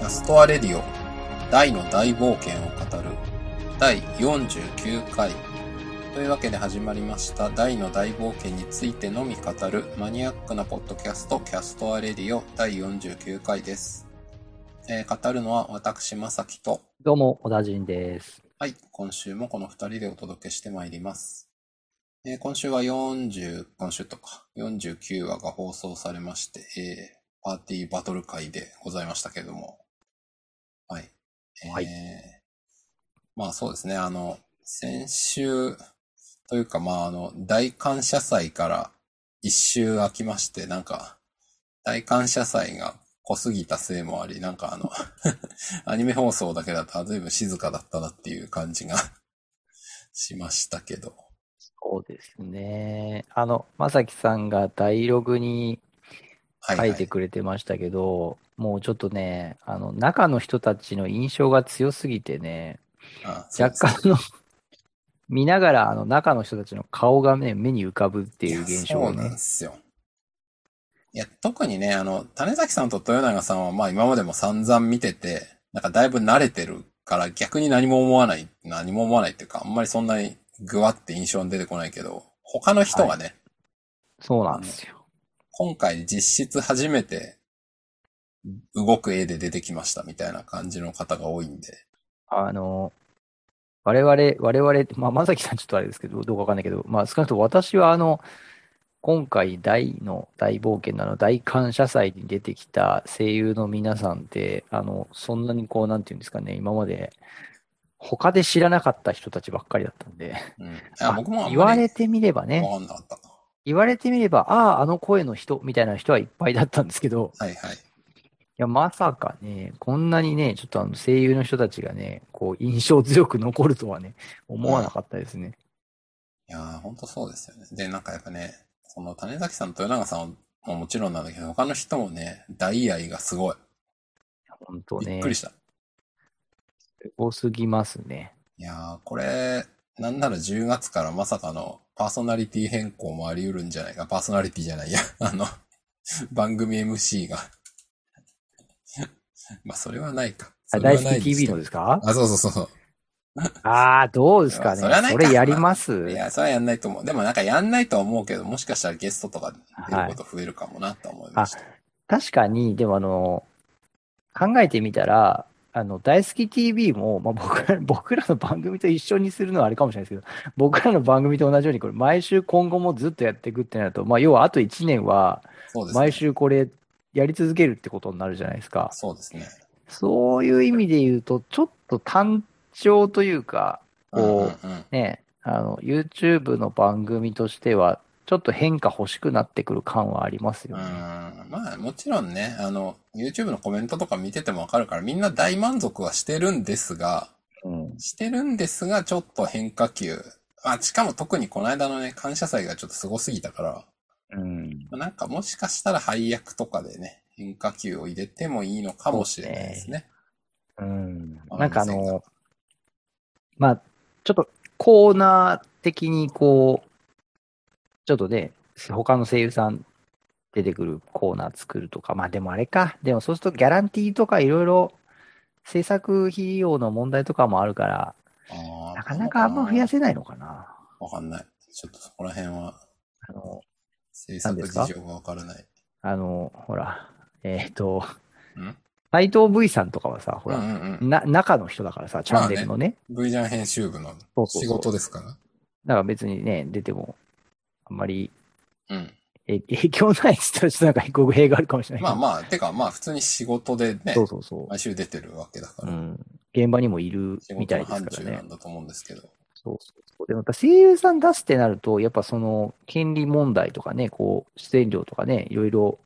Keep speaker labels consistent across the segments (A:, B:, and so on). A: ラストアレディオ大の大冒険を語る第49回というわけで始まりました大の大冒険についてのみ語るマニアックなポッドキャストキャストアレディオ第49回です、えー語るのは私まさきと
B: どうも、小田人です。
A: はい今週もこの2人でお届けしてまいります、えー今週は40今週とか49話が放送されまして、えーパーティーバトル会でございましたけれどもはい、えー
B: はい
A: まあそうですねあの先週というか、まあ、あの、大感謝祭から一周空きまして、なんか、大感謝祭が濃すぎたせいもあり、なんかあの、アニメ放送だけだと、ずいぶん静かだったなっていう感じが しましたけど。
B: そうですね。あの、まさきさんがダイログに
A: は
B: 書いてくれてましたけど、もうちょっとね、あの、中の人たちの印象が強すぎてね、
A: あそうです
B: 若干あの、見ながら、あの、中の人たちの顔がね、目に浮かぶっていう現象
A: い
B: を
A: やそうなん
B: ね
A: で。すよ。いや、特にね、あの、種崎さんと豊永さんは、まあ今までも散々見てて、なんかだいぶ慣れてるから、逆に何も思わない、何も思わないっていうか、あんまりそんなにグワって印象に出てこないけど、他の人がね、
B: そうなんですよ。
A: 今回実質初めて動く絵で出てきましたみたいな感じの方が多いんで、
B: あの、我々、我々、まあ、まさきさんちょっとあれですけど、どうかわかんないけど、まあ、少なくとも私は、あの、今回、大の大冒険なの、大感謝祭に出てきた声優の皆さんって、あの、そんなにこう、なんていうんですかね、今まで、他で知らなかった人たちばっかりだったんで、
A: うん。い
B: あ
A: や、僕もあん
B: 言わ
A: まり
B: れてみればね、
A: わかんなかった。
B: 言われてみれば、ああ、あの声の人、みたいな人はいっぱいだったんですけど、
A: はいはい。
B: いや、まさかね、こんなにね、ちょっとあの声優の人たちがね、こう印象強く残るとはね、思わなかったですね。
A: いやー、ほんとそうですよね。で、なんかやっぱね、その種崎さんと豊永さんももちろんなんだけど、他の人もね、大愛がすごい。
B: 本当
A: びっ
B: ね
A: く、りした。
B: 多すぎますね。
A: いやー、これ、なんなら10月からまさかのパーソナリティ変更もあり得るんじゃないか。パーソナリティじゃないや。 あの、番組 MC が。 まあ、それはないか。
B: あ
A: それは
B: 大好
A: ないん
B: き
A: ですけ
B: TV
A: ど
B: のですか
A: あ、そうそうそうそ
B: ああ、どうですかね。
A: それはないか
B: やります
A: う。いや、それはやんないと思う。でもなんかやんないとは思うけど、もしかしたらゲストとか出ること増えるかもなと思いました。
B: 確かに、でもあの、考えてみたら、あの、大好き TV も、まあ、僕 ら、僕らの番組と一緒にするのはあれかもしれないですけど、僕らの番組と同じように、これ、毎週今後もずっとやっていくってなると、まあ、要はあと1年は、
A: そうですね。
B: 毎週これ、やり続けるってことになるじゃないですか。
A: そうですね。
B: そういう意味で言うと、ちょっと単調というか、
A: うんうんうん
B: こう、ね、あの、YouTube の番組としては、ちょっと変化欲しくなってくる感はあります
A: う
B: よ
A: ん
B: ね。
A: まあ、もちろんね、あの、YouTube のコメントとか見ててもわかるから、みんな大満足はしてるんですが、
B: うん。
A: してるんですが、ちょっと変化球。まあ、しかも特にこの間のね、感謝祭がちょっと凄すぎたから、
B: うん。
A: まあなんかもしかしたら配役とかでね、変化球を入れてもいいのかもしれないですね。
B: うん。
A: あ
B: なんかあ
A: 無線
B: の、まあ、ちょっとコーナー的にこう、ちょっとね、他の声優さん出てくるコーナー作るとか、まあでもあれか、でもそうするとギャランティーとかいろいろ制作費用の問題とかもあるから、
A: あー
B: なかなかあんま増やせないのかな。
A: わかんない。ちょっとそこら辺は、
B: あの、
A: 制
B: 何
A: 作
B: ですか
A: 事情がわからない。
B: あの、ほら、えっ、と、
A: うん
B: 斎藤 V さんとかはさ、ほ
A: うんうん
B: ら、な、中の人だからさ、チャンネルのね。
A: うん。V ジャン編集部の
B: そうそうそう
A: 仕事ですから。
B: だから別にね、出ても、あんまり
A: うん。
B: え 影響ないって言ったらちょっとなんか語弊があるかもしれないけ
A: ま
B: ど。
A: あまあ、てかまあ普通に仕事でね、
B: そうそうそ
A: 毎週出てるわけだか
B: う。う
A: ら、
B: ん。現場にもいる
A: 仕
B: み
A: 事
B: たい
A: の
B: です
A: 範疇
B: から
A: な
B: ね。
A: んだと思うんですけど。
B: そうそうそう。でもやっぱ声優さん出すってなると、やっぱその権利問題とかね、こう、出演料とかね、いろいろ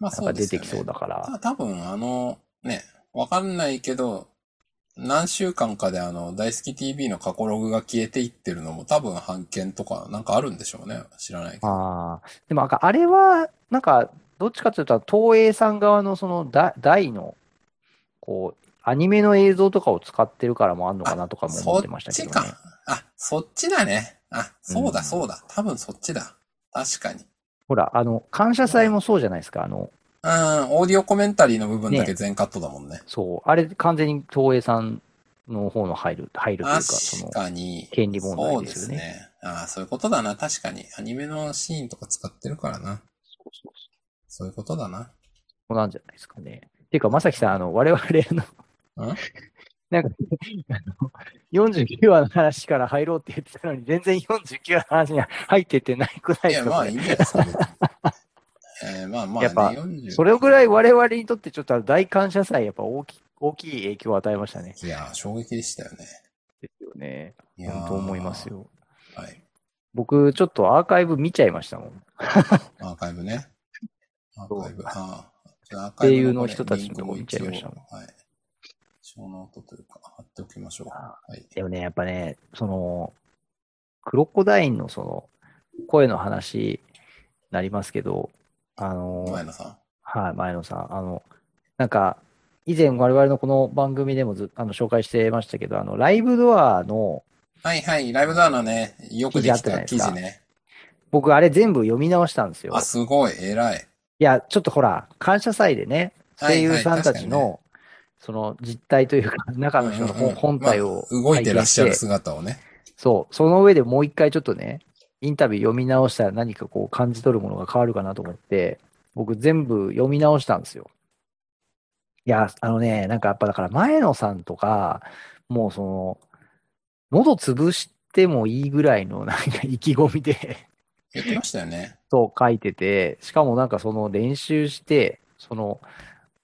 A: まあ
B: なん
A: そ
B: か
A: うで
B: 出
A: す
B: て
A: よ
B: き
A: ね。
B: そうだから。
A: た多分あの、ね、わかんないけど、何週間かであの、大好き TV の過去ログが消えていってるのも多分版権とかなんかあるんでしょうね。知らないけど。
B: ああ。でもなんかあれは、なんか、どっちかというと、東映さん側のそのだ大の、こう、アニメの映像とかを使ってるからもあんのかなとかも思
A: そ
B: ってました
A: っ
B: け
A: ち
B: ど
A: か
B: ね。。
A: あ、そっちだね。あ、そう
B: う
A: だ
B: ん
A: そうだ。多分そっちだ。確かに。
B: ほら、あの、感謝祭もそうじゃないですか。あの、
A: うん、オーディオコメンタリーの部分だけ全カットだもんね。
B: そう。あれ、完全に東映さんの方の入る、入るというか、そ
A: 確
B: の、
A: かに。
B: 権利問
A: そ
B: 題
A: う
B: で
A: です
B: よ
A: す
B: ね。
A: ね。ああ、そういうことだな。確かに。アニメのシーンとか使ってるからな。
B: そうそうそう
A: そういうことだな。
B: そうなんじゃないですかね。ていうか、まさきさん、あの、我々、あの、
A: ん
B: なんか、あの49話の話から入ろうって言ってたのに、全然49話の話に入ってってないくら
A: い
B: いで
A: や、
B: すか
A: まあ
B: こ
A: い
B: れ
A: いんじゃないですか、別に えーまあまあ、ね、
B: やっぱ
A: 40
B: それぐらい我々にとってちょっとあの大感謝祭、やっぱ大き大きい影響を与えましたね。
A: いや、衝撃でしたよね。
B: ですよね。
A: いやー
B: 本当思います。よ。
A: はい。
B: 僕、ちょっとアーカイブ見ちゃいましたもん。
A: アーカイブね。ア
B: そう
A: ーカイブ。ああ。
B: 声優の
A: これ
B: 人たちの
A: リンクを
B: とこ見ちゃいました
A: 一応はい。小ノートというか、貼っておきましょう。
B: あ
A: はい。
B: でもね、やっぱね、その、クロコダインのその、声の話になりますけど、あのー、
A: 前野さん。
B: はい、前野さん。あの、なんか、以前我々のこの番組でもずあの紹介してましたけど、あの、ライブドアの、
A: はいはい。ライブドアのね、よくできた記
B: 記事
A: 事
B: あったじゃない
A: ね。
B: 僕あれ全部読み直したんですよ
A: あ、。すごい。偉い。
B: いや、ちょっとほら、感謝祭でね、
A: はい
B: 声優さんた
A: はい確かに
B: ち
A: ね
B: の、その実態というか、中の人の
A: うんうん
B: 本
A: うん
B: 本体を
A: まあ動いてらっしゃる
B: 拝見て
A: 姿をね。
B: そう、その上でもう一回ちょっとね、インタビュー読み直したら何かこう感じ取るものが変わるかなと思って、僕全部読み直したんですよ。いや、あのね、なんかやっぱだから前野さんとか、もうその、喉潰してもいいぐらいのなんか意気込みで、
A: 言ってましたよね。
B: そう書いてて、しかもなんかその練習して、その、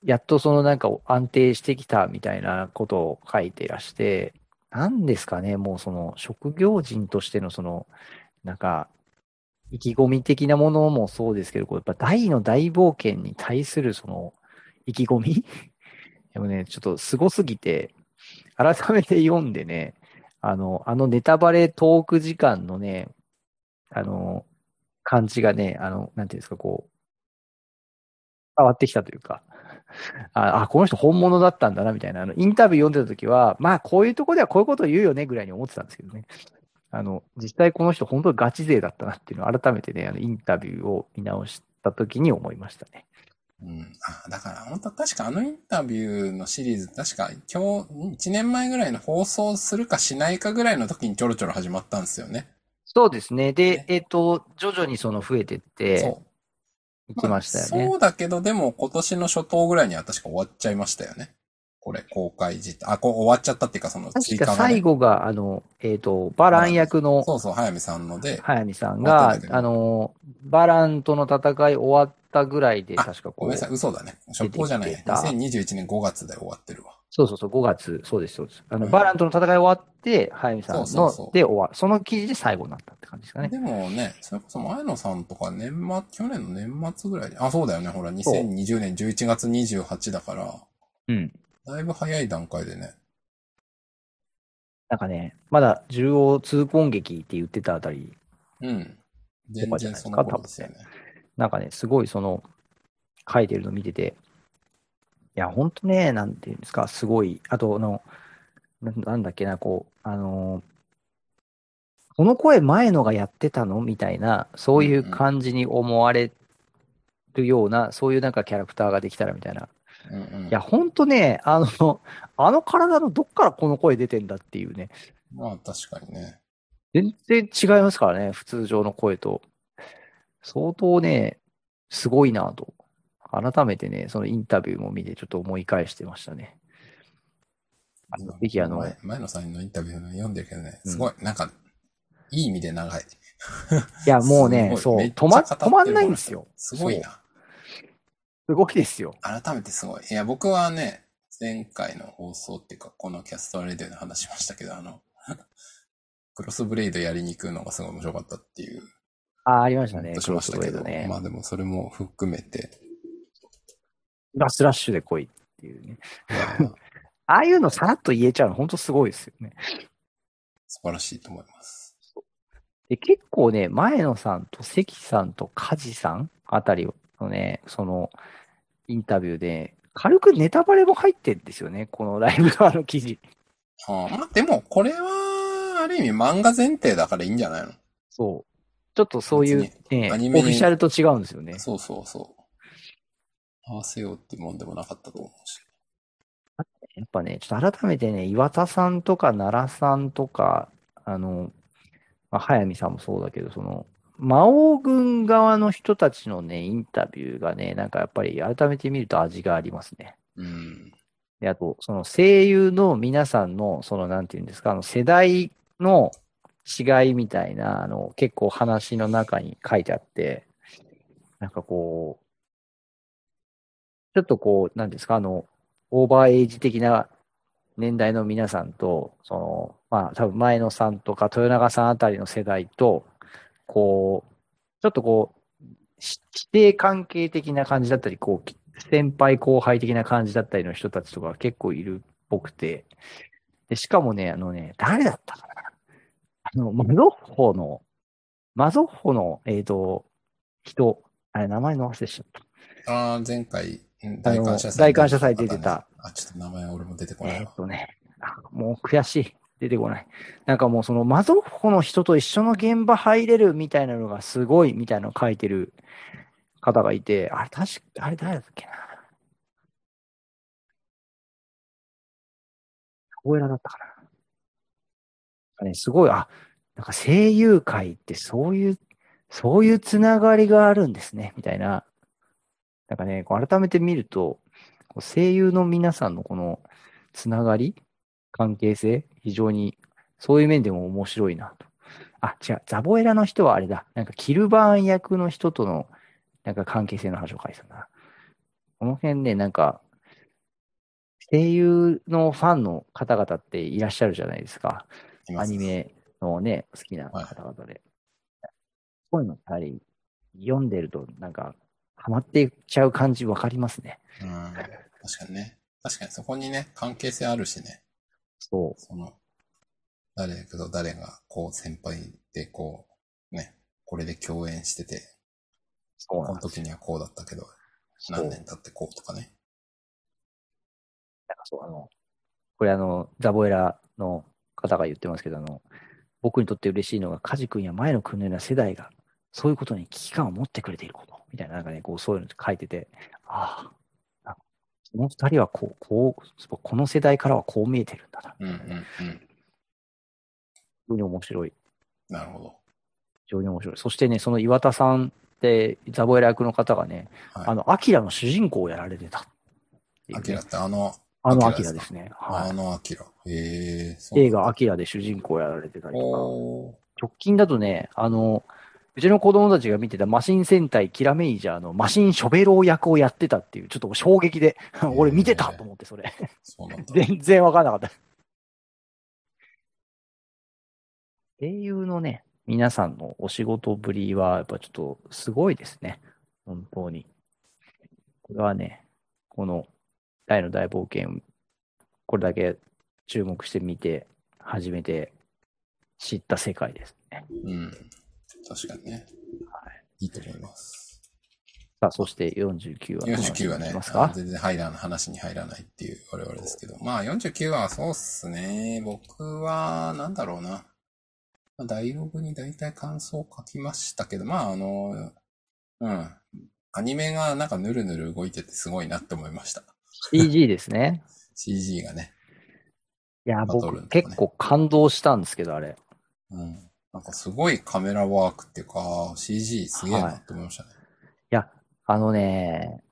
B: やっとそのなんか安定してきたみたいなことを書いてらして、なんですかね、もうその職業人としてのその、なんか、意気込み的なものもそうですけど、こうやっぱ大の大冒険に対するその意気込み でもね、ちょっとすごすぎて、改めて読んでね、あの、あのネタバレトーク時間のね、あの、感じがね、あの、なんていうんですか、こう、変わってきたというか、 あ、あこの人本物だったんだな、みたいな、あの、インタビュー読んでた時は、まあ、こういうとこではこういうことを言うよね、ぐらいに思ってたんですけどね。あの、実際この人本当にガチ勢だったなっていうのを改めてね、あの、インタビューを見直した時に思いましたね。
A: うん。あ、だから、本当確かあのインタビューのシリーズ、確か今日、1年前ぐらいの放送するかしないかぐらいの時にちょろちょろ始まったんですよね。
B: そうですね。で
A: ね、
B: えっと、徐々にその増えてって、
A: そう。
B: いきました
A: あ
B: よね。
A: そうだけど、でも今年の初頭ぐらいには確か終わっちゃいましたよね。これ、公開時あ、こう終わっちゃったっていうか、その
B: 確
A: 追
B: か
A: 加が、
B: 最
A: ね。
B: 後が、あの、えっと、バラン役の、
A: そうそう、早見さんので、
B: 早見さん
A: 終わった
B: が
A: んだ、けど
B: あの、バランとの戦い終わったぐらいで、
A: あ
B: 確か
A: ご
B: こ
A: めん
B: う、
A: なさい、
B: そう
A: 嘘だね。初頭じゃない
B: 出て
A: ね
B: き。た
A: 2021年5月で終わってるわ。
B: そうそう、5月、そうです、そうです。あの、
A: うん
B: バランとの戦い終わって、早見さんの、
A: そうそうそう
B: で終わ、その記事で最後になったって感じですかね。
A: でもね、それこそ前野さんとか年末、去年の年末ぐらいで、あ、そうだよね、ほら、
B: そう
A: 2020年11月28だから、
B: うん。
A: だいぶ早い段階でね。
B: なんかね、まだ中央通婚劇って言ってたあたり、
A: うん。全
B: とかじ
A: 然
B: ゃないで
A: そ
B: す
A: の
B: か
A: 頃ですよね。
B: なんかね、すごいその、書いてるの見てて、いや、ほんとね、なんていうんですか、すごい、あと、あの、ななんだっけな、こう、あのーこの声前のがやってたのみたいな、そういう感じに思われるような、そういうなんかキャラクターができたらみたいな。
A: うんうん。
B: いや、ほんとね、あの、あの体のどっからこの声出てんだっていうね、
A: まあ確かにね。
B: 全然違いますからね、普通常の声と。相当ね、すごいなと。改めてね、そのインタビューも見て、ちょっと思い返してましたね。あのぜひあの、
A: 前前野さんのインタビュー読んでるけどね、すごい、なんか、いい意味で長い。
B: いや、もうね、
A: すごい
B: そう、
A: めっちゃ
B: 止ま、
A: 語ってる
B: 止まんないんですよ。
A: すごいな。
B: すごいですよ。
A: 改めてすごい。いや、僕はね、前回の放送っていうか、このキャストレディオで話しましたけど、あの、 クロスブレイドやりに行くのがすごい面白かったっていう、
B: あ、ありましたね、
A: とし
B: クロ
A: まし
B: ス
A: た
B: ブレ
A: け
B: イド
A: ど、
B: ね。
A: まあでもそれも含め て、
B: ラスラッシュで来いっていうね。
A: いや
B: ああいうのさらっと言えちゃうの、ほんとすごいですよね。
A: 素晴らしいと思います。
B: で、結構ね、前野さんと関さんと梶さんあたりのね、その、インタビューで、軽くネタバレも入ってんですよね、このライブドアの記事。
A: あーまあでも、これは、ある意味漫画前提だからいいんじゃないの
B: そう。ちょっとそういう
A: 別
B: ね、
A: アニメ
B: オ
A: に
B: フィシャルと違うんですよね。
A: そうそうそう。合わせようってもんでもなかったと思うし。
B: やっぱね、ちょっと改めてね、岩田さんとか奈良さんとか、あの、まあ、早見さんもそうだけど、その、魔王軍側の人たちのね、インタビューがね、なんかやっぱり改めて見ると味がありますね。
A: うん。
B: で、あと、その声優の皆さんの、その、なんていうんですか、あの、世代の違いみたいな、あの、結構話の中に書いてあって、なんかこう、ちょっとこう、なんですか、あの、オーバーエイジ的な年代の皆さんと、その、まあ、多分前野さんとか豊永さんあたりの世代と、こう、ちょっとこう、し師弟関係的な感じだったり、こう、き先輩後輩的な感じだったりの人たちとか結構いるっぽくて、で、しかもね、あのね、誰だったかなあの、マゾッホの、マゾッホの、えっ、と、人、あれ、名前の忘れしちゃった。
A: ああ、前回、うん
B: あの
A: 大感謝祭。
B: 大感謝祭出てた。
A: あ、ちょっと名前俺も出てこない
B: えー
A: わ
B: っ。とね、あもう悔しい。出てこない。なんかもうそのマゾッホの人と一緒の現場入れるみたいなのがすごいみたいなの書いてる方がいて、あれ確か、あれ誰だっけな。小ラだったかな。なんかね、すごい、あ、なんか声優界ってそういう、そういうつながりがあるんですね、みたいな。なんかね、こう改めて見ると、こう声優の皆さんのこの、つながり、関係性、非常に、そういう面でも面白いなと。あ、違う、ザボエラの人はあれだ。なんか、キルバーン役の人との、なんか関係性の話を書いてたな。この辺ね、なんか、声優のファンの方々っていらっしゃるじゃないですか。
A: いま
B: ア
A: す
B: ニ。メのね、好きな方々で。そういうのやはり、読んでると、なんか、ハマっていっちゃう感じわかりますね。
A: うん。確かにね。確かにそこにね、関係性あるしね。
B: そう。
A: その、誰と誰が、こう、先輩で、こう、ね、これで共演してて、
B: そう
A: こ
B: なん
A: の
B: です
A: 時にはこうだったけど、
B: よ
A: 何年経ってこうとかね。
B: なんかそう、あの、これあの、ザボエラの方が言ってますけど、あの、僕にとって嬉しいのが、カジ君や前野君のような世代が、そういうことに危機感を持ってくれていること、みたいな、なんかね、こう、そういうの書いてて、ああ、あこの二人はこう、こう、この世代からはこう見えてるんだな、
A: うんうん
B: 非
A: うん。
B: 常に面白い。
A: なるほど。
B: 非常に面白い。そしてね、その岩田さんって、ザボエラ役の方がね、
A: はい
B: あの、アキラの主人公をやられてたっていう
A: ア
B: ね
A: キラってあの、
B: あの
A: ア
B: ア
A: キ
B: キ
A: ラ
B: ラ
A: で
B: ですすね。はい
A: あのアキラ。へえ、そうなん
B: 映
A: だ。
B: 画、アキラで主人公をやられてたりとか、
A: おー
B: 直近だとね、あの、うちの子供たちが見てたマシン戦隊キラメイジャーのマシンショベロー役をやってたっていう、ちょっと衝撃で、 俺見てたと思って、それ。
A: そうなんだ。
B: 全然わかんなかった。声優のね、皆さんのお仕事ぶりは、やっぱちょっとすごいですね。本当に。これはね、この大の大冒険、これだけ注目してみて、初めて知った世界ですね。
A: うん。確かにね。いいと思います。
B: さあ、そして49話。
A: 49は
B: ど
A: ね
B: うなっていきます、
A: あの
B: か
A: 全然入らん、話に入らないっていう我々ですけど。まあ49はそうっすね。僕は、なんだろうな。まあダイログに大体感想を書きましたけど、まああの、うん。アニメがなんかぬるぬる動いててすごいなって思いました。
B: CG ですね。
A: CG がね。
B: いや、
A: バトルとか
B: 僕
A: ね
B: 結構感動したんですけど、あれ。
A: うん。なんかすごいカメラワークっていうか、CG すげえなって思いましたね。
B: いや、あのね、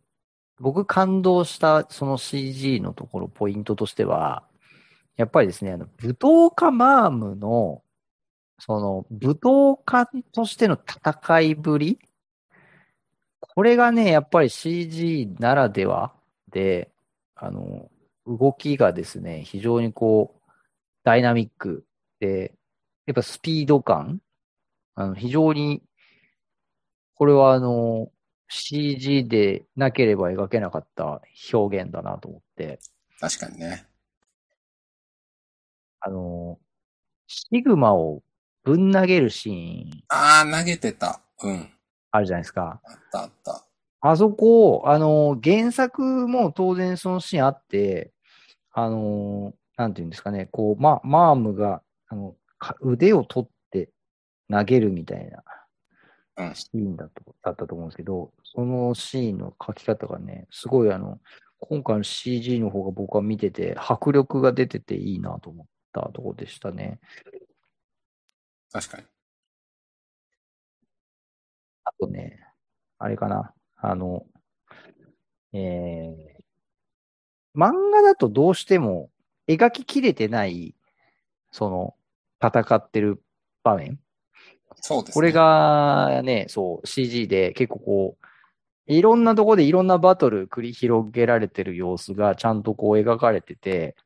B: 僕感動したその CG のところ、ポイントとしては、やっぱりですね、あの、舞踏家マームの、その、舞踏家としての戦いぶりこれがね、やっぱり CG ならではで、あの、動きがですね、非常にこう、ダイナミックで、やっぱスピード感あの、非常に、これはあの、CG でなければ描けなかった表現だなと思って、
A: 確かにね。
B: あの、シグマをぶん投げるシーン
A: あー、投げてた。うん。
B: あるじゃないですか。
A: あったあった。
B: あそこ、あの、原作も当然そのシーンあって、あの、なんていうんですかね、こう、ま、マームが、あの、か腕を取って投げるみたいな
A: うん
B: シーンだと、だったと思うんですけど、そのシーンの描き方がね、すごいあの、今回の CG の方が僕は見てて、迫力が出てていいなと思ったところでしたね。
A: 確かに。
B: あとね、あれかな、あの、えー、漫画だとどうしても描ききれてない、その、戦ってる場面
A: そうですね。
B: これ。がね、そう、CG で結構こう、いろんなとこでいろんなバトル繰り広げられてる様子がちゃんとこう描かれてて、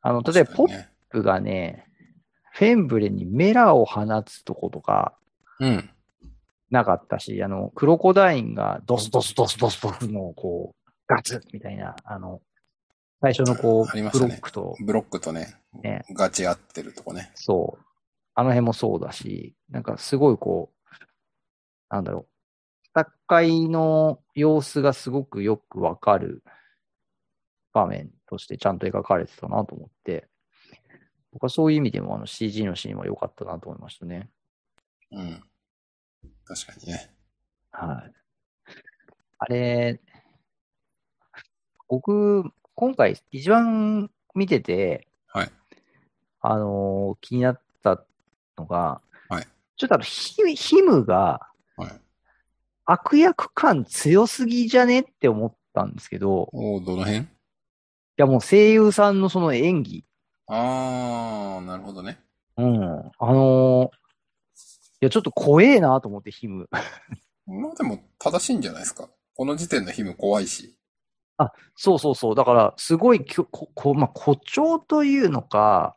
B: あの、例えばポッ
A: ね、
B: プがね、フェンブレにメラを放つとことか
A: うん。
B: なかったし、あの、クロコダインがドスドスドスドスドスのこう、ガツッみたいな、あの、最初のこ
A: あ
B: う、
A: りまし
B: ブ
A: た
B: ロ
A: ね
B: ックと
A: ブロックとね、
B: ね、
A: ガチ合ってるとこね。
B: そう。あの辺もそうだし、なんかすごいこう、なんだろう。戦いの様子がすごくよくわかる場面としてちゃんと描かれてたなと思って、僕はそういう意味でもあの CG のシーンは良かったなと思いましたね。
A: うん。確かにね。
B: はい。あれ、僕、今回一番見てて、
A: はい
B: あのー気になったのが、
A: はい
B: ちょっとあの、ヒヒムが
A: はい。
B: 悪役感強すぎじゃねって思ったんですけど、い
A: おーどの辺
B: やもう声優さんのその演技、
A: あー、なるほどね。
B: うん、あのーいや、ちょっと怖えなと思って、ヒム。
A: まあでも正しいんじゃないですか。この時点のヒム怖いし。
B: そうそうそう。だから、すごいきょここ、まあ、誇張というのか、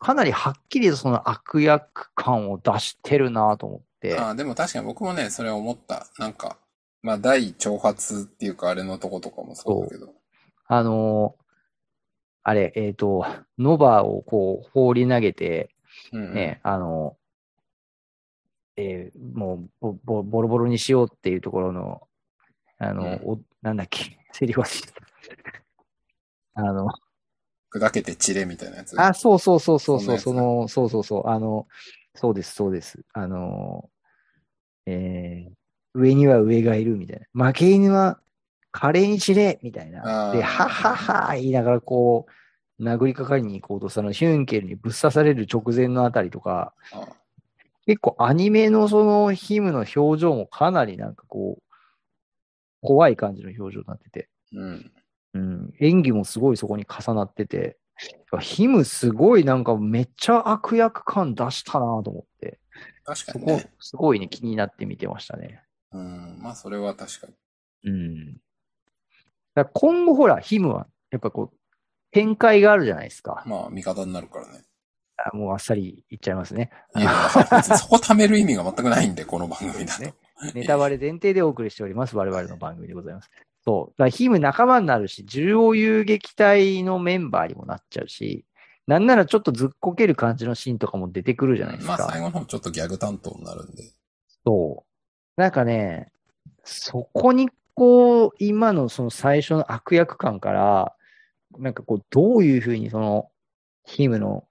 B: かなりはっきりその悪役感を出してるなと思って。
A: あー、でも確かに僕もね、それは思った。なんか、まあ第挑発っていうかあれのとことかもそうだけど。
B: あのーあれ、えっ、と、ノバをこう放り投げて、
A: うんうん、
B: ね、あのーえーもうボボボロボロにしようっていうところの、あのーおなんだっけ、セリフ忘れた。あの、
A: 砕けて散れみたいなやつ。
B: あ、そうそうそうそうそう、
A: そ
B: そ
A: んな
B: の、そうそうそう、あの、そうです、そうです。あの、えー上には上がいるみたいな。負け犬は華麗に散れみたい
A: あ
B: な。
A: ー
B: で、はっはっは言いながらこう、殴りかかりに行こうとしたの、ヒュンケルにぶっ刺される直前のあたりとか、
A: あ
B: 結構アニメのそのヒムの表情もかなりなんかこう、怖い感じの表情になってて。
A: うん。
B: うん、演技もすごいそこに重なってて、ヒムすごいなんかめっちゃ悪役感出したなと思って、
A: 確か
B: そ
A: に
B: こ
A: ね。
B: すごいね気になって見てましたね。
A: うん。まあそれは確かに。
B: うん。だから今後ほら、ヒムはやっぱこう、展開があるじゃないですか。
A: まあ味方になるからね。
B: あもうあっさり言っちゃいますね。
A: いや、だから別にそこ貯める意味が全くないんで、この番組だと。
B: ねネタバレ前提でお送りしております。我々の番組でございます。そう。だからヒム仲間になるし、中央遊撃隊のメンバーにもなっちゃうし、なんならちょっとずっこける感じのシーンとかも出てくるじゃないです
A: ま
B: か。
A: あ最後の方ちょっとギャグ担当になるんで。
B: そう。なんかね、そこにこう、今のその最初の悪役感から、なんかこう、どういうふうにその、ヒムの、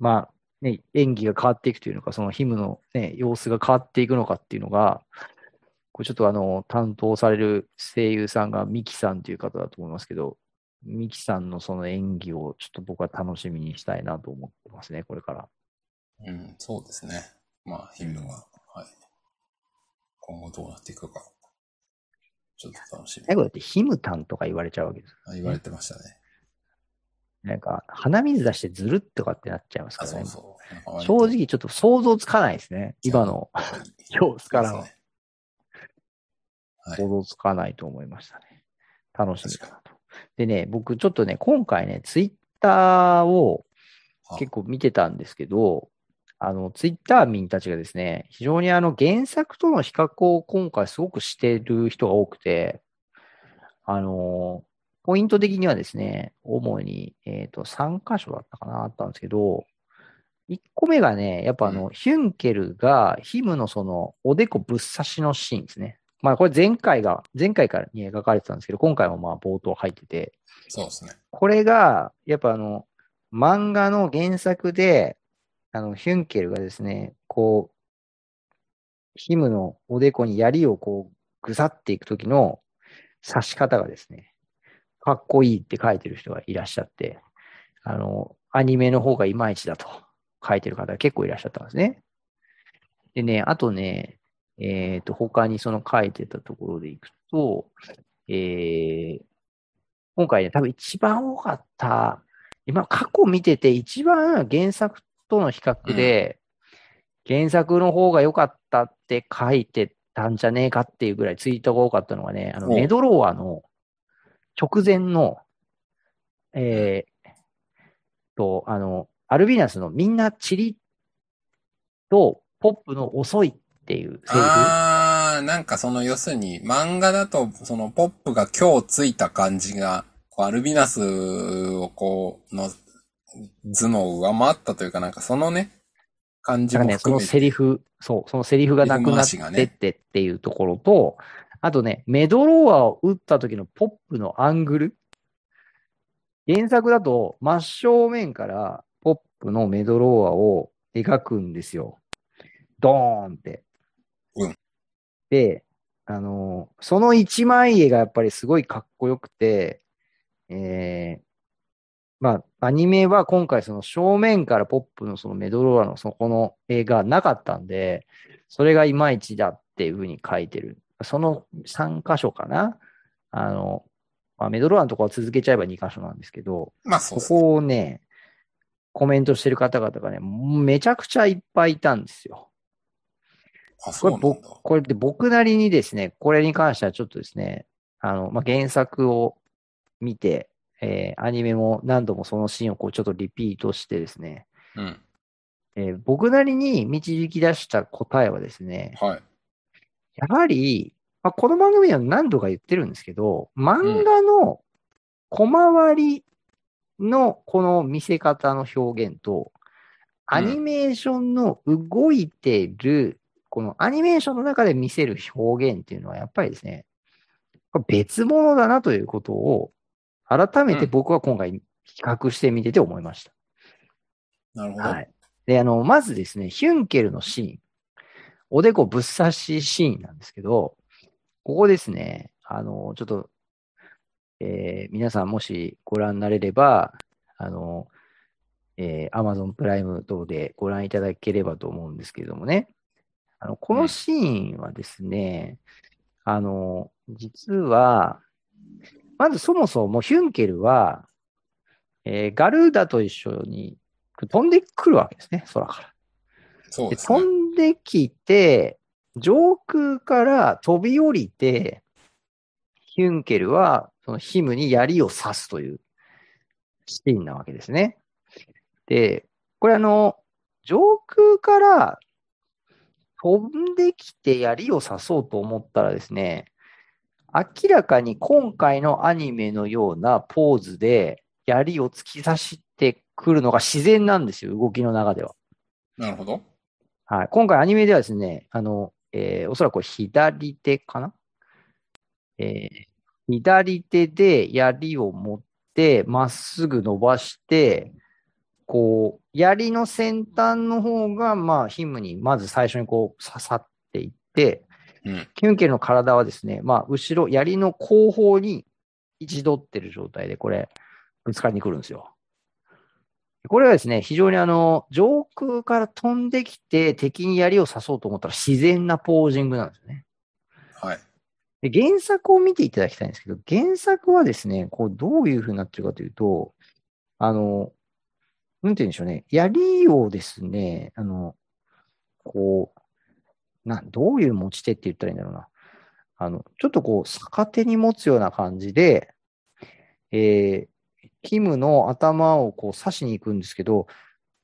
B: まあ、ね、演技が変わっていくというのか、そのヒムのね、様子が変わっていくのかっていうのが、これちょっとあの、担当される声優さんがミキさんという方だと思いますけど、ミキさんのその演技をちょっと僕は楽しみにしたいなと思ってますね、これから。
A: うん、そうですね。まあ、ヒムは、はい。今後どうなっていくか。ちょっと楽しみ
B: 最。後だってヒムタンとか言われちゃうわけです。
A: あ言われてましたね。
B: なんか、鼻水出してずるっとかってなっちゃいます
A: あ、
B: から
A: そう
B: ね。
A: そう。なんか割と
B: 正。直ちょっと想像つかないですね。今の様子から
A: そう
B: は
A: ですねはい
B: 想像つかないと思いましたね。楽しみだなと。でね、僕ちょっとね、今回ね、ツイッターを
A: は
B: 結構見てたんですけど、あの、ツイッター民たちがですね、非常にあの原作との比較を今回すごくしてる人が多くて、あのポイント的にはですね、主に、えっ、と、3箇所だったかな、あったんですけど、1個目がね、やっぱあの、ヒュンケルがヒムのその、おでこぶっ刺しのシーンですね。まあ、これ前回が、前回からに描かれてたんですけど、今回もまあ、冒頭入ってて、
A: そうですね。
B: これが、やっぱあの、漫画の原作で、あの、ヒュンケルがですね、こう、ヒムのおでこに槍をこう、ぐさっていく時の刺し方がですね、かっこいいって書いてる人がいらっしゃって、あの、アニメの方がいまいちだと書いてる方が結構いらっしゃったんですね。でね、あとね、えっ、と、他にその書いてたところでいくと、えー、今回ね、多分一番多かった、今、過去見てて一番原作との比較で、原作の方が良かったって書いてたんじゃねえかっていうぐらいツイートが多かったのがね、あの、
A: お
B: メドローアの直前の、えー、と、あの、アルビナスのみんなチリとポップの遅いっていうセリフ。
A: あー、なんかその要するに漫画だとそのポップが今日ついた感じが、こうアルビナスをこう、の頭脳を上回ったというかなんかそのね、感じ
B: なん
A: も
B: かね、そ
A: 含
B: の
A: め
B: セ
A: て。
B: リフ、そう、そのセリフがなくなっ
A: セリフ回しが
B: て
A: ね
B: ってっていうところと、あとね、メドローアを打った時のポップのアングル。原作だと真正面からポップのメドローアを描くんですよ。ドーンって。
A: うん
B: で、あのーその一枚絵がやっぱりすごいかっこよくて、えー、まあ、アニメは今回その正面からポップのそのメドローアのそこの絵がなかったんで、それがいまいちだっていうふうに書いてる。その3箇所かなあの、まあ、メドローアのところは続けちゃえば2箇所なんですけど、
A: まあそう
B: こ
A: ですね。
B: こをね、コメントしてる方々がね、めちゃくちゃいっぱいいたんですよ。
A: あ、
B: こ
A: そう
B: れ
A: なん
B: 僕
A: だ。、
B: これで僕なりにですね、これに関してはちょっとですね、あの、まあ、原作を見て、えーアニメも何度もそのシーンをこうちょっとリピートしてですね、
A: うん。
B: えー僕なりに導き出した答えはですね、
A: はい。
B: やはり、まあ、この番組では何度か言ってるんですけど、漫画の小回りのこの見せ方の表現と、
A: うん
B: アニメーションの動いてる、このアニメーションの中で見せる表現っていうのはやっぱりですね、これ別物だなということを改めて僕は今回比較してみてて思いました。
A: なるほど。
B: はい。で、あの、まずですね、ヒュンケルのシーン。おでこぶっ刺しシーンなんですけど、ここですね、あの、ちょっと、えー皆さんもしご覧になれれば、あの、えー Amazon プライム等でご覧いただければと思うんですけれどもね、あの、このシーンはですね、あの、実は、まずそもそもヒュンケルは、えーガルーダと一緒に飛んでくるわけですね、空から。
A: そう
B: で
A: ですね
B: 飛。んできて、上空から飛び降りて、ヒュンケルはそのヒムに槍を刺すというシーンなわけですね。で、これあの、上空から飛んできて槍を刺そうと思ったらですね、明らかに今回のアニメのようなポーズで槍を突き刺してくるのが自然なんですよ、動きの中では。
A: なるほど。
B: はい。今回アニメではですね、あの、えーおそらくこれ左手かなえー左手で槍を持って、まっすぐ伸ばして、こう、槍の先端の方が、まあ、ヒムにまず最初にこう刺さっていって、
A: うん。
B: キュンケルの体はですね、まあ、後ろ、槍の後方に一度ってる状態で、これ、ぶつかりに来るんですよ。これはですね、非常にあの、上空から飛んできて敵に槍を刺そうと思ったら自然なポージングなんですよね。
A: はい。
B: で原作を見ていただきたいんですけど、原作はですね、こうどういう風になってるかというと、あの、なんて言うんでしょうね、槍をですね、あの、こう、なん、どういう持ち手って言ったらいいんだろうな。あの、ちょっとこう、逆手に持つような感じで、えー、キムの頭をこう刺しに行くんですけど、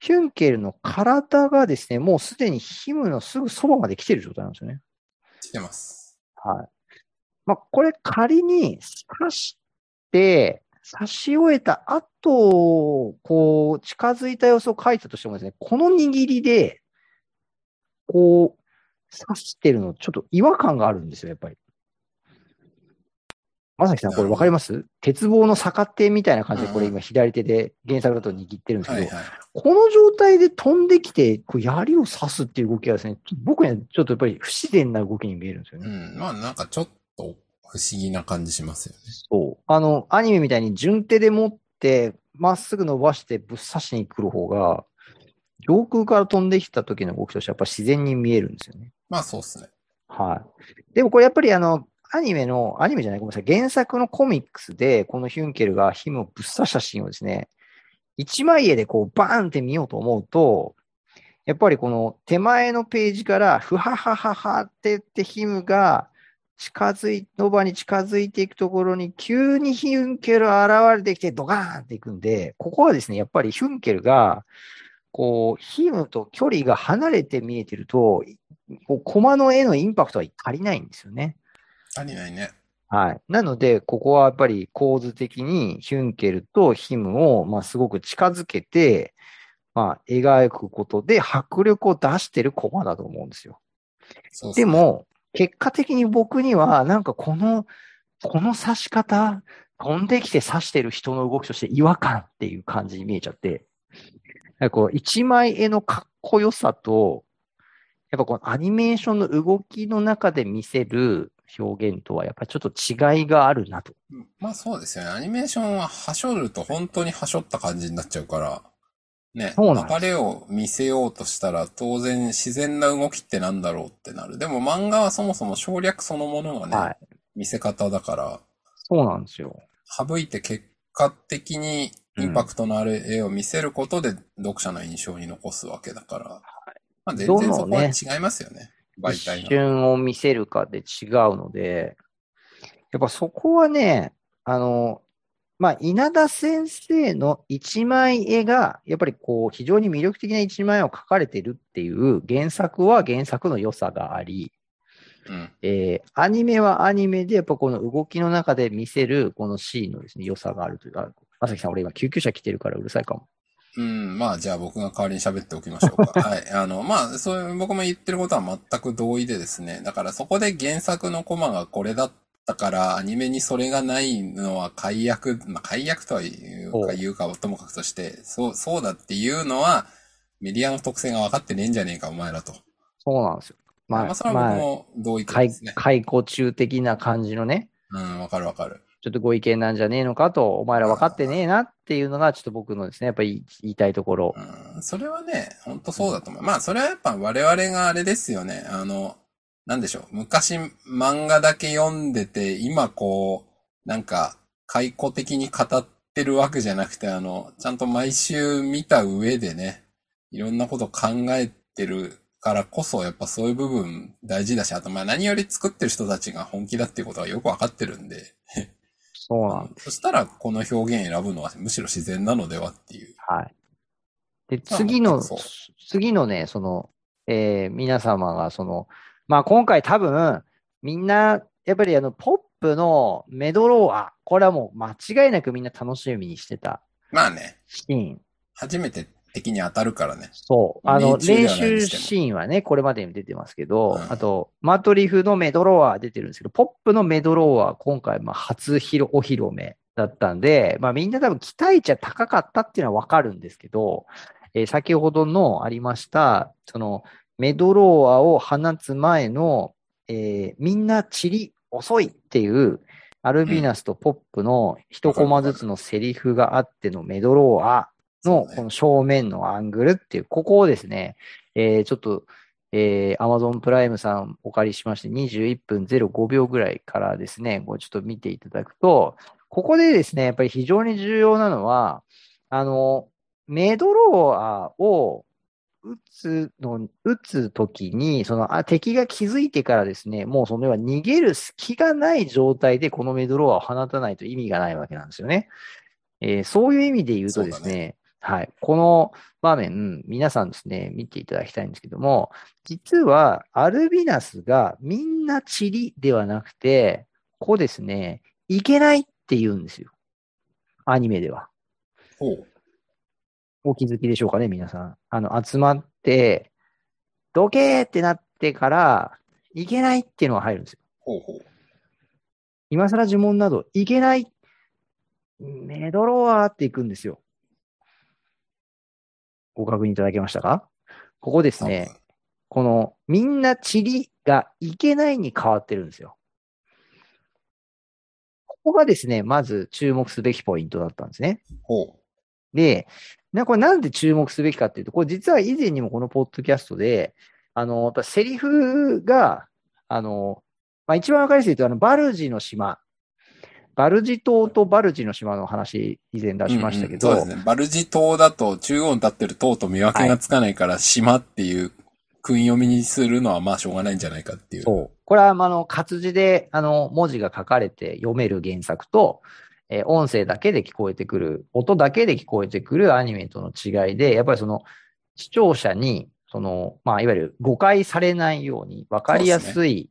B: ヒュンケルの体がですね、もうすでにヒムのすぐそばまで来てる状態なんですよね。
A: 来てます。
B: はい。まあ、これ仮に刺して、刺し終えた後、こう、近づいた様子を書いたとしてもですね、この握りで、こう、刺してるの、ちょっと違和感があるんですよ、やっぱり。まさきさん、これわかります鉄棒の逆手みたいな感じで、これ今左手で原作だと握ってるんです
A: は
B: け
A: い
B: ど、
A: はい。
B: この状態で飛んできて、こう槍を刺すっていう動きはですね、ちょ僕にはちょっとやっぱり不自然な動きに見えるんですよ
A: う
B: ね。
A: ん。まあなんかちょっと不思議な感じしますよね。
B: そう。あの、アニメみたいに順手で持って、まっすぐ伸ばしてぶっ刺しに来る方が、上空から飛んできた時の動きとしてはやっぱ自然に見えるんですよね。
A: まあそうですね。
B: はい。でもこれやっぱりあの、アニメの、アニメじゃない、ごめんなさい、原作のコミックスで、このヒュンケルがヒムをぶっ刺したシーンをですね、一枚絵でこうバーンって見ようと思うと、やっぱりこの手前のページから、ふははははって言ってヒムが近づい、ノバに近づいていくところに、急にヒュンケルが現れてきてドカーンっていくんで、ここはですね、やっぱりヒュンケルが、こう、ヒムと距離が離れて見えてると、こう、コマの絵のインパクトは足りないんですよね。
A: 足りないね。
B: はい。なので、ここはやっぱり構図的にヒュンケルとヒムを、まあ、すごく近づけて、まあ、描くことで迫力を出してるコマだと思うんですよ。
A: そうす
B: で
A: ね。
B: も、結果的に僕には、なんかこの、この刺し方、飛んできて刺してる人の動きとして違和感っていう感じに見えちゃって、なんかこう、一枚絵のかっこよさと、やっぱこのアニメーションの動きの中で見せる表現とは、やっぱりちょっと違いがあるなと。
A: まあそうですよね。アニメーションははしょると本当にはしょった感じになっちゃうから、ね。
B: そうなんです
A: 流れを見せようとしたら当然自然な動きってなんだろうってなる。でも漫画はそもそも省略そのものがね、
B: はい。
A: 見せ方だから、
B: そうなんですよ。
A: 省いて結果的にインパクトのある絵を見せることで読者の印象に残すわけだから、まあ全然そこは違いますよね。媒体
B: 一
A: の。
B: 瞬を見せるかで違うので、やっぱそこはね、あの、まあ、稲田先生の一枚絵が、やっぱりこう、非常に魅力的な一枚絵を描かれてるっていう原作は原作の良さがあり、
A: うん。
B: えーアニメはアニメで、やっぱこの動きの中で見せる、このシーンのですね、良さがあるというか、まさきさん、俺今救急車来てるからうるさいかも。
A: うん、まあじゃあ僕が代わりに喋っておきましょう か。はい。あの、まあ、そういう、僕も言ってることは全く同意でですね。だからそこで原作のコマがこれだったから、アニメにそれがないのは解約、まあ解約とは言う
B: お
A: か
B: う
A: 言うかはともかくとして、そう、そうだっていうのは、メディアの特性が分かってねえんじゃねえか、お前らと。
B: そうなんですよ。まあ、
A: まあ、それは
B: ま
A: 僕
B: あ、
A: も同意見
B: 解
A: ですね。
B: 解雇中的な感じのね、
A: うん、わかるわかる。
B: ちょっとご意見なんじゃねえのかと、お前ら分かってねえなっていうのが、ちょっと僕のですね、やっぱり言いたいところ。
A: うん、それはね、ほんとそうだと思う。まあ、それはやっぱ我々があれですよね。あの、なんでしょう。昔漫画だけ読んでて、今こう、なんか、解雇的に語ってるわけじゃなくて、あの、ちゃんと毎週見た上でね、いろんなこと考えてるからこそ、やっぱそういう部分大事だし、あとまあ何より作ってる人たちが本気だっていうことはよくわかってるんで、
B: そうなんで
A: そしたらこの表現選ぶのはむしろ自然なのではっていう。
B: す。はい。で、
A: まあ
B: 次の
A: そう、
B: 次のね、その、えー皆様が、その、まあ今回多分、みんな、やっぱりあの、ポップのメドローア、これはもう間違いなくみんな楽しみにしてた
A: まあね。
B: シーン。
A: 初めて的に当たるからね。
B: そう。あの、
A: 命中ではない
B: 練
A: に
B: 習
A: しても
B: シーンはね、これまでに出てますけど、
A: うん
B: あと、マトリフのメドローは出てるんですけど、ポップのメドローは今回、まあ、初披露、お披露目だったんで、まあ、みんな多分期待値は高かったっていうのはわかるんですけど、えー先ほどのありました、その、メドローアを放つ前の、えーみんな散り遅いっていう、アルビナスとポップの一コマずつのセリフがあってのメドローアの
A: そうね
B: この正面のアングルっていう、ここをですね、えーちょっと、えー、Amazon プライムさんお借りしまして、21分05秒ぐらいからですね、こうちょっと見ていただくと、ここでですね、やっぱり非常に重要なのは、あの、メドローアを打つの、打つときに、そのあ、敵が気づいてからですね、もうその要は逃げる隙がない状態でこのメドローアを放たないと意味がないわけなんですよね。えーそういう意味で言うとです
A: そうだ
B: ね、はい。この場面、皆さんですね、見ていただきたいんですけども、実はアルビナスがみんなチリではなくて、こうですね、いけないって言うんですよ。アニメでは。
A: ほう。
B: お気づきでしょうかね、皆さん。あの、集まって、どけーってなってから、いけないっていうのが入るんですよ。
A: ほうほう。
B: 今更呪文など、いけないメドロワーっていくんですよ。ご確認いただけましたかここですね、この、みんなチリがいけないに変わってるんですよ。ここがですね、まず注目すべきポイントだったんですね。
A: ほう。
B: で、なこれなんで注目すべきかっていうと、これ実は以前にもこのポッドキャストで、あの、やっぱセリフが、あの、まあ、一番わかりやすいと、あの、バルジの島。バルジ島とバルジの島の話、以前出しましたけど、
A: うんうんそうですね。バルジ島だと中央に立ってる塔と見分けがつかないから、島っていう訓読みにするのはまあしょうがないんじゃないかっていう。
B: そう。これは、まああの、活字で、あの、文字が書かれて読める原作と、えー音声だけで聞こえてくる、音だけで聞こえてくるアニメとの違いで、やっぱりその、視聴者に、その、まあ、いわゆる誤解されないように、わかりやすい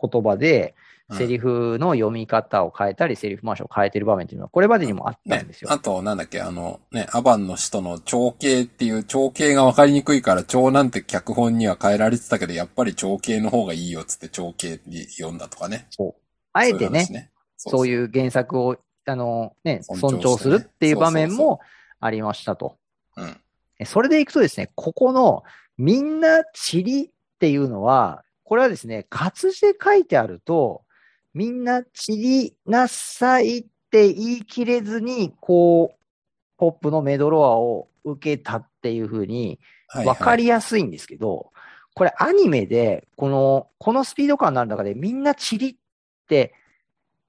B: 言葉で、
A: うん
B: セリフの読み方を変えたり、セリフ回しを変えてる場面っていうのは、これまでにもあった
A: ね
B: んですよ。。
A: あと、なんだっけ、あの、ね、アバンの使徒の長兄っていう、長兄が分かりにくいから、長なんて脚本には変えられてたけど、やっぱり長兄の方がいいよっつって長兄に読んだとかね。
B: そうあえてね、
A: そう
B: そう
A: いう話ね。
B: いう原作を、あの、ね、尊
A: 尊
B: 重
A: 重
B: す
A: してね
B: るっていう場面
A: そうそう
B: もありましたと。
A: そううん。
B: えそれでいくとですね、ここのみんなチリっていうのは、これはですね、活字で書いてあると、みんなチリなさいって言い切れずに、こう、ポップのメドロアを受けたっていうふうに
A: はい、
B: 分か
A: り、
B: りやすいんですけど、これアニメで、この、このスピード感のある中でみんなチリって、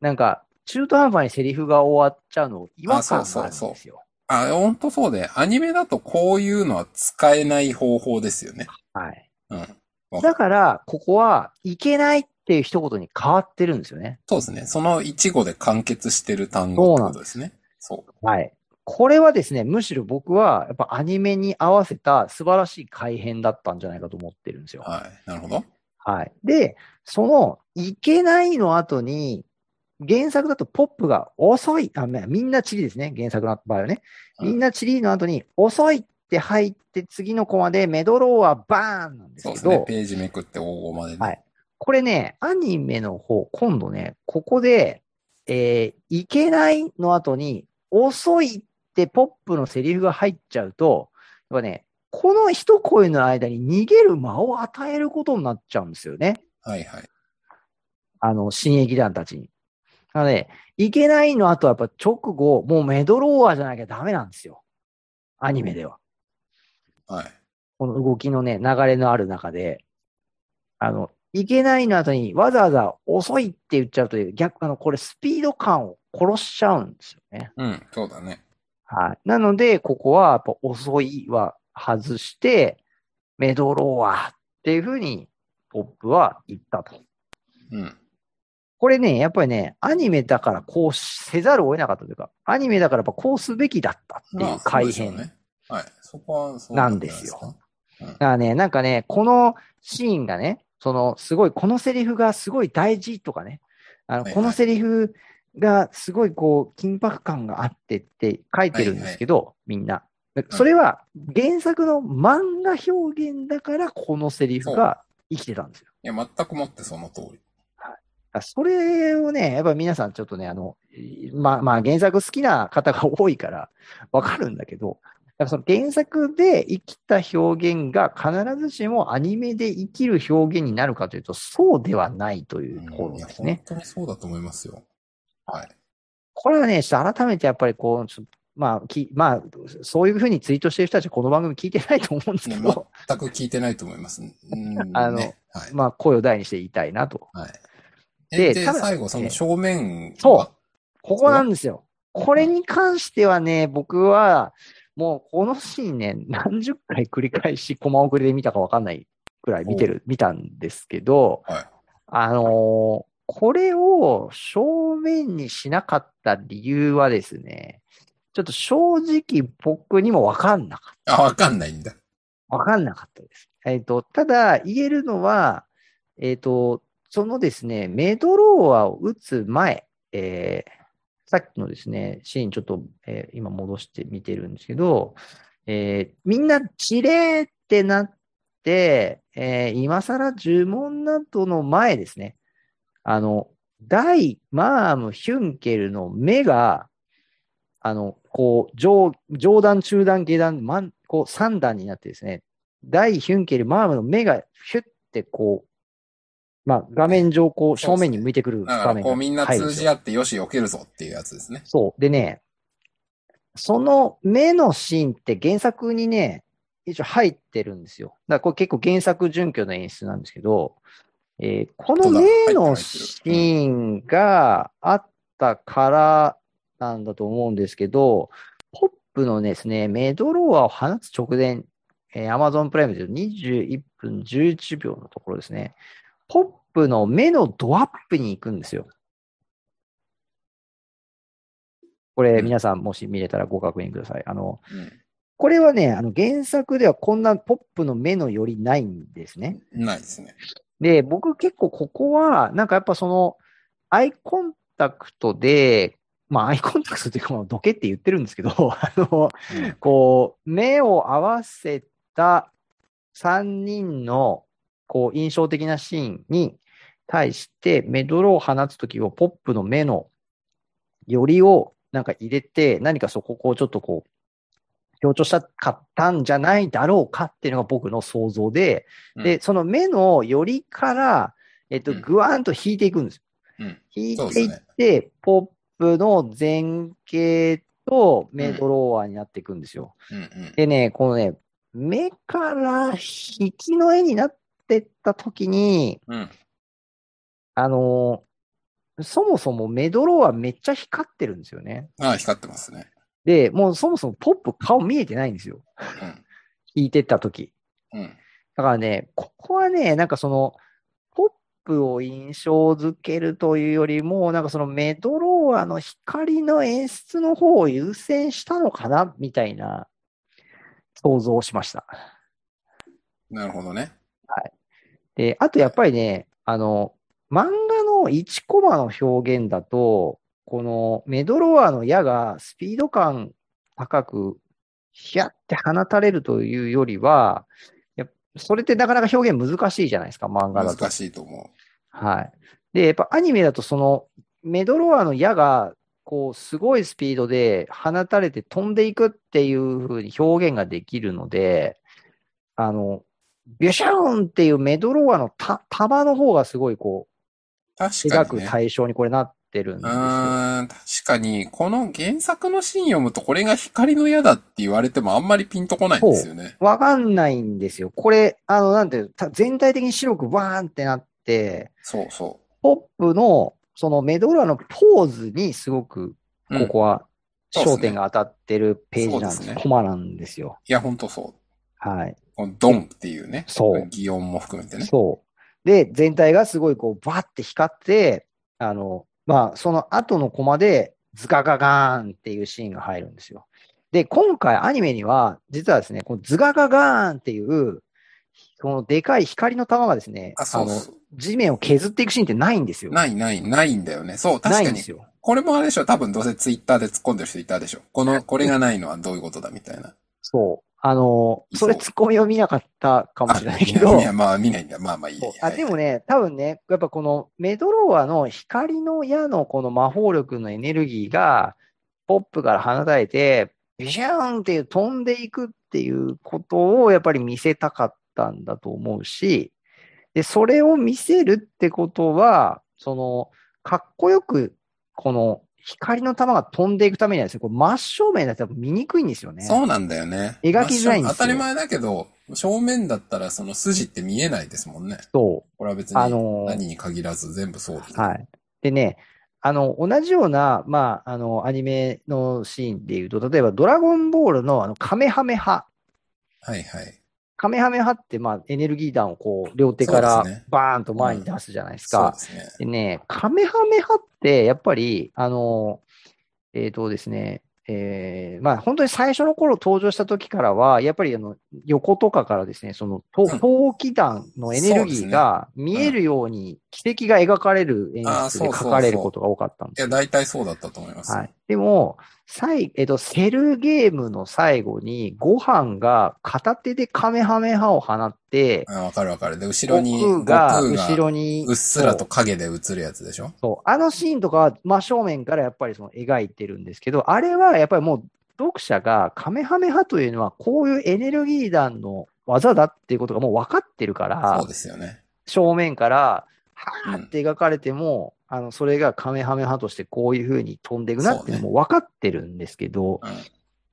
B: なんか中途半端にセリフが終わっちゃうの違和
A: あ
B: 感があるん
A: そうそうそう
B: ですよ。
A: あ、ほんとそうで、アニメだとこういうのは使えない方法ですよね。
B: はい。
A: うん。
B: だから、ここは、いけないっていう一言に変わってるんですよね。
A: そうですね。その一語で完結してる単語ってことですね。そう
B: はい。これはですね、むしろ僕は、やっぱアニメに合わせた素晴らしい改編だったんじゃないかと思ってるんですよ。
A: はい。なるほど。
B: はい。で、その、いけないの後に、原作だとポップが遅い。あ、みみんなチリですね。原作の場合はね。
A: うん
B: みんなチリの後に、遅いって入って、次のコマでメドローはバーンなんです
A: そう
B: け
A: です
B: ど、
A: ね。ページめくって応募までね。
B: はいこれね、アニメの方、今度ね、ここで、えーいけないの後に、遅いってポップのセリフが入っちゃうと、やっぱね、この一声の間に逃げる間を与えることになっちゃうんですよね。
A: はいはい。
B: あの、新劇団たちに。なので、いけないの後はやっぱ直後、もうメドローアじゃなきゃダメなんですよ。アニメでは。
A: はい。
B: この動きのね、流れのある中で、あの、いけないの後にわざわざ遅いって言っちゃうという、逆、あの、これスピード感を殺しちゃうんですよね。
A: うん。そうだね。
B: はい。なので、ここは、やっぱ遅いは外して、メドローはっていうふうに、ポップは言ったと。
A: うん。
B: これね、やっぱりね、アニメだからこうせざるを得なかったというか、アニメだからやっぱこうすべきだったっていう改
A: そうでしょう
B: 変。
A: ね。はい。そこはそう
B: な
A: よ。
B: んだからね、なんかね、このシーンがね、その、すごい、このセリフがすごい大事とかね、あの、
A: はいはい
B: このセリフがすごいこう、緊迫感があってって書いてるんですけど、みんな。でそれは原作の漫画表現だから、このセリフが生きてたんですよ。
A: いや、全くもってその通り。
B: だからそれをね、やっぱ皆さんちょっとね、あの、まあまあ原作好きな方が多いからわかるんだけど、やっぱその原作で生きた表現が必ずしもアニメで生きる表現になるかというと、そうではないというところ
A: いや、
B: です
A: 本
B: ね。
A: 当にそうだと思いますよ。はい。
B: これはね、ちょっと改めてやっぱりこう、ちょっとまあ、きまあ、そういうふうにツイートしてる人たち、この番組聞いてないと思うんですけ
A: ね、
B: ど、
A: 全く聞いてないと思います。うん、
B: あの
A: ね、はい。
B: まあ、声を大にして言いたいなと。
A: はい。
B: で
A: えで、
B: ただ
A: 最後、そ
B: え
A: の正面
B: そう
A: が。
B: ここなんですよ。これに関してはね、僕は、もうこのシーンね、何十回繰り返し、コマ送りで見たかわかんないくらい見てる、見たんですけど、
A: はい
B: あのーこれを正面にしなかった理由はですね、ちょっと正直僕にもわかんなかっ
A: あ、わかんないんだ。
B: た。わかんなかったです。えっ、と、ただ言えるのは、えっ、と、そのですね、メドローアを打つ前、えーさっきのですね、シーンちょっと、えー今戻して見てるんですけど、えーみんなチレーってなって、えー今更呪文などの前ですね、あの、大、マーム、ヒュンケルの目が、あの、こう、上、上段、中段、下段、まん、こう、三段になってですね、大、ヒュンケル、マームの目が、ヒュッてこう、まあ、画面上、こう、
A: そうです
B: 正
A: ね
B: 面に向いてくる
A: だ
B: 画
A: から、
B: 面
A: こ
B: が
A: うみんな
B: 入るんで
A: 通
B: すよ
A: じ合ってよし、避けるぞっていうやつですね。
B: そう。でね、その目のシーンって原作にね、一応入ってるんですよ。だからこれ結構原作準拠の演出なんですけど、えーこの
A: そうだ
B: 目
A: 入って
B: の
A: る
B: シーンがあったからなんだと思うんですけど、ポップのですね、メドローアを放つ直前、えー Amazon プライムで21分11秒のところですね、ポップの目のドアップに行くんですよ。これ、
A: うん
B: 皆さん、もし見れたらご確認ください。あの、
A: う
B: これはね、あの原作ではこんなポップの目のよりないんですね。
A: ん。ないですね。
B: で、僕結構ここは、なんかやっぱその、アイコンタクトで、まあアイコンタクトというか、まあどけって言ってるんですけど、あの、
A: うん
B: こう、目を合わせた3人の、こう、印象的なシーンに対して、メドローを放つときを、ポップの目のよりをなんか入れて、何かそこをこうちょっとこう、強調したかったんじゃないだろうかっていうのが僕の想像で、
A: う
B: で、
A: ん
B: その目のよりから、えっと、
A: うん
B: ぐわーんと引いていくんですよ
A: うん。
B: 引い
A: そう
B: て
A: で
B: い
A: す
B: っ
A: ね
B: て、ポップの前景とメドローアーになっていくんですよ。
A: うんうん。
B: でね、このね、目から引きの絵になってった時に、
A: うん。
B: あのーそもそもメドローアーめっちゃ光ってるんですよね。
A: ああ、光ってますね。
B: で、もうそもそもポップ顔見えてないんですよ。引いてった時。
A: うん。うん。
B: だからね、ここはね、なんかその、ポップを印象づけるというよりも、なんかそのメドローアの光の演出の方を優先したのかな、みたいな想像をしました。
A: なるほどね。
B: で、あとやっぱりね、あの、漫画の1コマの表現だと、このメドロワーの矢がスピード感高く、ヒャって放たれるというよりは、やっそれってなかなか表現難しいじゃないですか、漫画だと。
A: 難しいと思
B: はい。で、やっぱアニメだとそのメドロワーの矢がこうすごいスピードで放たれて飛んでいくっていう風に表現ができるので、あの、ビュシャーンっていうメドロワーのた弾の方がすごいこ
A: う。確
B: う
A: か
B: 描
A: に、
B: く
A: ね。
B: 対象にこれなってるん
A: う
B: ですよ。
A: ーん、確かに、この原作のシーン読むとこれが光の矢だって言われてもあんまりピンとこないんですよね。
B: わかんないんですよ。これ、あの、なんていう、た全体的に白くバーンってなって、
A: そうそ
B: ポップのそのメドロワーのポーズにすごく
A: う。うん、
B: ここは
A: そうですね
B: 焦点が当たってるページなんです。
A: そうですね
B: コマなんですよ。
A: いや、ほんとそう。
B: はい。
A: このドンっていうね。
B: そう
A: 擬音も含めてね。
B: そう。で、全体がすごいこう、バって光って、あの、まあ、その後のコマで、ズガガガーンっていうシーンが入るんですよ。で、今回アニメには、実はですね、このズガガガーンっていう、このでかい光の玉がですね、
A: あ、そう
B: の、
A: そう。
B: 地面を削っていくシーンってないんですよ。
A: ないない、ないんだよね。そう、
B: な
A: 確
B: い
A: か
B: んで
A: に
B: す。よ。
A: これもあれでしょ多分どうせツイッターで突っ込んでる人いたでしょこの、これがないのはどういうことだみたいな。
B: そう。あの、それ
A: そう
B: ツッコミを見なかったかも
A: あ
B: しれないけど。
A: いや、まあ見ないんだ。まあまあいいや
B: そう。あでもね、多分ね、やっぱこのメドローアの光の矢のこの魔法力のエネルギーが、ポップから放たれて、ビシューンっていう飛んでいくっていうことをやっぱり見せたかったんだと思うし、で、それを見せるってことは、その、かっこよく、この光の玉が飛んでいくためにはですね、これ真正面だと見にくいんですよね。
A: そうなんだよね。
B: 描きづらいんですよ
A: まあ当たり前だけど、正面だったらその筋って見えないですもんね。
B: そう。
A: これは別
B: あ
A: に
B: のー
A: 何に限らず全部そうです。
B: はい。でね、あの、同じような、まあ、あの、アニメのシーンで言うと、例えば、ドラゴンボールの、あの、カメハメハ。
A: はいはい。
B: カメハメハって、まあ、エネルギー弾をこう、両手か
A: そうです
B: ら
A: ね、
B: バーンと前に出すじゃないです
A: そう
B: か
A: で。すね。
B: でね、カメハメハって、やっぱり、あの、えっ、とですね、えーまあ、本当に最初の頃登場した時からは、やっぱりあの横とかからですね、そのと
A: うん
B: 投気弾のエネルギーが見えるように奇跡が描かれる演
A: あー
B: 出
A: そ
B: で
A: うそうそう
B: 描かれることが多かったんで
A: い
B: す
A: や、
B: よ。
A: 大体そうだったと思います。
B: はい。でも、最、えっと、セルゲームの最後に、ご飯が片手でカメハメハを放って、
A: あわかるわかる。で、後ろに、
B: 僕が
A: 悟空
B: 後ろに、
A: うっすらと影で映るやつでしょ
B: そう。あのシーンとかは真正面からやっぱりその描いてるんですけど、あれはやっぱりもう読者がカメハメハというのはこういうエネルギー弾の技だっていうことがもう分かってるから
A: そう、ですよね。
B: 正面からはーって描かれても、あのそれがカメハメハとしてこういう風に飛んでいくなっていうのも分かってるんですけど、
A: うん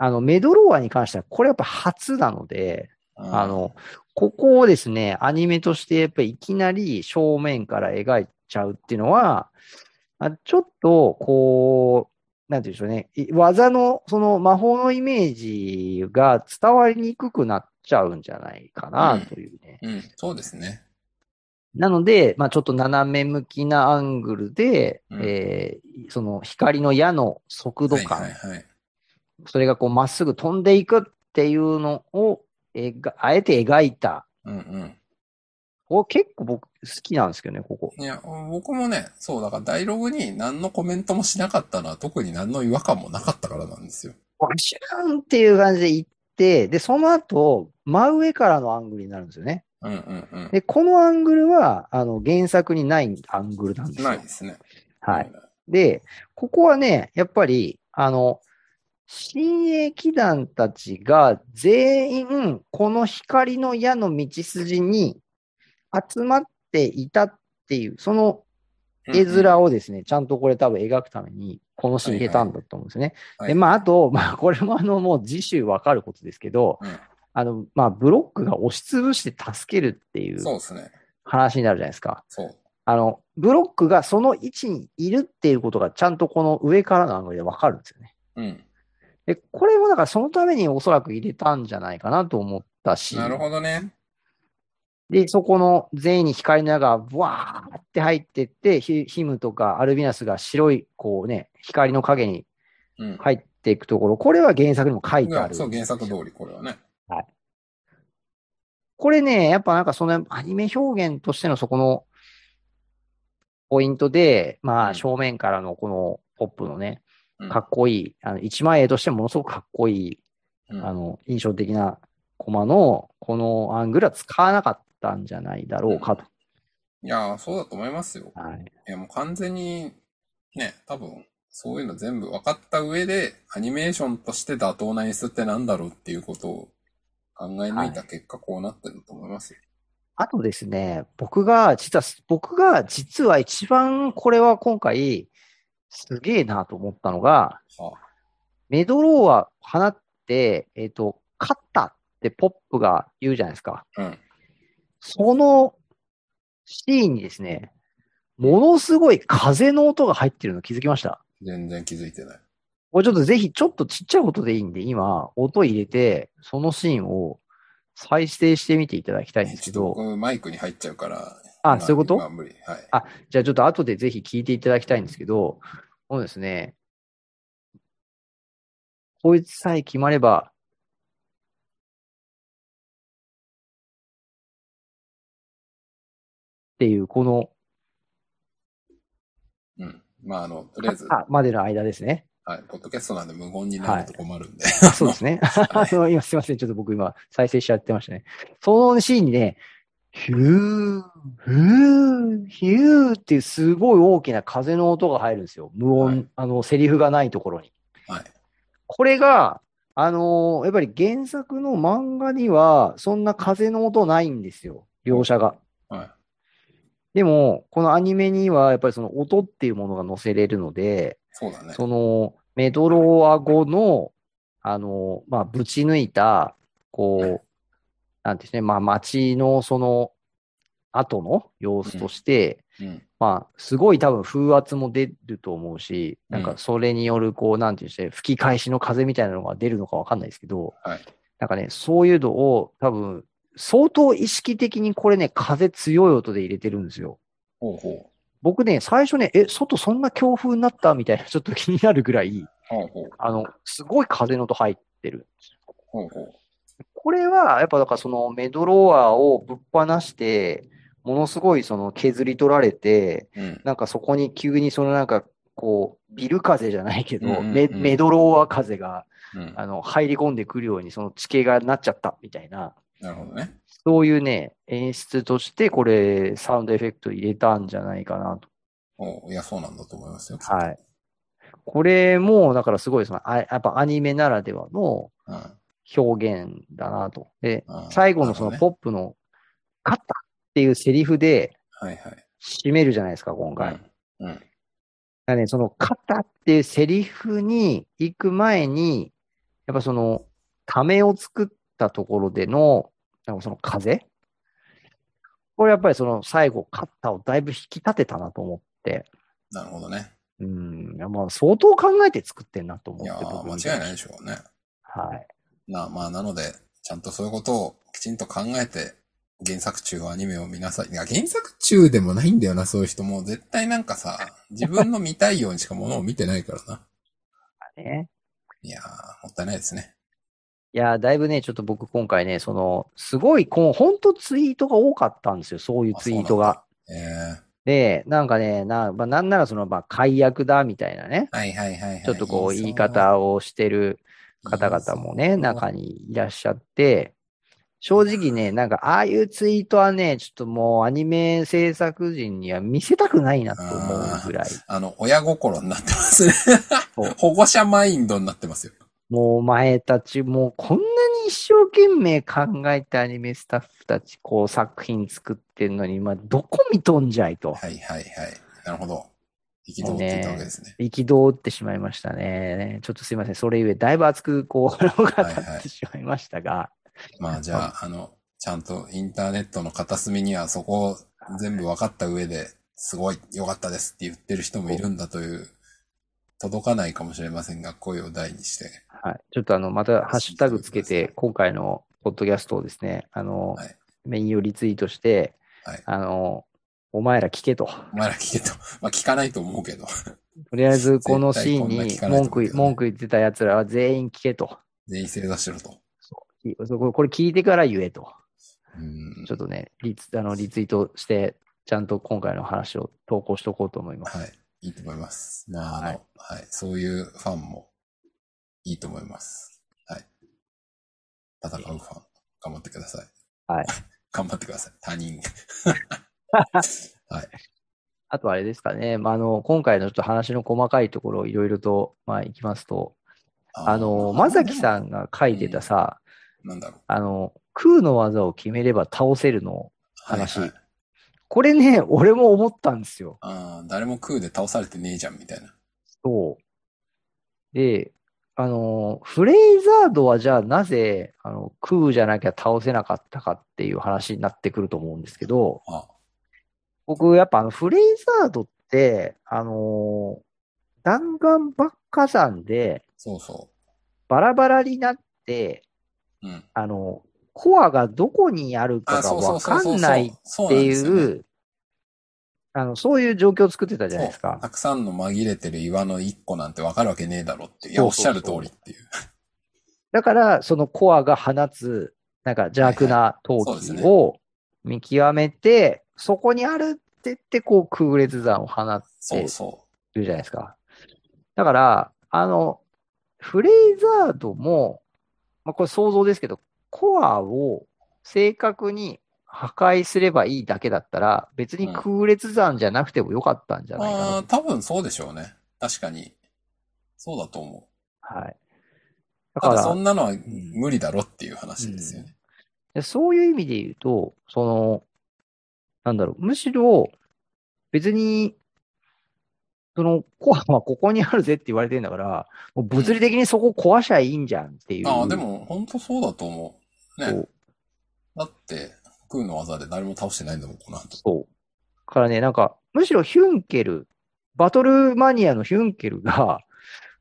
B: あのメドローアに関してはこれやっぱ初なので、
A: うん
B: あの、ここをですね、アニメとしてやっぱりいきなり正面から描いちゃうっていうのは、あちょっと、こう、なんていうんでしょうね、い技の、その魔法のイメージが伝わりにくくなっちゃうんじゃないか
A: う
B: なんというね。
A: うん、そうですね。
B: なので、まあ、ちょっと斜め向きなアングルで、
A: うん
B: えーその光の矢の速度
A: はい
B: 感、
A: はいはい。
B: それがこうまっすぐ飛んでいくっていうのを、えがあえて描いた
A: うんうん。
B: これ結構僕好きなんですけどね、ここ。
A: いや、僕もね、そう、だからダイログに何のコメントもしなかったのは特に何の違和感もなかったからなんですよ。
B: バシューンっていう感じで行って、で、その後、真上からのアングルになるんですよね。
A: うんうん
B: で、このアングルは、あの、原作にないアングルなん
A: う
B: です
A: ん。
B: よ。
A: ないですね。
B: はい。。で、ここはね、やっぱり、あの、新鋭騎団たちが全員、この光の矢の道筋に集まっていたっていう、その絵面をですね、ちゃんとこれ多分描くために、このシーン入れたんだと思うんですよね。
A: はいはい
B: で、まあ、あと、まあ、これもあの、もう次週わかることですけど、
A: うん
B: あの、まあ、ブロックが押しつぶして助けるってい
A: うんそう
B: う
A: ですね。
B: 話になるじゃないですか。
A: そう。
B: あの、ブロックがその位置にいるっていうことがちゃんとこの上からのアングルでわかるんですよね。
A: うん。
B: で、これもだからそのためにおそらく入れたんじゃないかなと思ったし、
A: なるほどね。
B: で、そこの全員に光の矢がブワーって入ってって、ヒヒムとかアルビナスが白い、こうね、光の影に
A: うん。
B: 入っていくところ、これは原作にも書い
A: い
B: てあ
A: や
B: る。
A: そう、原作通り、これはね。
B: これね、やっぱなんかそのアニメ表現としてのそこのポイントで、ま
A: う
B: あ
A: ん
B: 正面からのこのポップのね、
A: うん
B: かっこいい、あの一枚絵としてものすごくかっこいい、
A: うん
B: あの印象的なコマのこのアングルは使わなかったんじゃないだろうかと。
A: いや、そうだと思いますよ。
B: はい。
A: いや、もう完全に、ね、多分、そういうの全部分かった上で、アニメーションとして妥当な演出ってなんだろうっていうことを考え抜いた結果、こうなってると思いますよ。
B: あとですね、僕が、実は、僕が実は一番これは今回すげえなと思ったのが、
A: は
B: メドローは放って、えっ、と、勝ったってポップが言うじゃないですか。
A: あ、うん。
B: そのシーンにですね、ものすごい風の音が入ってるの気づきました。
A: 全然気づいてない。
B: これちょっとぜひ、ちょっとちっちゃいことでいいんで、今、音入れて、そのシーンを再生してみていただきたいんです
A: ち
B: け
A: ょっと
B: ど、
A: 僕、マイクに入っちゃうから。
B: あ
A: 今
B: そういうこと
A: 今は無理。はい。
B: あじゃあちょっと後でぜひ聞いていただきたいんですけど、このですね、こいつさえ決まれば、っていう、この、
A: うん。まあ、あの、とりあえず、
B: あ、までの間です ね。
A: はい、ポッドキャストなんで無言になると困るんで。
B: あそうですね。 あ
A: い
B: の、今すいません。ちょっと僕今再生しちゃってましたね。そのシーンにね、ヒュー、ヒュー、ヒューっていうすごい大きな風の音が入るんですよ。無音、
A: はい
B: あの、セリフがないところに。
A: はい。
B: これが、あのーやっぱり原作の漫画には、そんな風の音ないんですよ。描写が。
A: はい。
B: でも、このアニメには、やっぱりその音っていうものが載せれるので、
A: そうだね。
B: そのメドローア語の、あの、まあ、ぶち抜いた、こう、なんていうんですね、まあ、街のその、後の様子として、
A: うん。
B: まあ、すごい多分風圧も出ると思うし、
A: うん
B: なんかそれによる、こう、なんていうんですね、吹き返しの風みたいなのが出るのかわかんないですけど、
A: はい
B: なんかね、そういうのを多分、相当意識的にこれね、風強い音で入れてるんですよ。
A: ほうほ
B: 僕ね、最初ね、え、外そんな強風になったみたいな、ちょっと気になるぐらい、
A: う。ほうほう。
B: あの、すごい風の音入ってる。
A: ほうほう。
B: これは、やっぱだからそのメドローアをぶっ放して、ものすごいその削り取られて、
A: うん。
B: なんかそこに急にそのなんかこう、ビル風じゃないけど、
A: うんうんうん
B: メメドローア風が、
A: うん。
B: あの、入り込んでくるように、その地形がなっちゃった、みたいな、
A: なるほどね。
B: そういうね、演出として、これ、サウンドエフェクト入れたんじゃないかなと。
A: おいや、そうなんだと思いますよ。
B: はい。これも、だからすごい、その、あやっぱアニメならではの
A: うん。
B: 表現だなと。で、
A: うん
B: 最後のその
A: なるほ
B: ポップの、勝ったっていうセリフで
A: どねはい
B: 締めるじゃないですか、今
A: は
B: 回。
A: い。うん。うん。
B: だからね、その、勝ったっていうセリフに行く前に、やっぱその、ためを作ったところでの、なんかその風これやっぱりその最後、勝ったをだいぶ引き立てたなと思って、
A: なるほどね。
B: うん、いやまあ相当考えて作ってんなと思
A: いや
B: って、
A: ー、
B: 僕見て
A: 間違いないでしょうね。
B: はい。
A: な、まあ、なので、ちゃんとそういうことをきちんと考えて、原作中はアニメを見なさい。いや、原作中でもないんだよな、そういう人も。絶対なんかさ、自分の見たいようにしかものを見てないからな。
B: ね、
A: いやー、もったいないですね。
B: いやー、だいぶね、ちょっと僕今回ね、その、すごい、こう、ほんとツイートが多かったんですよ、そういう
A: あ
B: ツイートが。。
A: そうなんだ
B: で、なんかね、な、まあ、なんならその、まあ、解約だ、みたいなね、
A: えー、はいはいはい、はい。
B: ちょっとこう、言い
A: を
B: 方をしてる方々もね、中にいらっしゃって、正直ね、なんか、ああいうツイートはね、ちょっともうアニメ制作人には見せたくないなと思うぐらい、
A: あの、親心になってますね
B: そう。
A: 保護者マインドになってますよ。
B: もうお前たち、もうこんなに一生懸命考えてアニメスタッフたち、こう作品作ってんのに、今どこ見とんじゃいと、
A: はいはいはい。なるほど。生き通っていたわけですね。
B: 憤ってしまいましたね。ちょっとすいません。それゆえ、だいぶ熱くこう、 語ってしまいましたが、
A: まあじゃあ、あの、ちゃんとインターネットの片隅にはそこを全部分かった上で、すごい、良かったですって言ってる人もいるんだという、届かないかもしれませんが、声を大にして。
B: はい。ちょっとあの、またハッシュタグつけて、今回のポッドキャストをですね、あの、
A: はい
B: メインをリツイートして、
A: はい
B: あの、お前ら聞けと。
A: お前ら聞けと。 まあ聞かないと思うけど。
B: とりあえず、このシーン
A: 絶
B: に
A: 対こんな聞かないと
B: 文
A: 思うけどね
B: 句、文句言ってた奴らは全員聞けと。
A: 全員正座しろと。
B: いそうこれこれ聞いてから言えと。
A: うん
B: ちょ。っとね、リツあのリツイートして、ちゃんと今回の話を投稿しておこうと思います。
A: はい。いいと思います。まあ、あの、
B: は
A: はいい、そういうファンもいいと思います。はい。戦うファン、頑張ってください。
B: はい。
A: 頑張ってください。他人。
B: あとあれですかね、まあ、あの今回のちょっと話の細かいところをいろいろと、まあ、いきますと、あの、まさきさんが書いてたさ、
A: ん。なんだろう。
B: あの、空の技を決めれば倒せるの、話
A: はいはい
B: これね、 俺も思ったんですよ。
A: ああ、誰も空で倒されてねえじゃん、みたいな。
B: そう。で、あの、フレイザードはじゃあなぜ、あの、空じゃなきゃ倒せなかったかっていう話になってくると思うんですけど、
A: あ
B: 僕、やっぱあのフレイザードって、あのー弾丸ばっかさんで
A: そうそ
B: バラバラになって、
A: う。うん。
B: あのコアがどこにあるか
A: あ
B: が
A: そうそ
B: わ
A: うそう
B: か
A: そうん
B: ないっ
A: そう
B: て
A: なんで
B: い
A: すよね
B: う、あの、そういう状況を作ってたじゃないです
A: そう
B: か。
A: たくさんの紛れてる岩の一個なんてわかるわけねえだろっていう。いや、
B: そ
A: お
B: う
A: っ
B: そう
A: し
B: そう
A: ゃる通りっていう。
B: だから、そのコアが放つ、なんか邪悪な陶
A: はいはいそうで
B: 器
A: す
B: を見極めて、そこにあるって言って、こう、空裂山を放っ
A: そ
B: て
A: うそ
B: るじゃないですか。だから、あの、フレイザードも、まあ、これ想像ですけど、コアを正確に破壊すればいいだけだったら、別に空裂山じゃなくてもよかったんじゃ
A: う。
B: ないかな。
A: まあ、多分そうでしょうね。確かに。そうだと思う。
B: はい。
A: た
B: だか
A: だ
B: ら、
A: そんなのは無理だろっていう話ですよね。
B: でそういう意味で言うと、その、なんだろう、むしろ、別に、その、コアはここにあるぜって言われてんだから、もう物理的にそこ壊しゃいいんじゃんっていう。
A: ああ、でも本当そうだと思う。
B: そ
A: ね
B: う。
A: だって、空の技で誰も倒してないんだもん、この後。
B: そう。からね、なんか、むしろヒュンケル、バトルマニアのヒュンケルが、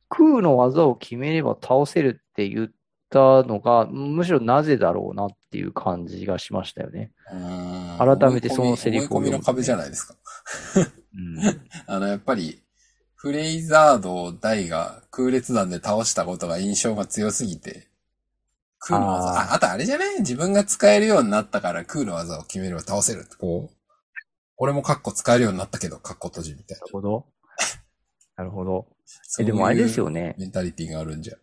B: 空の技を決めれば倒せるって言ったのが、むしろなぜだろうなっていう感じがしましたよね。
A: うーん
B: 改めてそのセリフを
A: 思い込み思い込みの壁じゃないですか。
B: うん、
A: あの、やっぱり、フレイザードをダイが空裂弾で倒したことが印象が強すぎて、空の技、
B: あー
A: ああとあれじゃない自分が使えるようになったから空の技を決めれば倒せるって、こう。俺もカッコ使えるようになったけど、カッコ閉じみたいな
B: なるほど。なるほど。
A: そう
B: え、でもあれです
A: よ。
B: よね。
A: メンタリティがあるんじゃ。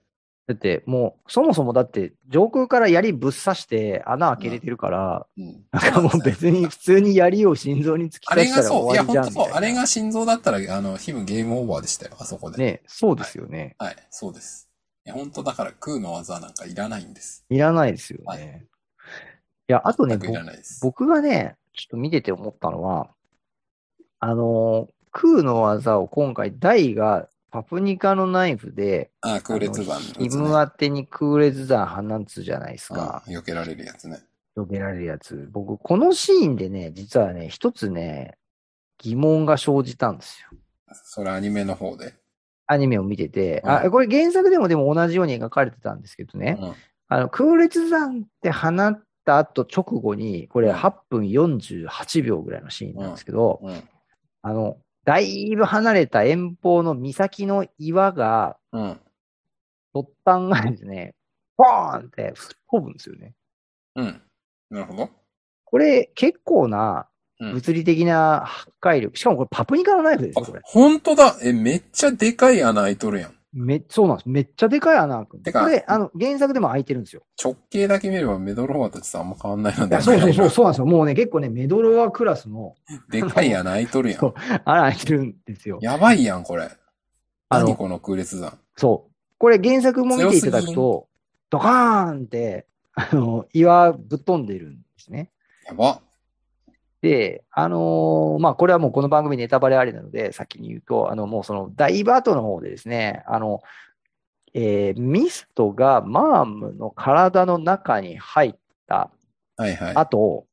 B: だってもう、そもそもだって、上空から槍ぶっ刺して穴開けれてるから、
A: うん。
B: なんかもう別に普通に槍を心臓に突き
A: あ
B: 刺
A: れ
B: し
A: が
B: たら
A: そう、い
B: 終
A: や、
B: わりじ
A: 本
B: ゃん
A: 当
B: みたい
A: そう。
B: な。
A: あれが心臓だったら、あの、ヒムゲームオーバーでしたよ、あそこで。
B: ね、そうですよね。
A: はい、そうです。いや、本当だから、空の技なんかいらないんです。
B: いらないですよ
A: は
B: ね。いや、あとね、
A: 全くい
B: ぼ
A: らないです。
B: 僕がね、ちょっと見てて思ったのは、あのー、空の技を今回、ダイがパプニカのナイフで、
A: あ、空列
B: あ
A: 弾
B: の
A: の
B: ヒ
A: やつね
B: ム当てに空列弾放つじゃないです
A: うん
B: か。
A: 避けられるやつね。
B: 避けられるやつ。僕、このシーンでね、実はね、一つね、疑問が生じたんですよ。
A: それアニメの方で。
B: アニメを見てて、
A: う
B: あ、これ原作でもでも同じように描かれてたんですけど
A: う
B: ね、
A: ん。
B: あの、空列弾って放った後直後に、これ
A: うん
B: 8分48秒ぐらいのシーンなんですけど、
A: うん。
B: あの、だいぶ離れた遠方の岬の岩が、
A: うん。
B: 突端がですね、ポーンって吹っ飛ぶんですよね。
A: うん。なるほど。
B: これ結構な
A: うん
B: 物理的な破壊力。しかもこれパプニカのナイフです
A: あ
B: よ、これ。、
A: 本当だえ、めっちゃでかい穴開いとるやん。
B: めそうなんです。めっちゃでかい穴開くん
A: て
B: で
A: か
B: これ、あの、原作でも開いてるんですよ。
A: 直径だけ見ればメドローアとちょっとあんま変わんないの
B: い
A: で。
B: やそうそうそう、そうなんですよ。もうね、結構ね、メドロワクラスの
A: でかい穴開いとるやん
B: そう。穴開いてるんですよ。
A: やばいやん、これ。
B: あの
A: 何この空列弾。
B: そう。これ原作も見ていただくと、ドカーンって、あの、岩ぶっ飛んでるんですね。
A: やば。
B: で、あのーまあ、これはもうこの番組ネタバレありなので、先に言うと、あの、もうその、ダイバートの方でですね、あの、えーミストがマームの体の中に入った
A: はいはい。
B: 後、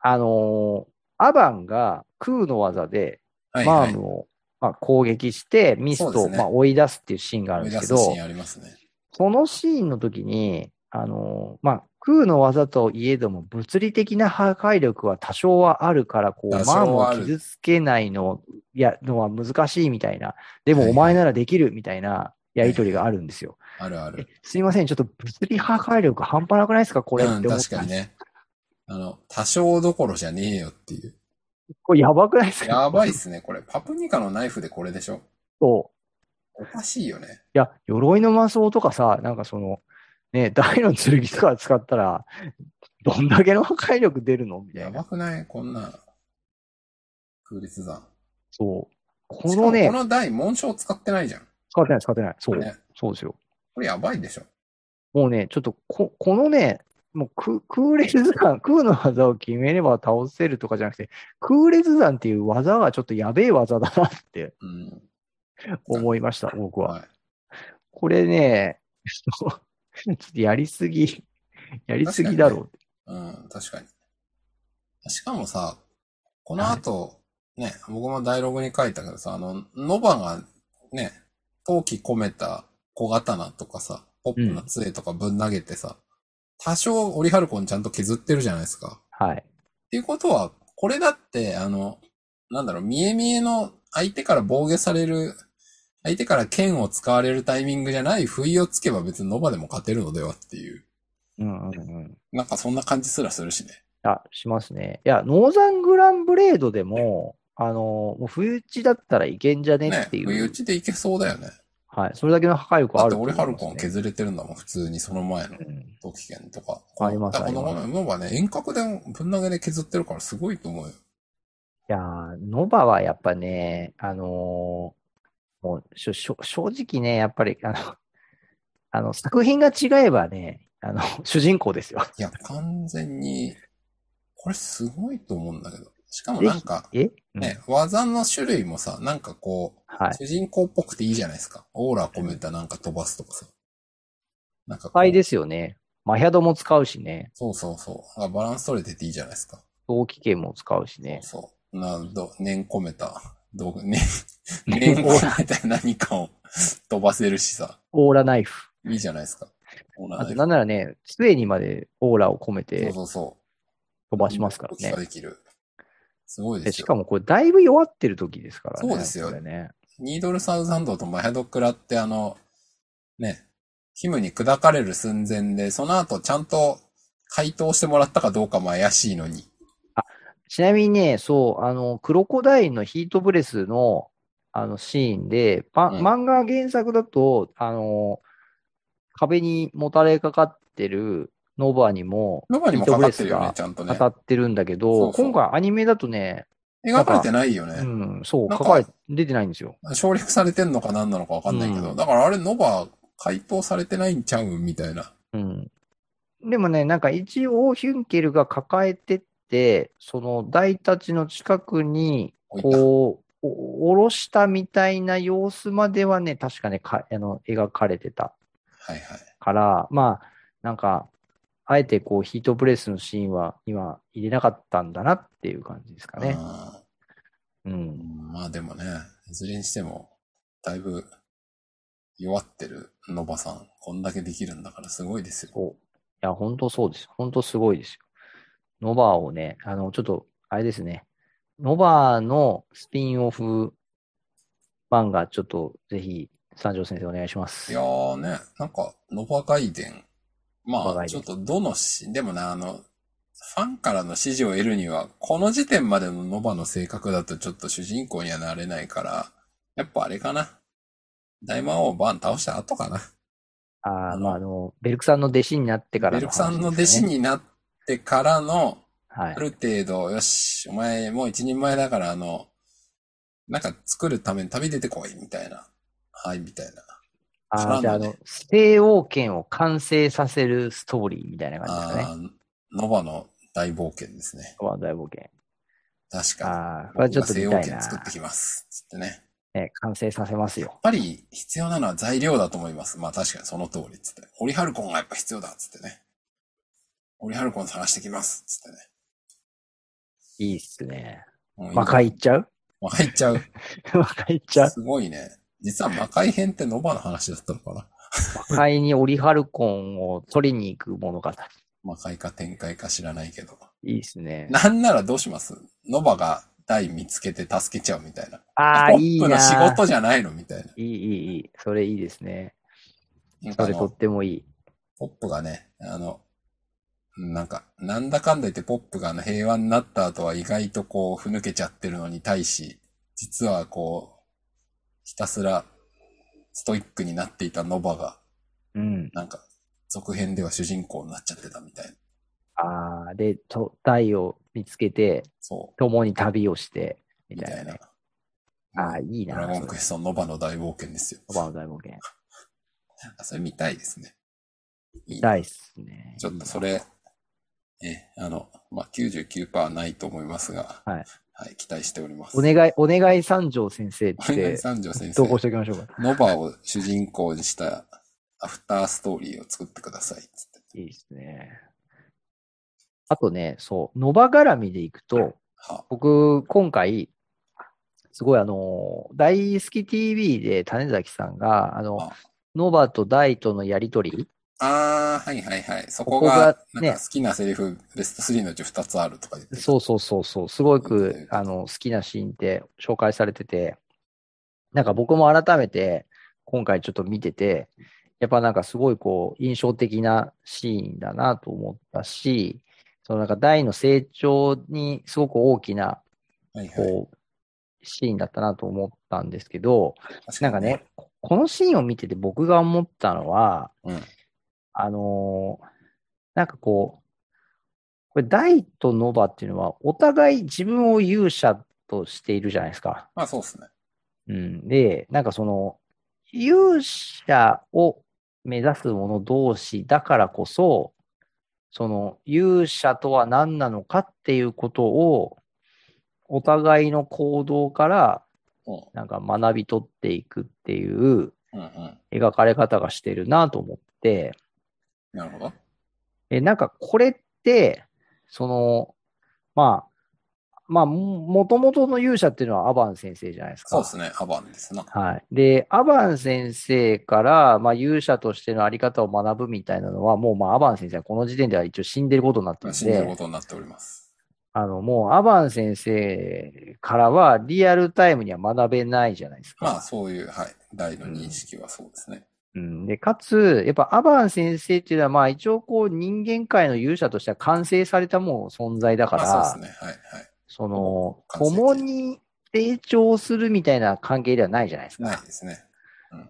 B: あのーアバンが空の技で
A: はい
B: マ
A: は
B: ー
A: い。
B: ムを、まあ、攻撃して、ミスト
A: そう
B: を、
A: ですね
B: まあ、追い出すっていうシーンがあるん
A: 目
B: です
A: 指
B: け
A: すシ
B: ど
A: ーン、ありますね。
B: そのシーンの時に、あのーまあ、空の技といえども、物理的な破壊力は多少はあるから、こう、
A: 多
B: マー
A: 少
B: ム
A: は
B: を
A: ある
B: 傷つけないの、いや、のは難しいみたいな、で
A: は
B: も
A: い
B: お前ならできるみたいなやりとりがあるんですよ。
A: あるある
B: え。すいません、ちょっと物理破壊力半端なくないですかこれって
A: うん、
B: 思っ
A: 確
B: た
A: か
B: ん
A: に
B: です。
A: ね。あの、多少どころじゃねえよっていう。
B: これやばくないですか
A: やばいっすね、これ。パプニカのナイフでこれでしょ
B: そう
A: おかしいよね。
B: いや、鎧の魔装とかさ、なんかその、ね、 大の剣とか使ったら、どんだけの破壊力出るのみた
A: や
B: い
A: ば
B: な。
A: くないこんな。空立山。
B: そう。こ
A: しかも
B: のね
A: こ、の台、紋章使ってないじゃん。
B: 使ってない、使ってない。そう。
A: ね
B: そうですよ。
A: これやばいでしょ。
B: もうね、ちょっとこ、このね、もう空、空列弾、空の技を決めれば倒せるとかじゃなくて、空列弾っていう技がちょっとやべえ技だなって
A: うん。
B: 思いました、僕は。
A: はい。
B: これね、ちょっとちょっとやりすぎ、やりすぎだろう。
A: うん、確かに。しかもさ、この後、ね、僕もダイログに書いたけどさ、あの、ノバがね、陶器込めた小刀とかさ、ポップの杖とかぶん投げてさ、多少オリハルコンちゃんと削ってるじゃないですか。っ
B: はい。
A: ていうことは、これだって、あの、なんだろう、見え見えの相手から防御される、相手から剣を使われるタイミングじゃない、不意をつけば別にノバでも勝てるのではっていう。
B: うんうんうん。
A: なんかそんな感じすらするしね。
B: あ、しますね。いや、ノーザングランブレードでも、あの、もう冬打ちだったらいけんじゃね
A: ね、
B: っていう。
A: 不意打ちでいけそうだよね。
B: はい。それだけの破壊
A: だ
B: 力はあ
A: っ
B: る
A: て
B: と思
A: 俺
B: い
A: ハ
B: ます、ね。
A: ルコン削れてるんだもん、普通にその前の
B: うん
A: 時剣とか。
B: あります
A: だからこ
B: ありま
A: の
B: す
A: のはね、遠隔でぶん投げで削ってるからすごいと思うよ。
B: いやー、ノバはやっぱね、あのーもうしょしょ正直ね、やっぱりあの、 あの作品が違えばね、あの、 主人公ですよ。
A: いや、完全に、これすごいと思うんだけど。しかもなんか、
B: え、うん
A: ね、技の種類もさ、なんかこ
B: は
A: う、主
B: い。
A: 人公っぽくていいじゃないですか。オーラ込めたなんか飛ばすとかさ。なんか
B: 破
A: こ
B: 壊
A: う、
B: ですよね。マヒャドも使うしね、
A: そうそうそう。あバランス取れてていいじゃないですか。
B: 同期剣も使うしね。
A: そう。な、ど、念込めた、 道具、念、念込めた何かを飛ばせるしさ、
B: オーラナイフ。
A: いいじゃないですか。ほら
B: あと、なんならね、杖にまでオーラを込め
A: そう
B: て
A: そうそう。
B: 飛ばしますから
A: 大きさ
B: ね。
A: できる。すごい
B: で
A: です
B: し
A: よ
B: か。もこれ、だいぶ弱ってる時ですからね。
A: そうですよ
B: これね。
A: ニードルサウザンドとマヤドクラってあの、ね、ヒムに砕かれる寸前で、その後ちゃんと回答してもらったかどうかも怪しいのに。
B: ちなみにね、そう、あの、クロコダインのヒートブレスの、あのシーンで、パ
A: うん
B: 漫画原作だと、あの、壁にもたれかかってるノバにも
A: ロバにもかかってるよ
B: ヒートブレス
A: ね
B: が、
A: ちゃんと
B: 当
A: ね。
B: たってるんだけ
A: そ
B: ど、
A: うそう
B: 今回アニメだとね、
A: 描かれてないよね。
B: うん、そう、
A: なん
B: 書
A: か
B: かれ、出てないんですよ。
A: 省略されてんのか何なのかわかんないけど、
B: うん
A: だからあれ、ノバ、解放されてないんちゃうんみたいな。
B: うん。でもね、なんか一応ヒュンケルが抱えてって、その大たちの近くに、
A: 置いた
B: こう、お、おろしたみたいな様子まではね、確かね、か、あの、描かれてた
A: はいはい。
B: から、まあ、なんか、あえてこう、ヒートプレスのシーンは今入れなかったんだなっていう感じですかね。う。
A: うんんまあでもね、いずれにしても、だいぶ弱ってるノバさん、こんだけできるんだからすごいですよ。
B: そう。いや、本当そうです。本当すごいですよ。ノバをね、あの、ちょっと、あれですね。ノバのスピンオフ漫画、ちょっと、ぜひ、三条先生お願いしま
A: い
B: す。
A: やーね、なんか、ノバ外伝。
B: ノバ
A: まあ、
B: 外
A: ちょ
B: 伝
A: っとどのし、でもな、あの、ファンからの支持を得るには、この時点までのノバの性格だとちょっと主人公にはなれないから、やっぱあれかな。大魔王バーン倒した後かな。
B: あ
A: あ
B: あ、
A: の
B: まあ、あの、ベルクさんの弟子になってから
A: ベルクさんの弟子
B: 話ですね。
A: になってからの、
B: は
A: あ
B: い。
A: る程度、よし、お前もう一人前だから、あの、なんか作るために旅出てこい、みたいな。はい、みたいな。
B: あ
A: 絡ん
B: あ、じゃあ、あ
A: でね
B: の、西欧圏を完成させるストーリーみたいな感じですか
A: あ
B: ね。
A: あ、ノバの大冒険ですね。
B: ワン大冒険。
A: 確かに。
B: ああ、これはちょっと見たい
A: 僕が
B: な
A: 西。洋圏作ってきます。つってね。やっ
B: ね、完成させますよ。
A: ぱり必要なのは材料だと思います。まあ確かにその通り。つって。オリハルコンがやっぱ必要だ。つってね。オリハルコン探してきます。つってね。
B: いいっすね。
A: もう
B: 魔界行っちゃう
A: 魔界行っちゃう。
B: 魔界行っちゃう
A: すごいね。実は魔界編ってノバの話だったのかな。
B: 魔界にオリハルコンを取りに行く物語。
A: 魔界か展開か知らないけど。
B: いいっすね。
A: なんならどうしますノバが台見つけて助けちゃうみたいな。
B: ああ、
A: ポ
B: い
A: ッ
B: い
A: プ
B: な。
A: の仕事じゃないのみたいな。
B: いい、いい、いい。それいいですね。
A: なんか
B: そ
A: あ
B: れと
A: の
B: っ、てもいい。
A: ポップがね、あの、なんか、なんだかんだ言ってポップがあの平和になった後は意外とこう、ふぬけちゃってるのに対し、実はこう、ひたすらストイックになっていたノバが、
B: うん。
A: なんか、続編では主人公になっちゃってたみたいな。
B: ああ、で、と、台を見つけて、
A: そ
B: 共に旅をして、
A: う、
B: み
A: み
B: た
A: た
B: いない
A: な。
B: ね。ああ、いい
A: ド
B: な。
A: ラゴン
B: そ
A: ク
B: れ
A: エストのノバの大冒険ですよ。
B: ロバの大冒険。
A: それ見たいですね。いいな
B: 大っすね。
A: ちょっとそれ、え、あの、まあ、99%ないと思いますが、
B: はい。
A: はい、期待しております。
B: お願い、お願い三条先生っ
A: お願い
B: て、
A: 三条先
B: 投稿し
A: 生、
B: ておきましょうか。
A: ノバを主人公にしたアフターストーリーを作ってください、つって。
B: いいですね。あとね、そう、ノバ絡みでいくと、
A: は、
B: 僕、今回、すごいあの、大好き TV で種崎さんが、あの
A: あ、
B: ノバとダイとのやりとり、
A: あー、はいはいはい。そこ
B: ここ
A: が
B: が、
A: なん
B: ね
A: か好きなセリフ、ベスト3のうち2つあるとか言ってた
B: そうそうそうそう、すご
A: そうですね
B: く、あの、好きなシーンって紹介されてて、なんか僕も改めて、今回ちょっと見てて、やっぱなんかすごいこう、印象的なシーンだなと思ったし、そのなんか大の成長にすごく大きな、
A: はいはい。
B: こう、シーンだったなと思ったんですけど、
A: 確
B: なんか
A: に
B: ね、、ここのシーンを見てて僕が思ったのは、
A: うん。
B: あのーなんかこう、これ、大とノバっていうのは、お互い自分を勇者としているじゃないですか。
A: まあそうですね。
B: うん、で、なんかその、勇者を目指す者同士だからこそ、その勇者とは何なのかっていうことを、お互いの行動から、
A: うん。
B: なんか学び取っていくっていう、
A: うんうん。
B: 描かれ方がしてるなと思って、
A: なるほど。
B: え、なんかこれって、その、まあ、まあ、ももともとの勇者っていうのはアバン先生じゃないです
A: そう
B: か。
A: ですね。アバンですな。
B: はい。で、アバン先生から、まあ、勇者としてのあり方を学ぶみたいなのは、もう、まあ、アバン先生はこの時点では一応死んでることになってるん
A: 死んでるこ
B: で、
A: とになっております。
B: あの、もう、アバン先生からは、リアルタイムには学べないじゃないですか。
A: まあそういう、はい。大の認識はそうですね。
B: うん、で、かつ、やっぱアバン先生っていうのは、まあ一応こう人間界の勇者としては完成されたもう存在だか
A: まあ
B: ら、
A: そうですね。はいはい。
B: その、
A: 完成形
B: 共に成長するみたいな関係ではないじゃないです
A: ない
B: か。
A: ですね。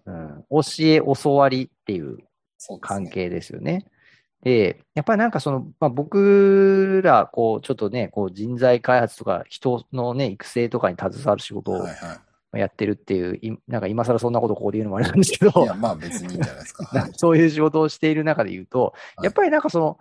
B: うん、教え、教わりっていう
A: そうですね。
B: 関係ですよね。で、やっぱりなんかその、まあ、僕ら、こう、ちょっとね、こう人材開発とか、人のね、育成とかに携わる仕事を
A: はいは
B: やってるっていう、いなんか今更そんなことここで言うのもあれなんですけど
A: い。い、や、まあ別にいいんじゃない ですか。はい。
B: そういう仕事をしている中で言うと、
A: はい
B: やっぱりなんかその、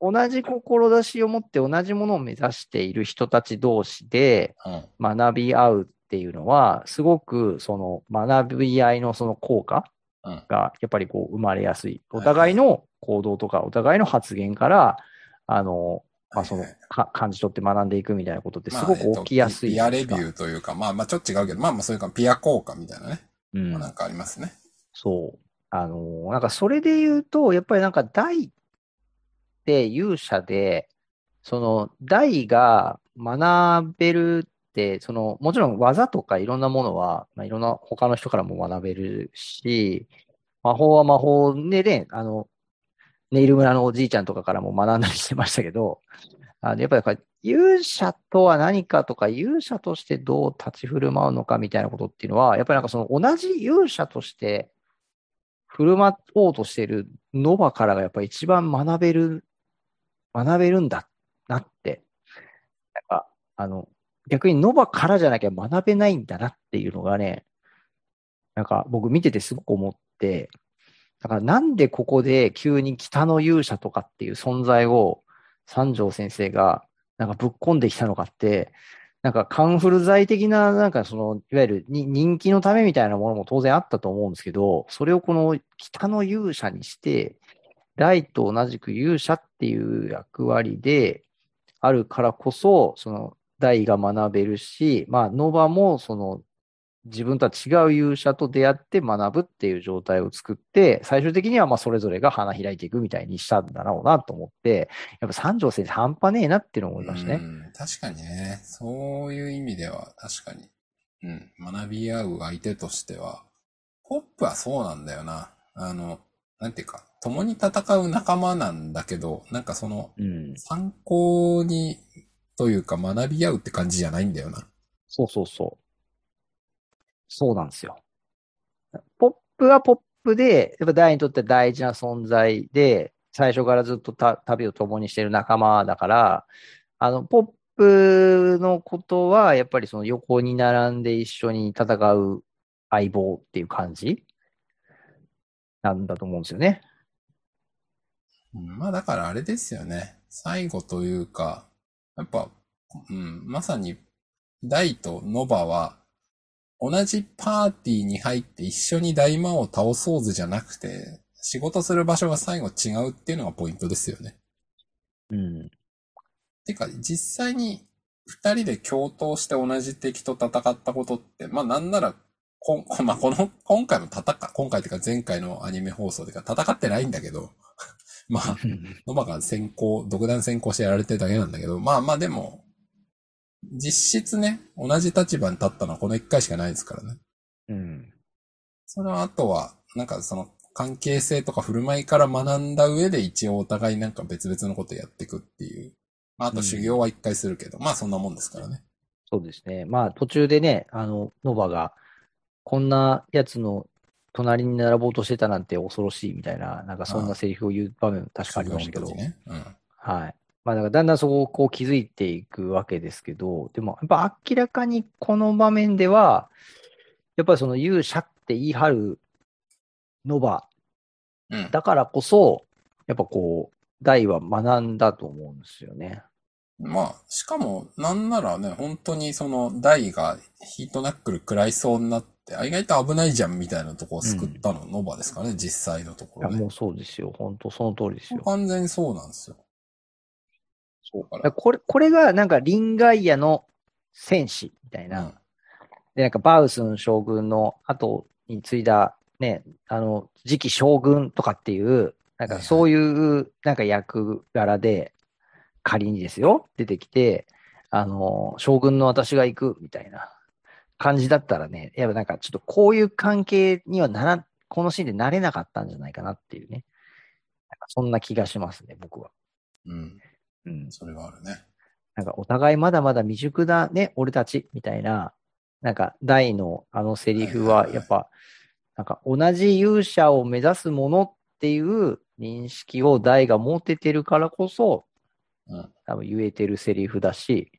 B: 同じ志を持って同じものを目指している人たち同士で
A: うん。
B: 学び合うっていうのは、すごくその学び合いのその効果
A: うん
B: がやっぱりこう生まれやすい。
A: はい
B: お互いの行動とか、お互いの発言から、あの、まあその
A: はいはい、
B: か感じ取って学んでいくみたいなことって
A: ますあ
B: ごく起きやすい
A: えっ
B: じ
A: と
B: ゃ
A: ピ
B: な
A: ア
B: いで
A: レ
B: す
A: ビュ
B: か。
A: ーというか、まあまあちょっと違うけど、まあまあそういうか、ピア効果みたいなね。
B: うん
A: まあなんかありますね。
B: そう。あのーなんかそれで言うと、やっぱりなんか大って勇者で、その大が学べるって、そのもちろん技とかいろんなものは、まあ、いろんな他の人からも学べるし、魔法は魔法でね、あの、ネイル村のおじいちゃんとかからも学んだりしてましたけど、あのやっぱりなんか勇者とは何かとか、勇者としてどう立ち振る舞うのかみたいなことっていうのは、やっぱりなんかその同じ勇者として振る舞おうとしているノバからがやっぱり一番学べる、学べるんだなって、なんか、あの、逆にノバからじゃなきゃ学べないんだなっていうのがね、なんか僕見ててすごく思って、だからなんでここで急に北の勇者とかっていう存在を三条先生がなんかぶっ込んできたのかって、なんかカンフル剤的な、なんかその、いわゆるに人気のためみたいなものも当然あったと思うんですけど、それをこの北の勇者にして、ライと同じく勇者っていう役割であるからこそ、その、大が学べるし、まあ、ノバもその、自分とは違う勇者と出会って学ぶっていう状態を作って、最終的にはまあそれぞれが花開いていくみたいにしたんだろうなと思って、やっぱ三条先生半端ねえなっていうのを思いましたね。
A: うん。確かにね。そういう意味では、確かに。うん。学び合う相手としては、ポップはそうなんだよな。あの、なんていうか、共に戦う仲間なんだけど、なんかその、
B: うん。
A: 参考に、というか学び合うって感じじゃないんだよな。
B: そうそうそう。そうなんですよ。ポップはポップで、やっぱ大にとって大事な存在で、最初からずっとた旅を共にしている仲間だから、あの、ポップのことは、やっぱりその横に並んで一緒に戦う相棒っていう感じなんだと思うんですよね。
A: うんまあだからあれですよね。最後というか、やっぱ、うん、まさに、ダイとノバは、同じパーティーに入って一緒に大魔王を倒そうぜじゃなくて、仕事する場所が最後違うっていうのがポイントですよね。
B: うん。
A: てか、実際に二人で共闘して同じ敵と戦ったことって、まあなんなら、こん、 まあこの、今回の戦、今回っていうか前回のアニメ放送でか戦ってないんだけど、 まあ、ノバが先行、独断先行してやられてるだけなんだけど、まあまあでも、実質ね、同じ立場に立ったのはこの一回しかないですからね。
B: うん。
A: その後は、なんかその関係性とか振る舞いから学んだ上で一応お互いなんか別々のことやっていくっていう。まああと修行は一回するけど、まあそんなもんですからね。
B: そうですね。まあ途中でね、あの、ノバが、こんなやつの隣に並ぼうとしてたなんて恐ろしいみたいな、なんかそんなセリフを言う場面確かありましたけど、
A: 修行の時ね。うん。
B: はい。まあだからだんだんそこをこう気づいていくわけですけど、でもやっぱ明らかにこの場面では、やっぱりその勇者って言い張るノバ
A: うん。
B: だからこそ、やっぱこう、大は学んだと思うんですよね。
A: まあ、しかも、なんならね、本当にその、台がヒートナックル食らいそうになって、あ意外と危ないじゃんみたいなとこを救ったの、ノバですかね、実際のとこ
B: いや
A: ろね。
B: もうそうですよ。本当その通りですよ。
A: 完全にそうなんですよ。そうか
B: だからこれ、これがなんかリンガイアの戦士みたいな。
A: ら。うん。
B: で、なんかバウスン将軍の後に継いだね、あの、次期将軍とかっていう、なんかそういうなんか役柄で仮にですよ、出てきて、あの、将軍の私が行くみたいな感じだったらね、やっぱなんかちょっとこういう関係にはなら、このシーンでなれなかったんじゃないかなっていうね。なんかそんな気がしますね、僕は。
A: うん。
B: うん。
A: それはあるね。
B: なんかお互いまだまだ未熟だね、俺たち、みたいな、なんか、大のあのセリ
A: は
B: フ
A: い
B: は、
A: はいはい
B: やっぱ、なんか、同じ勇者を目指すものっていう認識を大が持ててるからこそ、
A: うん
B: 多分言えてるセリフだし、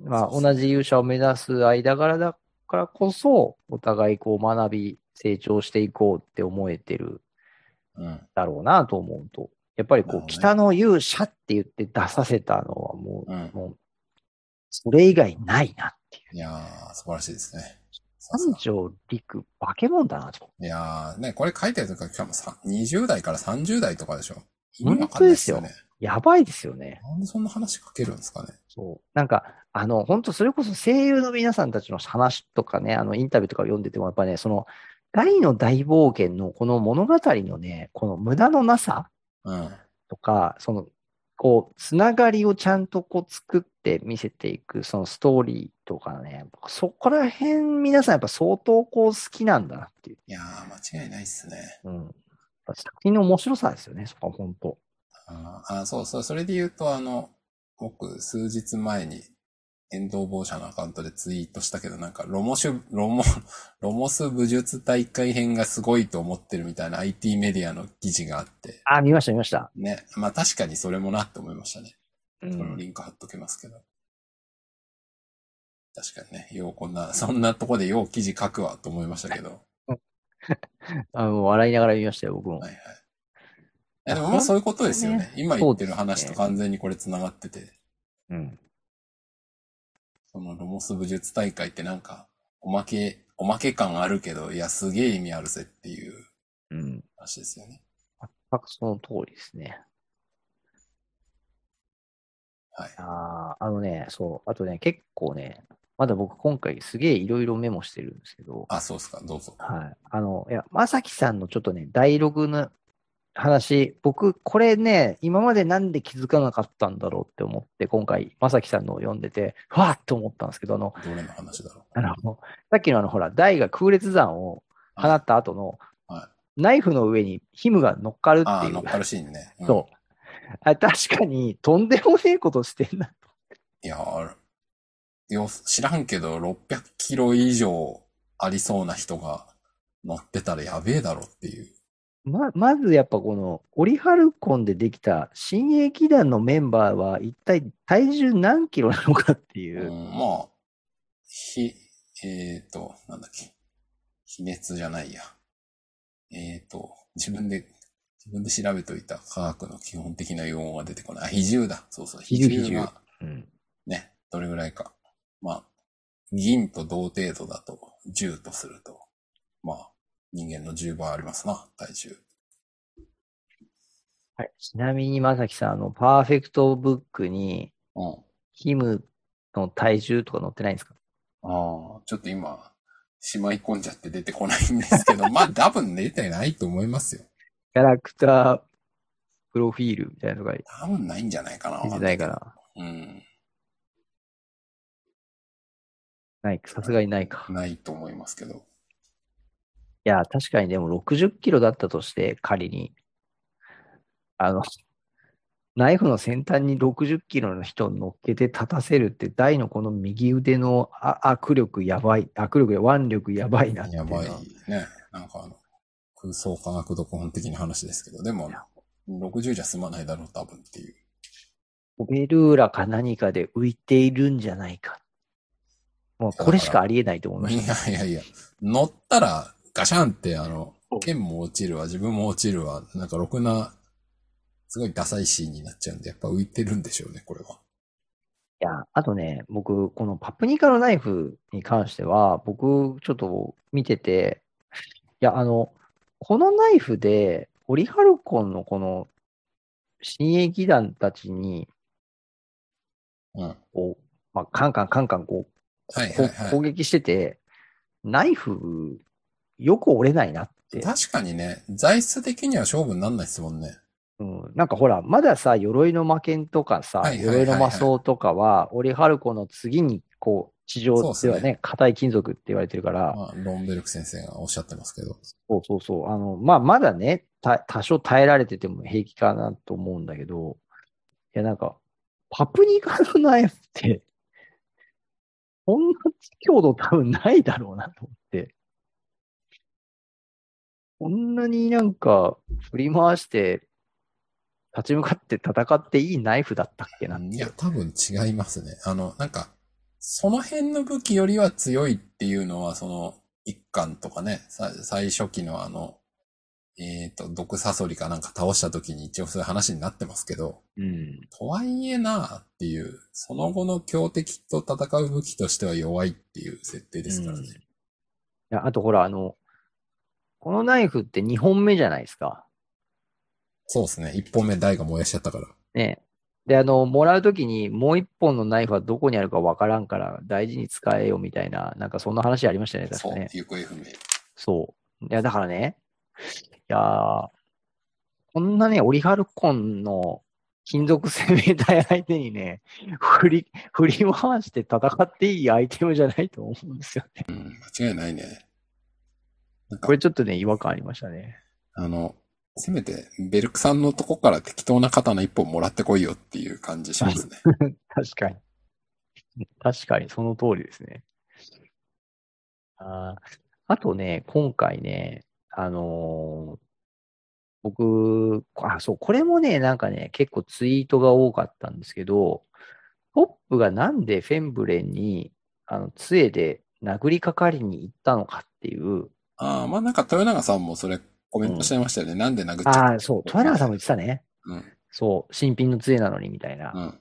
B: まあ、
A: そうそう
B: 同じ勇者を目指す間柄だからこそ、お互いこう学び、成長していこうって思えてる
A: うん。
B: だろうなと思うと、やっぱりこ
A: なる
B: う、
A: ほどね
B: 北の勇者って言って出させたのはもう、
A: うん。
B: もう、それ以外ないなっていう。
A: いやー、素晴らしいですね。さす
B: 三
A: が
B: 条陸、化け物だなと。
A: いやー、ね、これ書いてるとか、しかもさ20代から30代とかでしょ。
B: 本当ですよ
A: 意味わかんないね。
B: やばいですよね。
A: なんでそんな話書けるんですかね。
B: そう。なんか、あの、本当それこそ声優の皆さんたちの話とかね、あの、インタビューとか読んでても、やっぱね、その、大の大冒険のこの物語のね、この無駄のなさ
A: うん。
B: とか、その、こう、つながりをちゃんとこう作って見せていく、そのストーリーとかね、そこら辺皆さんやっぱ相当こう好きなんだなっていう。
A: いやー、間違いないっすね。
B: うん。やっぱ作品の面白さですよね、そこは本当。
A: あーあー、そうそう、それで言うと、あの、僕、数日前に、遠藤坊社のアカウントでツイートしたけど、なんか、ロモシュ、ロモ、 ロモス武術大会編がすごいと思ってるみたいな IT メディアの記事があって、
B: あ、見ました、見ました。
A: ね。まあ確かにそれもなって思いましたね。
B: う
A: これも
B: ん。
A: リンク貼っときますけど。確かにね、ようこんな、 そんなとこでよう記事書くわと思いましたけど。
B: あの笑いながら見ましたよ、僕も
A: はい。はい。えでもまあそういうことですよね。今言ってる話
B: そ
A: と
B: うですね
A: 完全にこれ繋がってて、
B: うん。
A: そのロモス武術大会ってなんか、おまけ、おまけ感あるけど、いや、すげえ意味あるぜっていう
B: うん。
A: 話ですよね。
B: 全くその通りですね。
A: はい
B: ああ、あのね、そう。あとね、結構ね、まだ僕今回すげえいろいろメモしてるんですけど、
A: あ、そうっすか、どうぞ。
B: はい。あの、いや、まさきさんのちょっとね、第6の話、僕、これね、今までなんで気づかなかったんだろうって思って、今回、まさきさんのを読んでて、わーって思ったんですけど、あの、
A: どれの話だろう。
B: あの、さっきのあの、ほら、大が空裂山を放った後の、
A: は
B: ナイフの上にヒムが乗っかる
A: い。
B: って
A: あ
B: い
A: ー
B: う。
A: 乗っかるシーンね。うん
B: そう。あ確かに、とんでもねえことしてんな。
A: いやー、よ、知らんけど、600キロ以上ありそうな人が乗ってたらやべえだろっていう。
B: ま、まずやっぱこの、オリハルコンでできた新鋭騎団のメンバーは一体体重何キロなのかっていうう。
A: ん、まあ、ひ、えーと、なんだっけ。比熱じゃないや。えーと、自分で、自分で調べといた科学の基本的な用語が出てこない。あ、比重だ。そうそう、
B: 比重
A: が
B: うん
A: ね、どれぐらいか。まあ、銀と同程度だと、10とすると、まあ、人間の10倍ありますな、体重。
B: はい、ちなみに、まさきさん、あの、パーフェクトブックに、
A: うん。
B: ヒムの体重とか載ってないんですか
A: ああ、ちょっと今、しまい込んじゃって出てこないんですけど、まあ多分出てないと思いますよ。
B: キャラクター、プロフィールみたいなのが
A: 多分ないんじゃないかな。
B: 出てないから。
A: うん。
B: ない、さすがにないか。い
A: ないと思いますけど。
B: や、確かにでも60キロだったとして、仮に、あの、ナイフの先端に60キロの人を乗っけて立たせるって、大のこの右腕のあ握力やばい、握力や腕力やばいなっていう
A: や
B: のは
A: ばいね。なんかあの、空想科学読本的な話ですけど、でも、60じゃ済まないだろう、多分っていう。
B: オベルーラか何かで浮いているんじゃないか。もうこれしかありえないと思いま
A: い
B: した。
A: やいやいや、乗ったら、ガシャンって、あの
B: そう、
A: 剣も落ちるわ、自分も落ちるわ、なんかろくな、すごいダサいシーンになっちゃうんで、やっぱ浮いてるんでしょうね、これは。
B: いや、あとね、僕、このパプニカのナイフに関しては、僕、ちょっと見てて、いや、あの、このナイフで、オリハルコンのこの、親衛騎団たちに、
A: うん。はい
B: こう、まあ、カンカンカンカン、こ
A: は
B: う、
A: い
B: こう
A: はい
B: 攻。撃してて、ナイフ、よく折れないなって。
A: 確かにね、材質的には勝負になんないですもんね。
B: うん、なんかほら、まださ、鎧の魔剣とかさ、
A: はいはいはいはい
B: 鎧の魔装とかは、オリハルコンの次に、こう、地上
A: そうっす
B: では
A: ね
B: ね、硬い金属って言われてるから、
A: まあ、ロンベルク先生がおっしゃってますけど。
B: そうそうそう。あの、まあ、まだね、た、多少耐えられてても平気かなと思うんだけど、いや、なんか、パプニカのナイフって、こんな強度多分ないだろうなと思って。こんなになんか振り回して立ち向かって戦っていいナイフだったっけな。
A: いや、多分違いますね。あの、なんか、その辺の武器よりは強いっていうのは、その、一巻とかね、さ最初期のあの、えっ、と、毒サソリかなんか倒した時に一応そういう話になってますけど、
B: うん。
A: とはいえなあっていう、その後の強敵と戦う武器としては弱いっていう設定ですからね。
B: いや、あとほら、あの、このナイフって2本目じゃないですか。
A: そうですね。一本目台が燃やしちゃったから。
B: ね。で、あの、もらうときにもう1本のナイフはどこにあるかわからんから大事に使えよみたいな、なんかそんな話ありましたよね、確
A: そ
B: か
A: う
B: ね。、
A: 行方不明。
B: そう。いや、だからね、いやーこんなね、オリハルコンの金属生命体相手にね、振り、振り回して戦っていいアイテムじゃないと思うんですよね。
A: うん、間違いないね。なんか
B: これちょっとね、違和感ありましたね。
A: あの、せめて、ベルクさんのとこから適当な刀一本もらってこいよっていう感じしますね。
B: 確かに。確かに、その通りですね。あーあとね、今回ね、あのー僕、あ、そう、これもね、なんかね、結構ツイートが多かったんですけど、ポップがなんでフェンブレンに、あの、杖で殴りかかりに行ったのかっていう、
A: ああ、まあなんか豊永さんもそれコメントしちゃいましたよね。なんで殴っちゃった
B: ああ、そう、豊永さんも言ってたね。
A: うん。
B: そう、新品の杖なのにみたいな。
A: うん。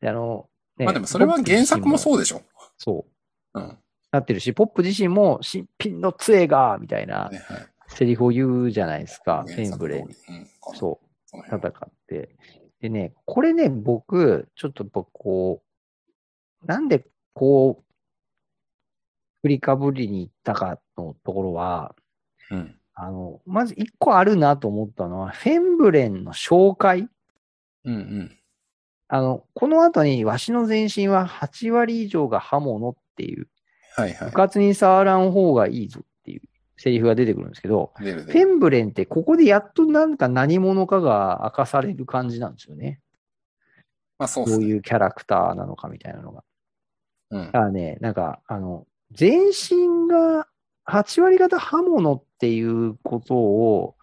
B: であの、ね
A: まあでもそれは原作もそうでしょ。
B: そう。
A: うん。ね、
B: なってるし、ポップ自身も新品の杖が、みたい
A: は
B: な
A: い。
B: セリフを言うじゃないですか、フ
A: 原
B: ェン
A: 作
B: ブ
A: 通り。
B: レ
A: うん。
B: ン。そ
A: う。
B: う。
A: の辺
B: 戦って。でね、これね、僕、ちょっとやっぱこう、なんでこう、振りかぶりに行ったかのところは、
A: うん。
B: あの、まず一個あるなと思ったのは、フェンブレンの紹介。
A: うんうん。
B: あの、この後に、わしの全身は8割以上が刃物っていう、
A: はい
B: 部
A: は
B: 活に触らん方がいいぞっていうセリフが出てくるんですけど、
A: い。出る出
B: フ
A: る。
B: ェンブレンってここでやっとなんか何者かが明かされる感じなんですよね。
A: まあそうっ
B: ど
A: す
B: う
A: ね。
B: いうキャラクターなのかみたいなのが。
A: うん
B: だ。からね、なんか、あの、全身が8割方刃物っていうことを、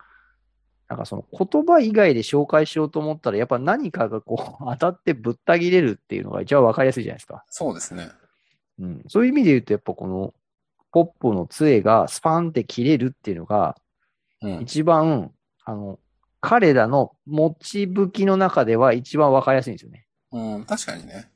B: なんかその言葉以外で紹介しようと思ったら、やっぱ何かがこう 当たってぶった切れるっていうのが一番わかりやすいじゃないですか。
A: そうですね。
B: うん。そういう意味で言うと、やっぱこの、ポップの杖がスパンって切れるっていうのが、
A: うん。
B: 一番、あの、彼らの持ち武器の中では一番わかりやすいんですよね。
A: うん、確かにね。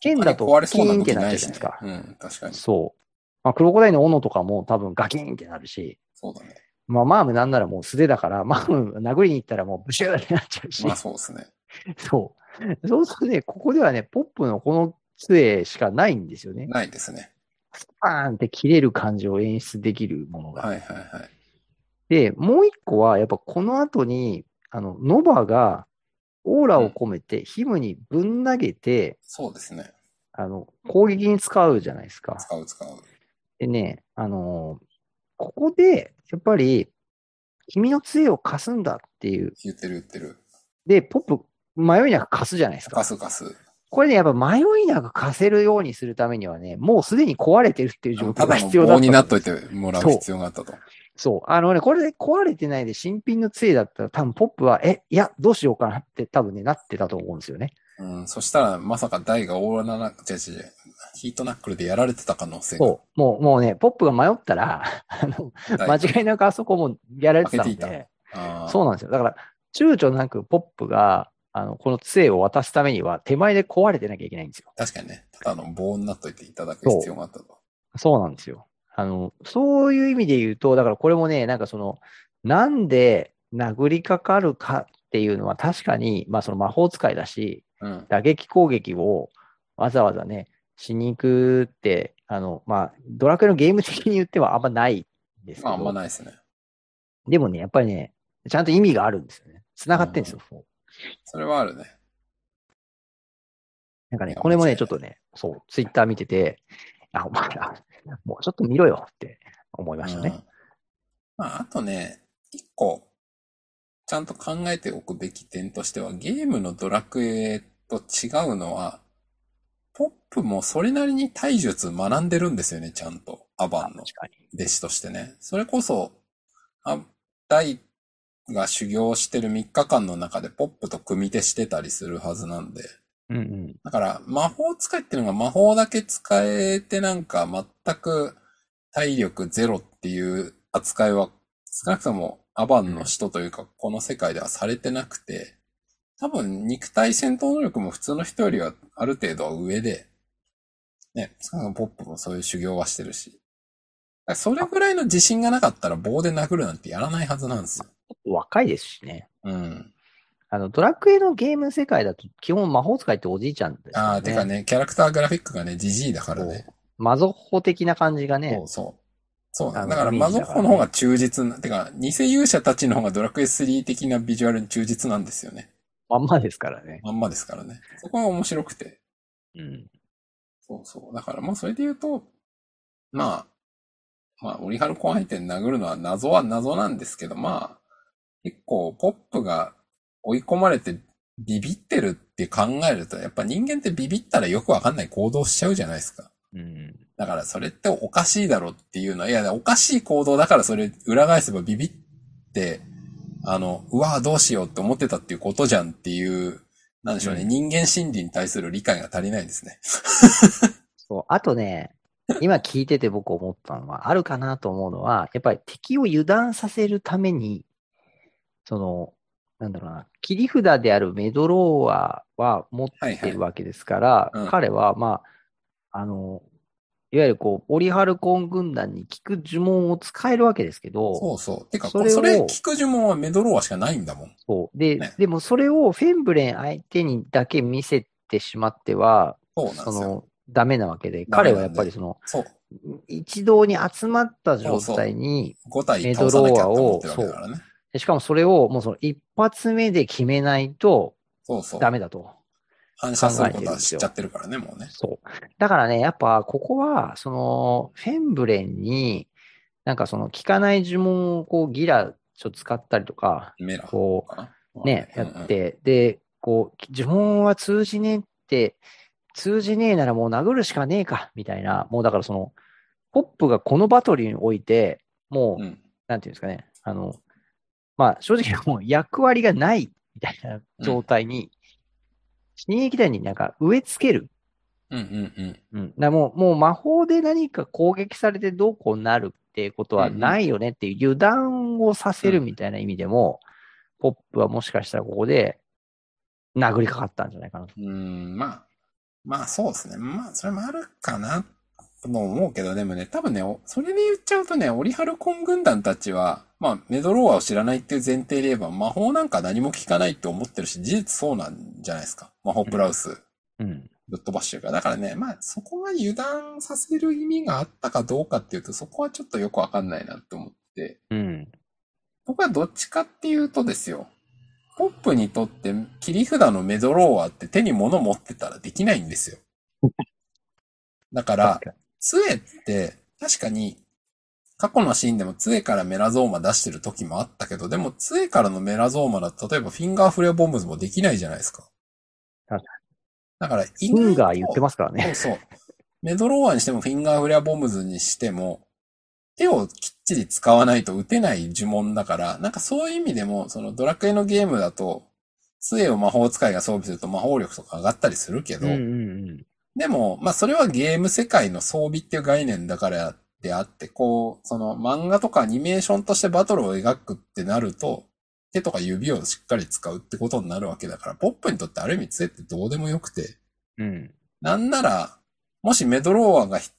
B: 剣だと
A: 壊れ
B: キ
A: そうな
B: ーン
A: 武
B: って
A: 器
B: なっちゃ
A: な
B: う
A: い
B: じ
A: し、ね
B: ゃないですか。。
A: うん、確かに。
B: そう。まあ、クロコダイルの斧とかも多分ガキーンってなるし、
A: そうだね。
B: まあ、マームなんならもう素手だから、マーム殴りに行ったらもうブシューってなっちゃうし
A: ま、あそうですね。
B: そう。そうするとね、ここではね、ポップのこの杖しかないんですよね。
A: ないですね。
B: スパーンって切れる感じを演出できるものが。
A: はいはいはい。
B: で、もう一個は、やっぱこの後に、あの、ノバが、オーラを込めて、ヒムにぶん投げて、
A: そうですね。
B: あの、攻撃に使うじゃないですか。
A: 使う使う。
B: でね、あのーここで、やっぱり、君の杖を貸すんだっていう。
A: 言ってる言ってる。
B: で、ポップ、迷いなく貸すじゃないです
A: ガ
B: か。
A: スガス。
B: これね、やっぱ迷いなく貸せるようにするためにはね、もうすでに壊れてるっていう状
A: た
B: 況が
A: だの
B: 必要だ
A: 棒
B: った
A: に
B: ん
A: な
B: だ
A: っといてもらう必要があったと。
B: そう。あのね、これで壊れてないで新品の杖だったら、多分ポップは、え、いや、どうしようかなって多分ね、なってたと思うんですよね。
A: うん、そしたら、まさか台がオーラナナ、違う違う、ヒートナックルでやられてた可能性が。
B: そう。もう、もうね、ポップが迷ったら、 あの、
A: 台
B: 間違いなくあそこもやられてたん
A: 開けてい
B: で、
A: あー
B: そうなんですよ。だから、躊躇なくポップが、あの、この杖を渡すためには、手前で壊れてなきゃいけないんですよ。
A: 確かにね、ただの棒になっといていただく必要があったと。
B: そうなんですよ。あの、そういう意味で言うと、だからこれもね、なんかその、なんで殴りかかるかっていうのは確かに、まあその魔法使いだし、
A: うん。
B: 打撃攻撃をわざわざね、しに行くって、あの、まあ、ドラクエのゲーム的に言ってはあんまないんですけ
A: まあ、あんま
B: ど、
A: ないですね。
B: でもね、やっぱりね、ちゃんと意味があるんですよね。繋がってんですよ。
A: それはあるね。
B: なんかね、
A: いや
B: これも
A: 間違いない
B: ね、ちょっとね、そう、ツイッター見てて、あ、お前ら、もうちょっと見ろよって思いました
A: う
B: ね。
A: んまあ、あとね、一個、ちゃんと考えておくべき点としては、ゲームのドラクエと違うのは、ポップもそれなりに体術学んでるんですよね、ちゃんと。アバンの
B: 確かに。
A: 弟子としてね。それこそ、あ、大が修行してる3日間の中でポップと組手してたりするはずなんで。
B: うんうん。
A: だから、魔法使いっていうのが魔法だけ使えてなんか全く体力ゼロっていう扱いは少なくともアバンの人というかこの世界ではされてなくて、多分肉体戦闘能力も普通の人よりはある程度は上で、ね、少なくともポップもそういう修行はしてるし。だからそれぐらいの自信がなかったら棒で殴るなんてやらないはずなんですよ。
B: 若いですしね。
A: うん。
B: あの、ドラクエのゲーム世界だと、基本魔法使いっておじいちゃんですよね。
A: ああ、てか。ね、キャラクターグラフィックがね、ジジイだからね。
B: 魔族法的な感じがね
A: そ。うそう。そうな
B: あ
A: ん
B: の
A: だ。だから、
B: イメ
A: マ
B: ージ
A: ゾ
B: だ
A: ッ
B: から
A: コの方が忠実な、てか、偽勇者たちの方がドラクエ3的なビジュアルに忠実なんですよね。
B: まんまですからね。
A: まんまですからね。そこが面白くて。
B: うん。
A: そうそう。だから、まあ、それで言うと、まあ、まあ、オリハルコン相手に殴るのは謎は謎なんですけど、まあ、結構、ポップが追い込まれてビビってるって考えると、やっぱ人間ってビビったらよくわかんない行動しちゃうじゃないですか。
B: うん。
A: だからそれっておかしいだろっていうのは、いや、おかしい行動だからそれ裏返せばビビって、あの、うわぁ、どうしようって思ってたっていうことじゃんっていう、なんでしょうね、
B: うん
A: 人間心理に対する理解が足りないですね。
B: そう。あとね、今聞いてて僕思ったのは、ある かなと思うのは、やっぱり敵を油断させるために、その、なんだろうな、切り札であるメドローアは持ってるわけですから、
A: いはいうん
B: 彼は、まあ、あの、いわゆるこう、オリハルコン軍団に聞く呪文を使えるわけですけど、
A: そうそう。てか、
B: そ
A: そ
B: れ
A: れ
B: を
A: 聞く呪文はメドローアしかないんだもん。
B: そう。で、
A: ね
B: でもそれをフェンブレン相手にだけ見せてしまっては、
A: そうなん
B: そ
A: ですよ。
B: の、ダメなわけで、
A: ダメ
B: 彼
A: なんで
B: はやっぱりその、
A: そう。
B: 一堂に集まった状態に、
A: 5体倒さなきゃって思ってるわけだからね。
B: でしかもそれをもうその一発目で決めないと
A: そうそう。
B: ダメだと。
A: 反射することは知っちゃってるからね、もうね。
B: そう。だからね、やっぱここは、その、フェンブレンに、なんかその、聞かない呪文をこう、ギラちょ使ったりとか、
A: メラ
B: こう、
A: かな。
B: ね、
A: う
B: や
A: んうん
B: って、で、こう、呪文は通じねえって、通じねえならもう殴るしかねえか、みたいな、もうだからその、ポップがこのバトルにおいて、もう、
A: うん。
B: なんていうんですかね、あの、まあ、正直もう役割がない、みたいな状態に、新撃団になんか植え付ける。
A: うんうんうん。
B: うん、だからもう、もう魔法で何か攻撃されてどうこうなるっていうことはないよねっていう油断をさせるみたいな意味でも、ポップはもしかしたらここで殴りかかったんじゃないかなと。
A: うーん、まあ、まあそうですね。まあ、それもあるかな、とも思うけど、でもね、多分ね、おそれで言っちゃうとね、オリハルコン軍団たちは、まあ、メドローアを知らないっていう前提で言えば、魔法なんか何も効かないって思ってるし、事実そうなんじゃないですか。魔法プラウス、
B: うん。
A: ぶっ飛ばしてるから。だからね、まあ、そこが油断させる意味があったかどうかっていうと、そこはちょっとよくわかんないなって思って。
B: うん。
A: 僕はどっちかっていうとですよ。ポップにとって切り札のメドローアって手に物持ってたらできないん ですよ。だから
B: 確、かに
A: 杖って確かに過去のシーンでも杖からメラゾーマ出してる時もあったけど、でも杖からのメラゾーマだと例えばフィンガーフレアボムズもできないじゃないですか。
B: 確
A: だから、イ
B: フィンガー言ってますからね。
A: そうそう。メドローアにしてもフィンガーフレアボムズにしても、手をきっちり使わないと打てない呪文だから、なんかそういう意味でも、そのドラクエのゲームだと、杖を魔法使いが装備すると魔法力とか上がったりするけ
B: う
A: ど、
B: んうんうん。
A: でも、まあそれはゲーム世界の装備っていう概念だからであって、こう、その漫画とかアニメーションとしてバトルを描くってなると、手とか指をしっかり使うってことになるわけだから、ポップにとってある意味杖ってどうでもよくて、
B: うん。
A: なんなら、もしメドローアがひ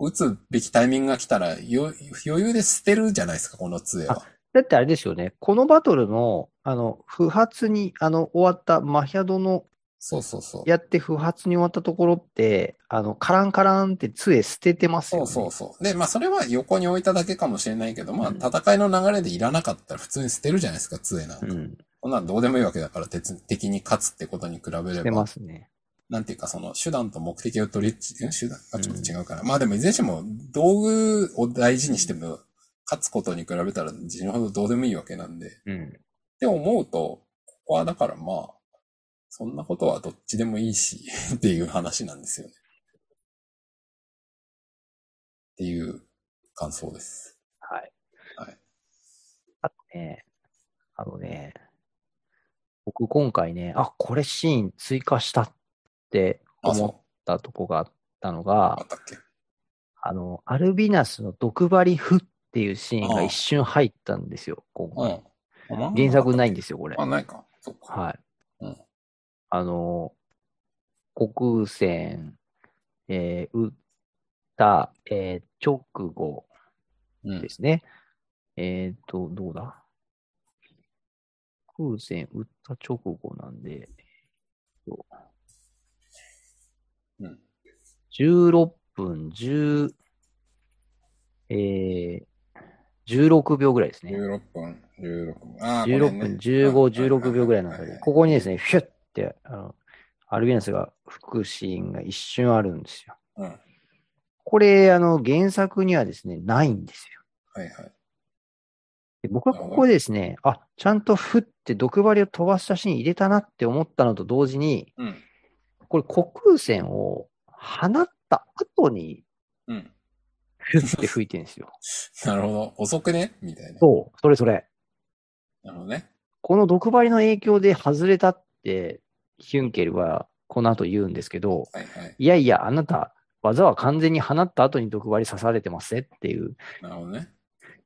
A: 打つべきタイミングが来たら、よ余裕で捨てるじゃないですか、この杖は。
B: だってあれですよね、このバトルの、あの、不発に、あの、終わった、マヒャドの
A: そうそうそう。
B: やって不発に終わったところって、あの、カランカランって杖捨ててますよ
A: そ
B: ね。
A: うそうそう。で、まあそれは横に置いただけかもしれないけど、まあ
B: うん
A: 戦いの流れでいらなかったら普通に捨てるじゃないですか、杖なんか。
B: うん。
A: こんなんどうでもいいわけだから、鉄敵に勝つってことに比べ
B: 捨
A: れ
B: て
A: ば
B: ま、すね。
A: なんていうかその手段と目的を取り、ん手段がちょっと違うから。まあでもいずれにしても道具を大事にしても、勝つことに比べたら死ぬほどどうでもいいわけなんで。
B: うん。
A: って思うと、ここはだからまあ、そんなことはどっちでもいいし っていう話なんですよね。っていう感想です。
B: はい。
A: はい。
B: あとね、あのね、僕今回ね、あ、これシーン追加したって
A: あ、
B: 思っ
A: そ
B: たとこがあったの
A: う。あ
B: が
A: っ、たっけ
B: あの、アルビナスの毒針符っていうシーンが一瞬入ったんですよ、今
A: うん
B: 回。。
A: あ
B: 原作ないん
A: で
B: ですよ、これ。
A: あ、ないか。そっか。
B: はい。
A: うん
B: あの、国船、えー、撃った、えー直後
A: うん
B: で。すね。えっ、と、どうだ空前撃った直後なんで、
A: うん。
B: 16分10、えー、16秒ぐらいですね。
A: 16分、16分。ああ、
B: 16分15、16秒ぐらいの中
A: で
B: で、ここにですね、フィュッって、あの、アルビナスが吹くシーンが一瞬あるんですよ。
A: うん。はい
B: これ、あの、原作にはですね、ないんです
A: は
B: よ。
A: い。
B: で僕はここでですね、あ、ちゃんと振って毒針を飛ばしたシーン入れたなって思ったのと同時に、
A: うん。
B: これ、虚空船を放った後に、
A: うん。
B: フッて吹いてるんですよ。
A: なるほど。遅くねみたいな。
B: そう、それそれ。
A: なるほどね。
B: この毒針の影響で外れたって、ヒュンケルはこの後言うんですけど、
A: はいはい。
B: いやいや、あなた、技は完全に放った後に毒針刺されてますねっていう。
A: なるほどね。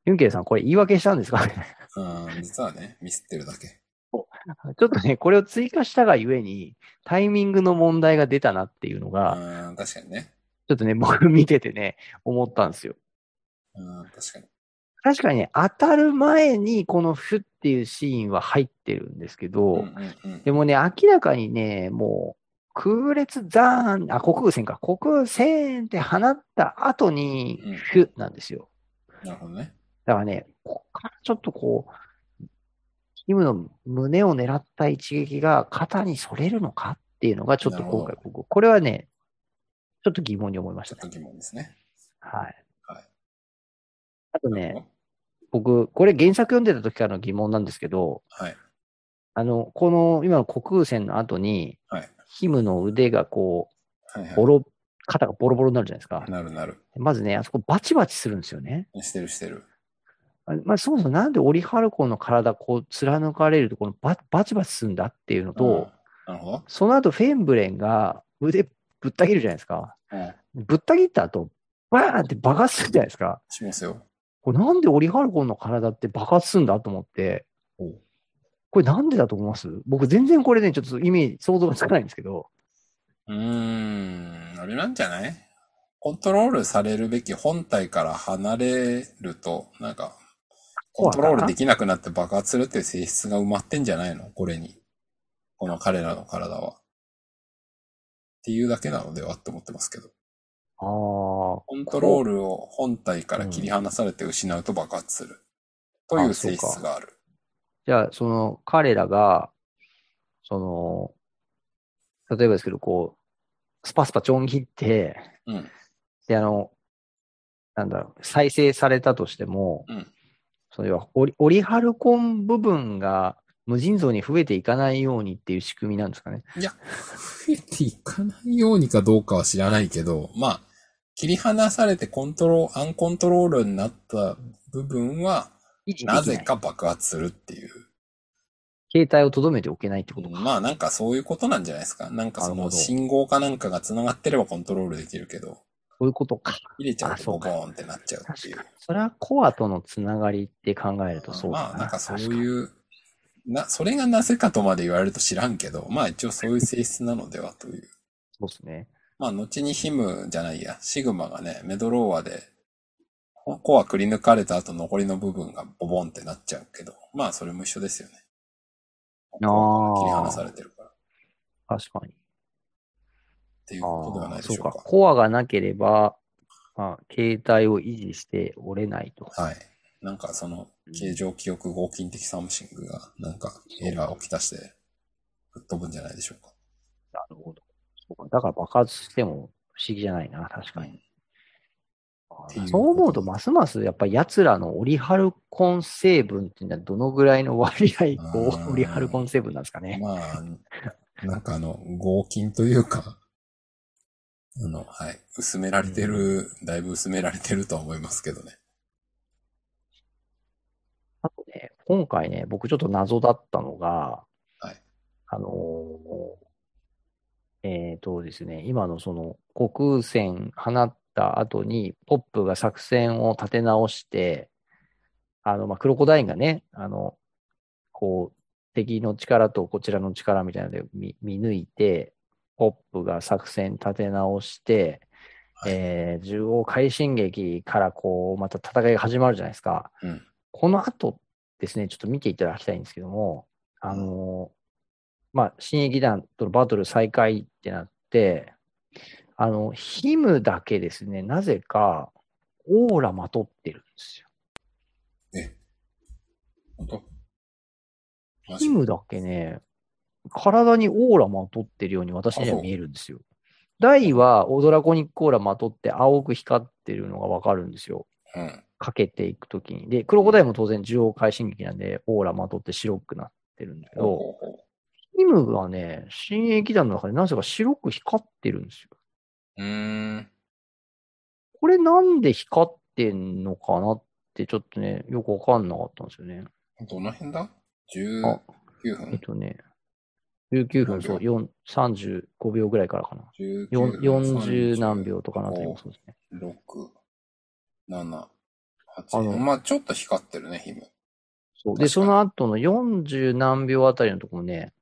B: ユンケルさん、これ言い訳したんですか ち
A: うん、実はね、ミスってるだけ。
B: ょっとね、これを追加したがゆえに、タイミングの問題が出たなっていうのが、
A: うん、確かにね。
B: ちょっとね、僕見ててね、思ったんですよ。
A: うん、確かに。
B: 確かにね、当たる前にこのフっていうシーンは入ってるんですけど、
A: うんうんうん。
B: でもね、明らかにね、もう、空列ザーン、あ、国空戦か、国空戦って放った後に
A: うん、
B: フュッなんですよ。
A: なるほどね。
B: だからね、ここからちょっとこう、キムの胸を狙った一撃が肩にそれるのかっていうのが、ちょっと今
A: なる
B: 回僕、これはね、ちょっと疑問に思いまし
A: ちょ
B: た
A: っと
B: ね。
A: 疑問ですね。
B: はい。
A: はい
B: あとね、僕、これ原作読んでた時からの疑問なんですけど、
A: はい。
B: あの、この今の国空戦の後に、
A: はい。
B: ヒムの腕がこ、
A: はいう
B: ボ
A: は
B: ロ、肩がボロボロになるじゃないですか
A: い。。なるなる。
B: まずね、あそこバチバチするんですよね。
A: してるしてる。
B: あまあ、そもそもなんでオリハルコンの体こう貫かれるとこのババチバチするんだっていうのと、
A: うんなるほど。
B: その後フェンブレンが腕ぶった切るじゃないですか。
A: うん。
B: ぶった切った後、バーンって爆発するじゃないですか。
A: しますよ。
B: これなんでオリハルコンの体って爆発するんだと思って
A: おう、
B: これなんでだと思います僕全然これね、ちょっとイメージ、想像がつかないんですけど、
A: うーん、あれなんじゃないコントロールされるべき本体から離れると、なんか、コントロールできなくなって爆発するっていう性質が埋まってんじゃないのこれに。この彼らの体は。っていうだけなのではって思ってますけど。
B: ああ、
A: コントロールを本体から切り離されて失うと爆発する。という性質がある。
B: じゃあ、その、彼らが、その、例えばですけど、こう、スパスパちょん切って、
A: うん。
B: で、あの、なんだろう、再生されたとしても、
A: うん
B: それはオリ、オリハルコン部分が無尽蔵に増えていかないようにっていう仕組みなんですかね。
A: いや、増えていかないようにかどうかは知らないけど、まあ、切り離されてコントロール、アンコントロールになった部分は、
B: 維持できい
A: なぜ。か爆発するっていう。
B: 携帯をとどめておけないってことか。
A: まあなんかそういうことなんじゃないですか。なんかそ
B: なる
A: の
B: ほど
A: 信号かなんかが繋がってればコントロールできるけど、
B: そういうことか。
A: 入れちゃう
B: あ
A: と
B: そ
A: ボ
B: うか
A: コーンってなっちゃうって
B: 確
A: いう
B: か。に。それはコアとのつながりって考えるとそうだな。
A: まあなんかそう
B: 確に
A: いう、な、それがなぜかとまで言われると知らんけど、まあ一応そういう性質なのではという。
B: そうですね。
A: まあ、後にヒムじゃないや、シグマがね、メドローアで、コアくり抜かれた後残りの部分がボボンってなっちゃうけど、まあそれも一緒ですよね。
B: あ
A: 切り離
B: あ
A: されてるから。っ
B: 確かに。
A: ていう
B: あ
A: ことではないでしょうか。
B: あーそうか。コアがなければ、まあ、携帯を維持して折れないと。
A: はい。なんかその、形状記憶合金的サムシングが、なんかエラーをきたして、吹っ飛ぶんじゃないでしょうか。
B: なるほど。そうかだから爆発しても不思議じゃないな、確かに。あ
A: っていう
B: ーそう思う
A: こ
B: と、
A: と
B: ますますやっぱり奴らのオリハルコン成分っていうのはどのぐらいの割合、こ
A: うー
B: う、
A: ん
B: オリハルコン成分なんですかね。
A: まあ、なんかあの、合金というか、あの、はい、薄められてる、だいぶ薄められてるとは思いますけどね。
B: あとね、今回ね、僕ちょっと謎だったのが、
A: はい
B: あのーえっとですね、今のその、航空戦放った後に、ポップが作戦を立て直して、あの、まあ、クロコダインがね、あの、こう、敵の力とこちらの力みたいなので見見抜いて、ポップが作戦立て直して、
A: はい
B: えー、縦横快進撃からこう、また戦いが始まるじゃないですか。
A: うん。
B: この後ですね、ちょっと見ていただきたいんですけども、あのまあ、新劇団とのバトル再開ってなって、あの、ヒムだけですね、なぜか、オーラまとってるんですよ。
A: 本当マ
B: ヒ
A: ジ
B: ムだけね、体にオーラまとってるように私には見えるんですよ。ダイはオドラコニックオーラまとって青く光ってるのがわかるんですよ。
A: うん。
B: かけていくときに。で、クロコダイも当然中央快進撃なんで、オーラまとって白くなってるんだけど、
A: ほうほうほ
B: キムがね、新鋭騎団の中でなぜか白く光ってるんですよ。
A: ううーん。
B: これなんで光ってんのかなってちょっとね、よくわかんなかったんですよね。
A: どの辺だ
B: あ
A: ?19
B: えっ
A: 分
B: とね、19分、そう、4 35秒ぐらいからかな。
A: ?19
B: 4 40何秒とかなって
A: 5
B: も、そうですね。
A: 6、7、
B: あの
A: 8。まあちょっと光ってるね、ヒム。
B: そ
A: 確
B: う。で、
A: かに
B: その後の40何秒あたりのとこもね、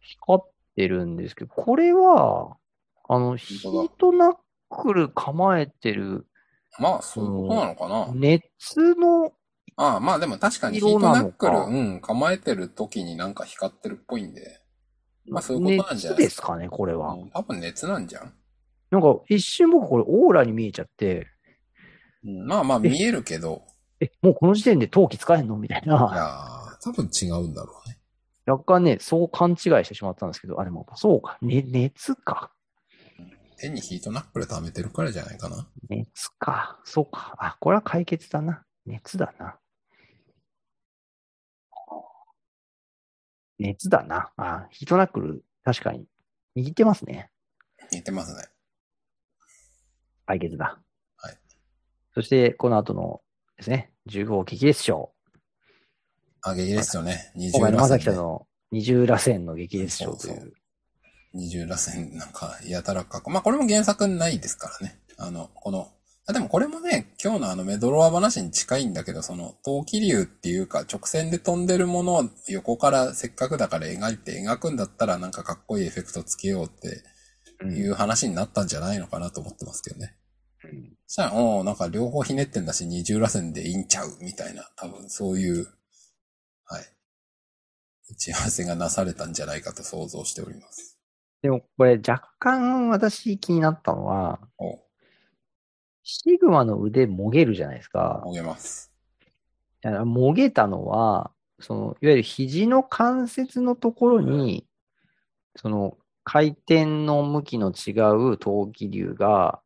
B: 光ってるんですけど、これは、あの、ヒ
A: 当だ
B: ートナックル構えてる
A: まあ、そういうことなのかな。
B: 熱の
A: ああ、まあでも確かにヒー
B: 色
A: ト
B: な
A: ナッ
B: の
A: ク
B: か
A: ル、うん、構えてる時になんか光ってるっぽいんで。まあそういうことなんじゃない
B: 熱
A: で
B: ですすかね、これは。
A: うん多分熱なんじゃん、
B: なんか一瞬僕これオーラに見えちゃって、
A: うん、まあまあ見えるけ ど、
B: え、もうこの時点で陶器使えんのみたい
A: い
B: な、
A: やー、多分違うんだろうね。
B: 若干ね、そう勘違いしてしまったんですけど、あ、でもそうか、ね、熱か。
A: 手にヒートナックル溜めてるからじゃないかな。
B: 熱か。そうか。あ、これは解決だな。熱だな。熱だな。あ、ヒートナックル、確かに。握ってますね。
A: 似てますね。
B: 解決だ。
A: はい。
B: そして、この後のですね、10号激烈賞。
A: あ、激烈ですよね。二
B: 今
A: 重
B: 回の
A: 螺
B: まさ
A: 旋
B: きさん
A: ね、
B: の二重螺旋の激烈賞とい。
A: そうそう二重螺旋なんかやたらかっこまあこれも原作ないですからね。あの、この、あ、でもこれもね、今日のあのメドロワ話に近いんだけど、その、陶気流っていうか、直線で飛んでるものを横からせっかくだから描いて描くんだったらなんかかっこいいエフェクトつけようって
B: うん
A: いう話になったんじゃないのかなと思ってますけどね。
B: うん
A: そしたら、おーなんか両方ひねってんだし、二重螺旋でいいんちゃうみたいな、多分そういう、はい。打ち合わせがなされたんじゃないかと想像しております。
B: でも、これ若干私気になったのは、
A: おう、
B: シグマの腕もげるじゃないですか。
A: あげます。
B: だからもげたのは、その、いわゆる肘の関節のところに、その、回転の向きの違う陶器流が、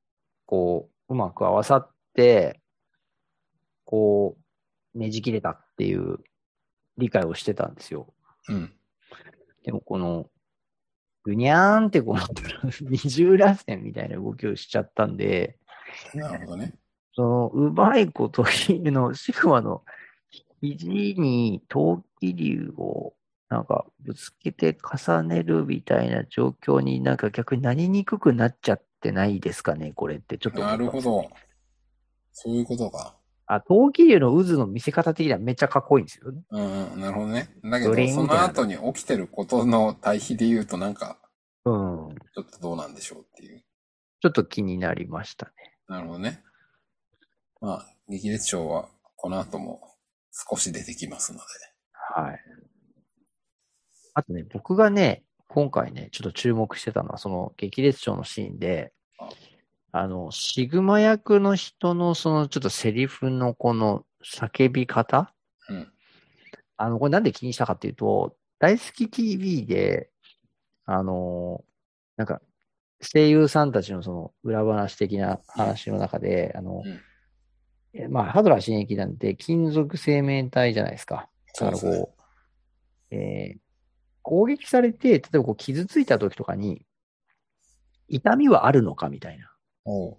B: こう、うまく合わさって、こう、ねじ切れたっていう理解をしてたんですよ。
A: うん。
B: でもこの、ぐにゃーんってこの 二重螺旋みたいな動きをしちゃったんで、
A: なるほどね。
B: その、うまいこと、の、シグマの肘に陶器流をなんかぶつけて重ねるみたいな状況になんか逆になりにくくなっちゃってないですかね、これって。ちょっと思
A: な
B: ったん
A: る
B: です
A: ほ
B: よ。
A: ど。そういうことか。
B: あ、陶器流の渦の見せ方的にはめっちゃかっこいいんですよね。
A: うんうん、なるほどね。だけど
B: グリー、ン
A: その後に起きてることの対比で言うとなんか、
B: うん。
A: ちょっとどうなんでしょうっていう。
B: ちょっと気になりましたね。
A: なるほどね。まあ、激烈賞はこの後も少し出てきますので。
B: はい。あとね、僕がね、今回ね、ちょっと注目してたのは、その激烈賞のシーンで
A: あ、
B: あの、シグマ役の人の、そのちょっとセリフのこの叫び方
A: うん
B: あの、これなんで気にしたかっていうと、大好き TV で、あの、なんか、声優さんたちのその裏話的な話の中で、あの
A: うん、
B: えまあ、ハドラー新駅なんて金属生命体じゃないですか。だからこう、えー攻撃されて、例えばこう傷ついた時とかに、痛みはあるのかみたいな。
A: おう。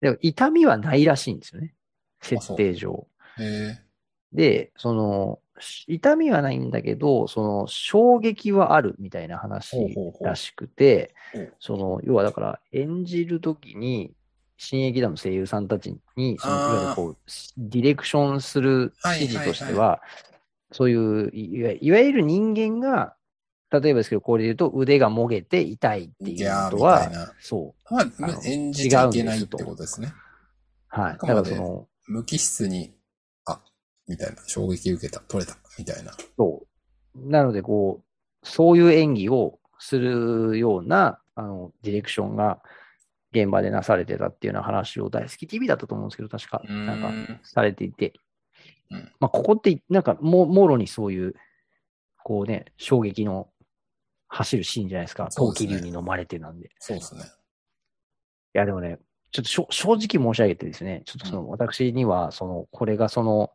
B: でも痛みはないらしいんですよね。
A: そう
B: 設定上。
A: へえ。
B: で、その、し痛みはないんだけど、その、衝撃はあるみたいな
A: ほう
B: 話
A: ほうほ
B: ら
A: う。
B: しくて
A: うん、
B: その、要はだから、演じるときに、新劇団の声優さんたちに、その、い
A: あー
B: わゆるこう、ディレクションする指示としては、そういう、いわいわゆる人間が、例えばですけど、これで言うと、腕がもげて痛いって
A: ギ
B: いう
A: ャー
B: こと
A: みたい
B: は、
A: な。
B: そう、
A: ま
B: あ
A: あ
B: の、
A: 演じちゃいけないってことですね。
B: は
A: あ
B: い。だ
A: く
B: か
A: ま
B: ら
A: で
B: その、
A: 無機質に、あ、みたいな。衝撃受けた、取れた、みたいな。
B: そう。なので、こう、そういう演技をするような、あの、ディレクションが現場でなされてたっていうような話を大好き TV だったと思うんですけど、確か、
A: うーん
B: なんか、されていて
A: うん。
B: まあ、ここって、なんかも、もろにそういう、こうね、衝撃の走るシーンじゃないですか。
A: そう
B: 陶
A: ですね
B: 器流に飲まれてなんで。
A: そうですね。
B: いや、でもね、ちょっとしょ正直申し上げてですね、ちょっとその、私には、その、これがその、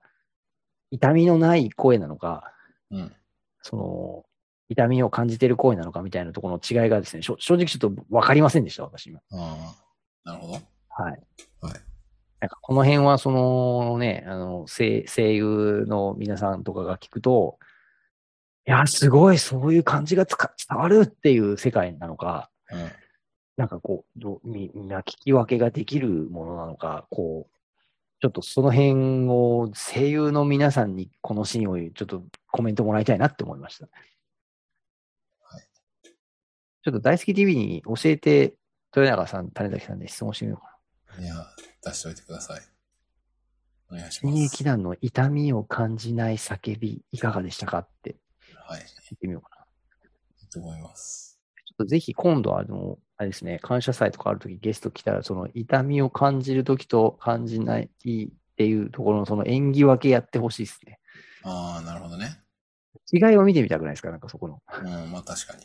B: 痛みのない声なのか、
A: うん。
B: その、痛みを感じている行為なのかみたいなところの違いがですね、しょ正直ちょっと分かりませんでした、私今。
A: ああ。なるほど。
B: はい。
A: はい
B: なんかこの辺は、そのね、あの声、声優の皆さんとかが聞くと、いや、すごい、そういう感じがつか伝わるっていう世界なのか、
A: うん。
B: なんかこう、どうみみんな聞き分けができるものなのか、こう、ちょっとその辺を声優の皆さんにこのシーンをちょっとコメントもらいたいなって思いました。
A: はい
B: ちょっと大好き TV に教えて、豊永さん、種崎さんで質問してみようかな。
A: いや、出しといてください。お願いしま
B: 新
A: す。
B: 劇団の痛みを感じない叫び、いかがでしたかって言
A: はい。
B: ってみようかな。
A: いいと思います。
B: ちょっとぜひ今度はあの、あれですね、感謝祭とかあるときゲスト来たら、その痛みを感じるときと感じないっていうところのその演技分けやってほしいですね。
A: ああ、なるほどね。
B: 違いを見てみたくないですかなんかそこの。
A: うん、まあ確かに。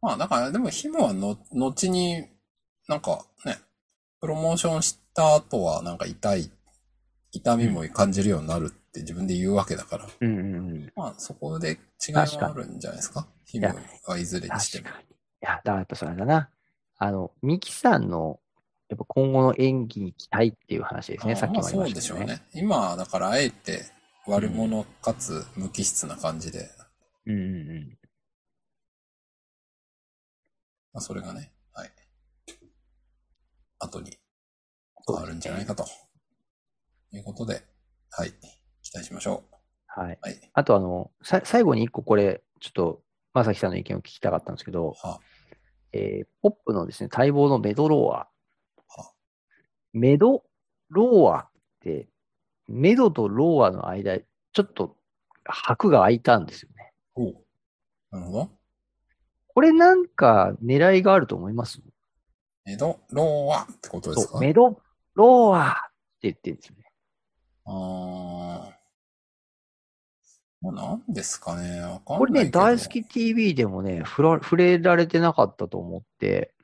A: まあだから、でも、ヒモはの、後に、なんかね、プロモーションした後は、なんか痛い、痛みも感じるようになるって自分で言うわけだから、
B: うんうんうん。
A: まあそこで違いはあるんじゃないですか。ヒモ
B: い
A: はいずれにして
B: 確
A: も。
B: かに。いや、だからやっぱそれだな。あの、ミキさんの、やっぱ今後の演技に期待っていう話ですね。
A: あー
B: さっきもあり
A: ま
B: ま
A: あそうで
B: した
A: し
B: け
A: ょ
B: ど
A: う
B: ね。
A: ね。今はだから、あえて悪者かつ無機質な感じで、
B: うんうんうん。
A: まあそれがね、はい。後に変わるんじゃないかと。いうことで、はい。期待しましょ
B: はい。
A: う。はい。
B: あとあの、さ最後に一個これ、ちょっと、まさきさんの意見を聞きたかったんですけど、
A: は、
B: えーポップのですね、待望のメドローア
A: は。
B: メドローアって、メドとローアの間、ちょっと白が空いたんですよね。
A: おうなるほど。
B: これなんか狙いがあると思います
A: メド、ローアってことです
B: そう、
A: か
B: メドローアって言ってるんですよね。
A: あー。もうなんですかねわかんないけど。
B: これね、大好。き TV でもね、触ら触れられてなかったと思って、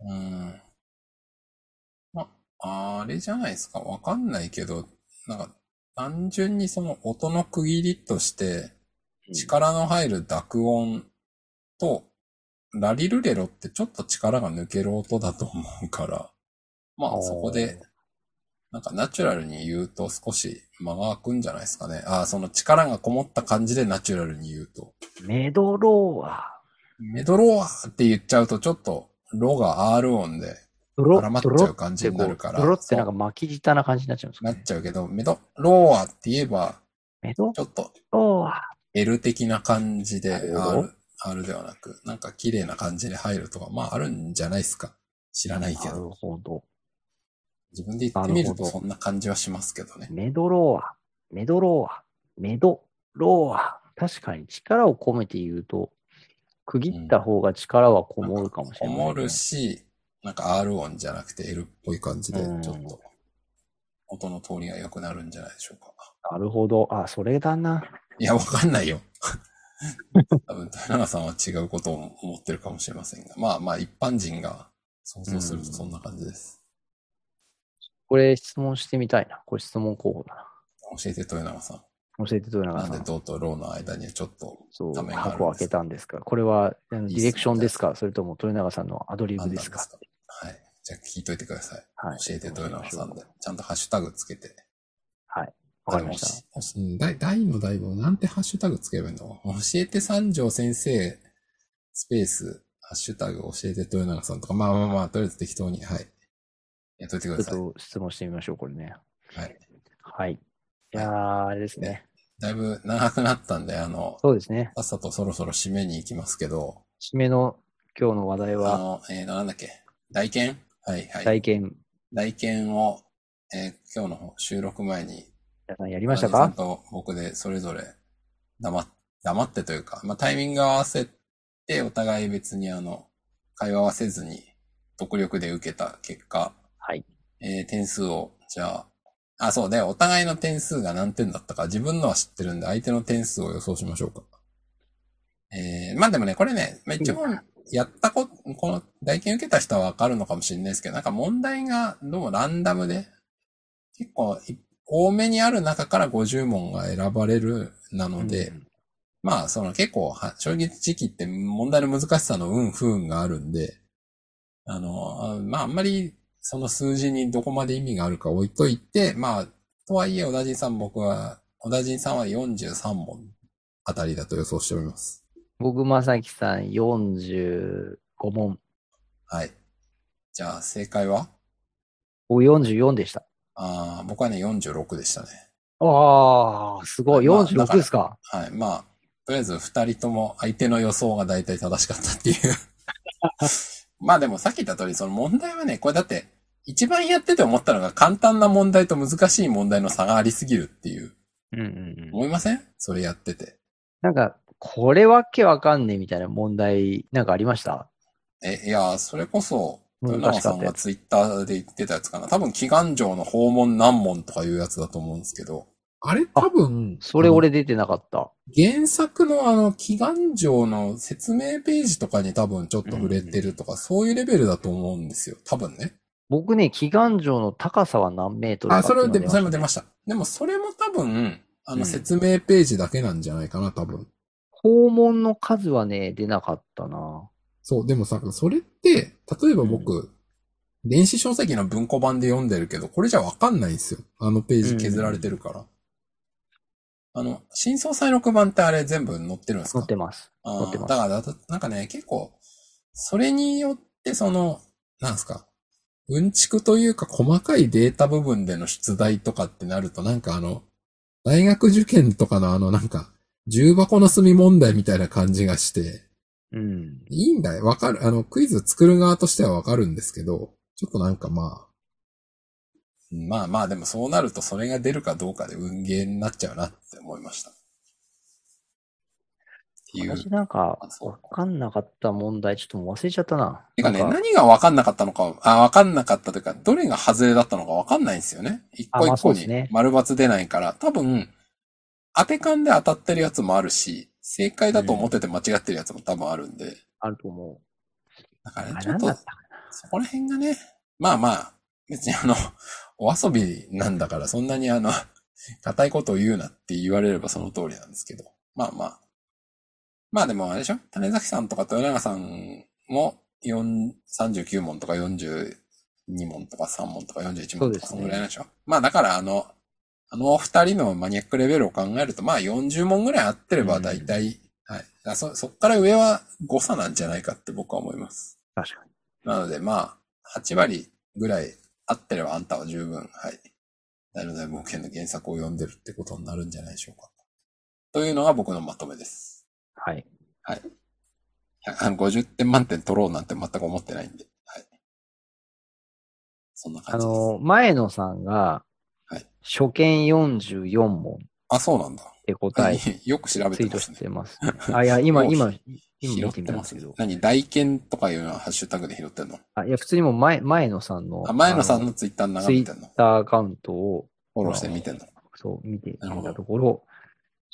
A: うん。ま、あれじゃないですか。わかんないけど、なんか、単純にその音の区切りとして、力の入る濁音と、ラリルレロってちょっと力が抜ける音だと思うから、まあそこで、なんかナチュラルに言うと少し間が空くんじゃないですかね。ああ、その力がこもった感じでナチュラルに言うと。
B: メドローア。
A: メドローアって言っちゃうとちょっと、ロが R 音で
B: ドロ
A: 絡まっ
B: ド
A: ち
B: ロ
A: ゃう
B: っ
A: 感じ
B: て
A: に
B: こ
A: なる
B: う、
A: から。
B: ドロってなんか巻き舌な感じになっちゃうんです
A: そうな
B: か
A: っ
B: ね。
A: ちゃうけど、メドローアって言えば、
B: メド
A: ちょっと
B: ローア。
A: L 的な感じで
B: なるほど
A: R、R ではなく、なんか綺麗な感じで入るとか、まああるんじゃないですか。知らないけ
B: な
A: ど。
B: るほど。
A: 自分で言ってみる
B: なる
A: と
B: ほど
A: そんな感じはしますけどね。
B: メドローア、メドローア、メドローア。確かに力を込めて言うと、区切った方が力はこもるかもし
A: こ
B: れない、
A: もるし、なんか R 音じゃなくて L っぽい感じで、ち
B: うん
A: ょっと音の通りが良くなるんじゃないでしょうか。
B: なるほど。あ、それだな。
A: いや、わかんないよ。 多分、豊永さんは違うことを思ってるかもしれませんが、まあまあ一般人が想像するとそんな感じです。
B: これ質問してみたいな。これ質問候補だな。
A: 教えて豊永さん。
B: 教えて豊
A: な
B: 永
A: ん
B: さ
A: で
B: ん。
A: 銅とローの間にちょっと、
B: そう、
A: 画面があるんです
B: 箱を開けたんですかこれは、あの
A: い
B: デ
A: いっすね
B: ィレクションですかそれとも豊永さんのアドリブですか
A: 判断はい。じゃあ聞いといてください。
B: はい。
A: 教えて豊永さんで
B: わ。
A: ちゃんとハッシュタグつけて。
B: かりました。
A: た。うん大大の大をなんてハッシュタグつければいいの教えて三条先生、スペース、ハッシュタグ教えて豊永さんとか、まあまあまあ、とりあえず適当に、はい。やっといてくださ
B: ち
A: い。
B: ょっと質問してみましょう、これね。
A: はい。
B: はい。いやー、あれですね。
A: だいぶ長くなったんで、あの、
B: そうですね。
A: さっさとそろそろ締めに行きますけど、
B: 締めの今日の話題
A: あ
B: は、
A: の、えー、なんだっけ、大剣はいはい。
B: 体験、
A: 大剣を、えー今日の収録前に
B: 皆さんやりました
A: アンジ
B: か
A: ュさんと僕でそれぞれ黙っ黙ってというか、まあ、タイミング合わせてお互い別にあの、会話はせずに独力で受けた結果、
B: はい。
A: えー点数を、じゃあ、あ、そうで、お互いの点数が何点だったか、自分のは知ってるんで、相手の点数を予想しましょうか。えー、まあでもね、これね、まあ、一
B: う
A: 問
B: ん、
A: やったこ、この、代金受けた人はわかるのかもしれないですけど、なんか問題がどうもランダムで、結構い多めにある中から50問が選ばれるなので、
B: うん
A: まあ、その結構は、正直時期って問題の難しさの運不運があるんで、あの、あまああんまりその数字にどこまで意味があるか置いといて、まあ、とはいえ、小田人さん僕は、小田人さんは43問あたりだと予想しております。
B: 僕、まさきさん45問。
A: はい。じゃあ、正解は
B: 僕44でした。
A: あー僕はね、46でしたね。
B: ああ、すごい。
A: まあだか
B: 46
A: ら
B: ですか。
A: はい。まあ、とりあえず二人とも相手の予想が大体正しかったっていう。 まあでもさっき言った通り、その問題はね、これだって、一番やってて思ったのが簡単な問題と難しい問題の差がありすぎるっていう。
B: うんうんうん。
A: 思いませんそれやってて。
B: なんか、これわけわかんねえみたいな問題、なんかありました
A: え、いや、それこそ、
B: 難し
A: 豊
B: かった
A: 永さんがツイッターで言ってたやつかな。多分、祈願城の訪問難問とかいうやつだと思うんですけど。
C: あれ多分、
B: それ俺出てなかった。
A: 原作のあの、祈願城の説明ページとかに多分ちょっと触れてるとか、そういうレベルだと思うんですよ。多分ね。
B: 僕ね、祈願城の高さは何メートルか
A: あ、
B: ってい
A: そう
B: の
A: れ
B: が出
A: で、
B: ま
A: そ
B: した
A: れも出ました。でも、それも多分、あ
B: うん
A: の、説明ページだけなんじゃないかな、多分。
B: 訪問の数はね、出なかったな。
A: そう、でもさ、それって、例えば僕、電子書籍の文庫版で読んでるけど、これじゃわかんないんですよ。あのページ削られてるから。あの、真相再録版ってあれ全部載ってるんですか
B: 載ってます。
A: あ
B: 載って
A: あー
B: ます
A: だからだと、なんかね、結構、それによって、その、なんすか、うんちくというか細かいデータ部分での出題とかってなると、なんかあの、大学受験とかのあの、なんか、重箱の隅問題みたいな感じがして、
B: うん。
A: いいんだよ。わかる。あの、クイズ作る側としてはわかるんですけど、ちょっとなんかまあ、まあまあ、でもそうなるとそれが出るかどうかで運ゲーになっちゃうなって思いました。っていう
B: 私なんか
A: あ、そう
B: わかんなかった問題、ちょっともう忘れちゃったな。
A: てかね、
B: なんか
A: 何が分かんなかったのか、あ、分かんなかったというか、どれが外れだったのか分かんないんですよね。一
B: あ
A: 個
B: まあ
A: 一個
B: そうです
A: に
B: ね
A: 丸抜出ないから、多分、当て勘で当たってるやつもあるし、正解だと思ってて間違ってるやつも多分あるんで、
B: あると思う。
A: だから
B: あ、
A: ね、ちょ
B: な
A: っ
B: ん
A: と
B: だっ、たか
A: そこら辺がね、まあまあ、別にあの、お遊びなんだから、そんなにあの、硬いことを言うなって言われればその通りなんですけど。まあまあ。まあでもあれでしょ種崎さんとか豊永さんも4 39問とか42問とか3問とか41問とか
B: そ
A: そう
B: ですね
A: のぐらいなんでしょまあだからあの、あのお二人のマニアックレベルを考えると、まあ40問ぐらい合ってれば大体、はい。あそ、そっから上は誤差なんじゃないかって僕は思います。
B: な。確かに。
A: なので、まあ、8割ぐらい合ってればあんたは十分、はい。大の大冒険の原作を読んでるってことになるんじゃないでしょうか。というのが僕のまとめです。
B: はい。
A: 100あの50点満点取ろうなんて全く思ってないんで、はい。そんな
B: あ
A: 感じです。
B: の、前野さんが
A: はい、
B: 初見44問
A: あ、そうなんだ。
B: って答え、
A: よく調べ
B: ツ
A: て
B: イート
A: ます
B: し
A: ね。
B: てますね。あ、いや、今、
A: もう
B: 今、今
A: 拾
B: 見
A: って
B: み
A: て
B: たん
A: ま
B: です
A: す
B: けど。
A: 何大剣とかいうのはハッシュタグで拾ってんの
B: あ、いや、普通にもう前、前野さんの、
A: あ、前野さん
B: あ
A: のツイッターに眺めてんの
B: ツイッターアカウントを、
A: フォローして見てんの
B: そう、見て
A: なるほ
B: み
A: ど
B: たところ、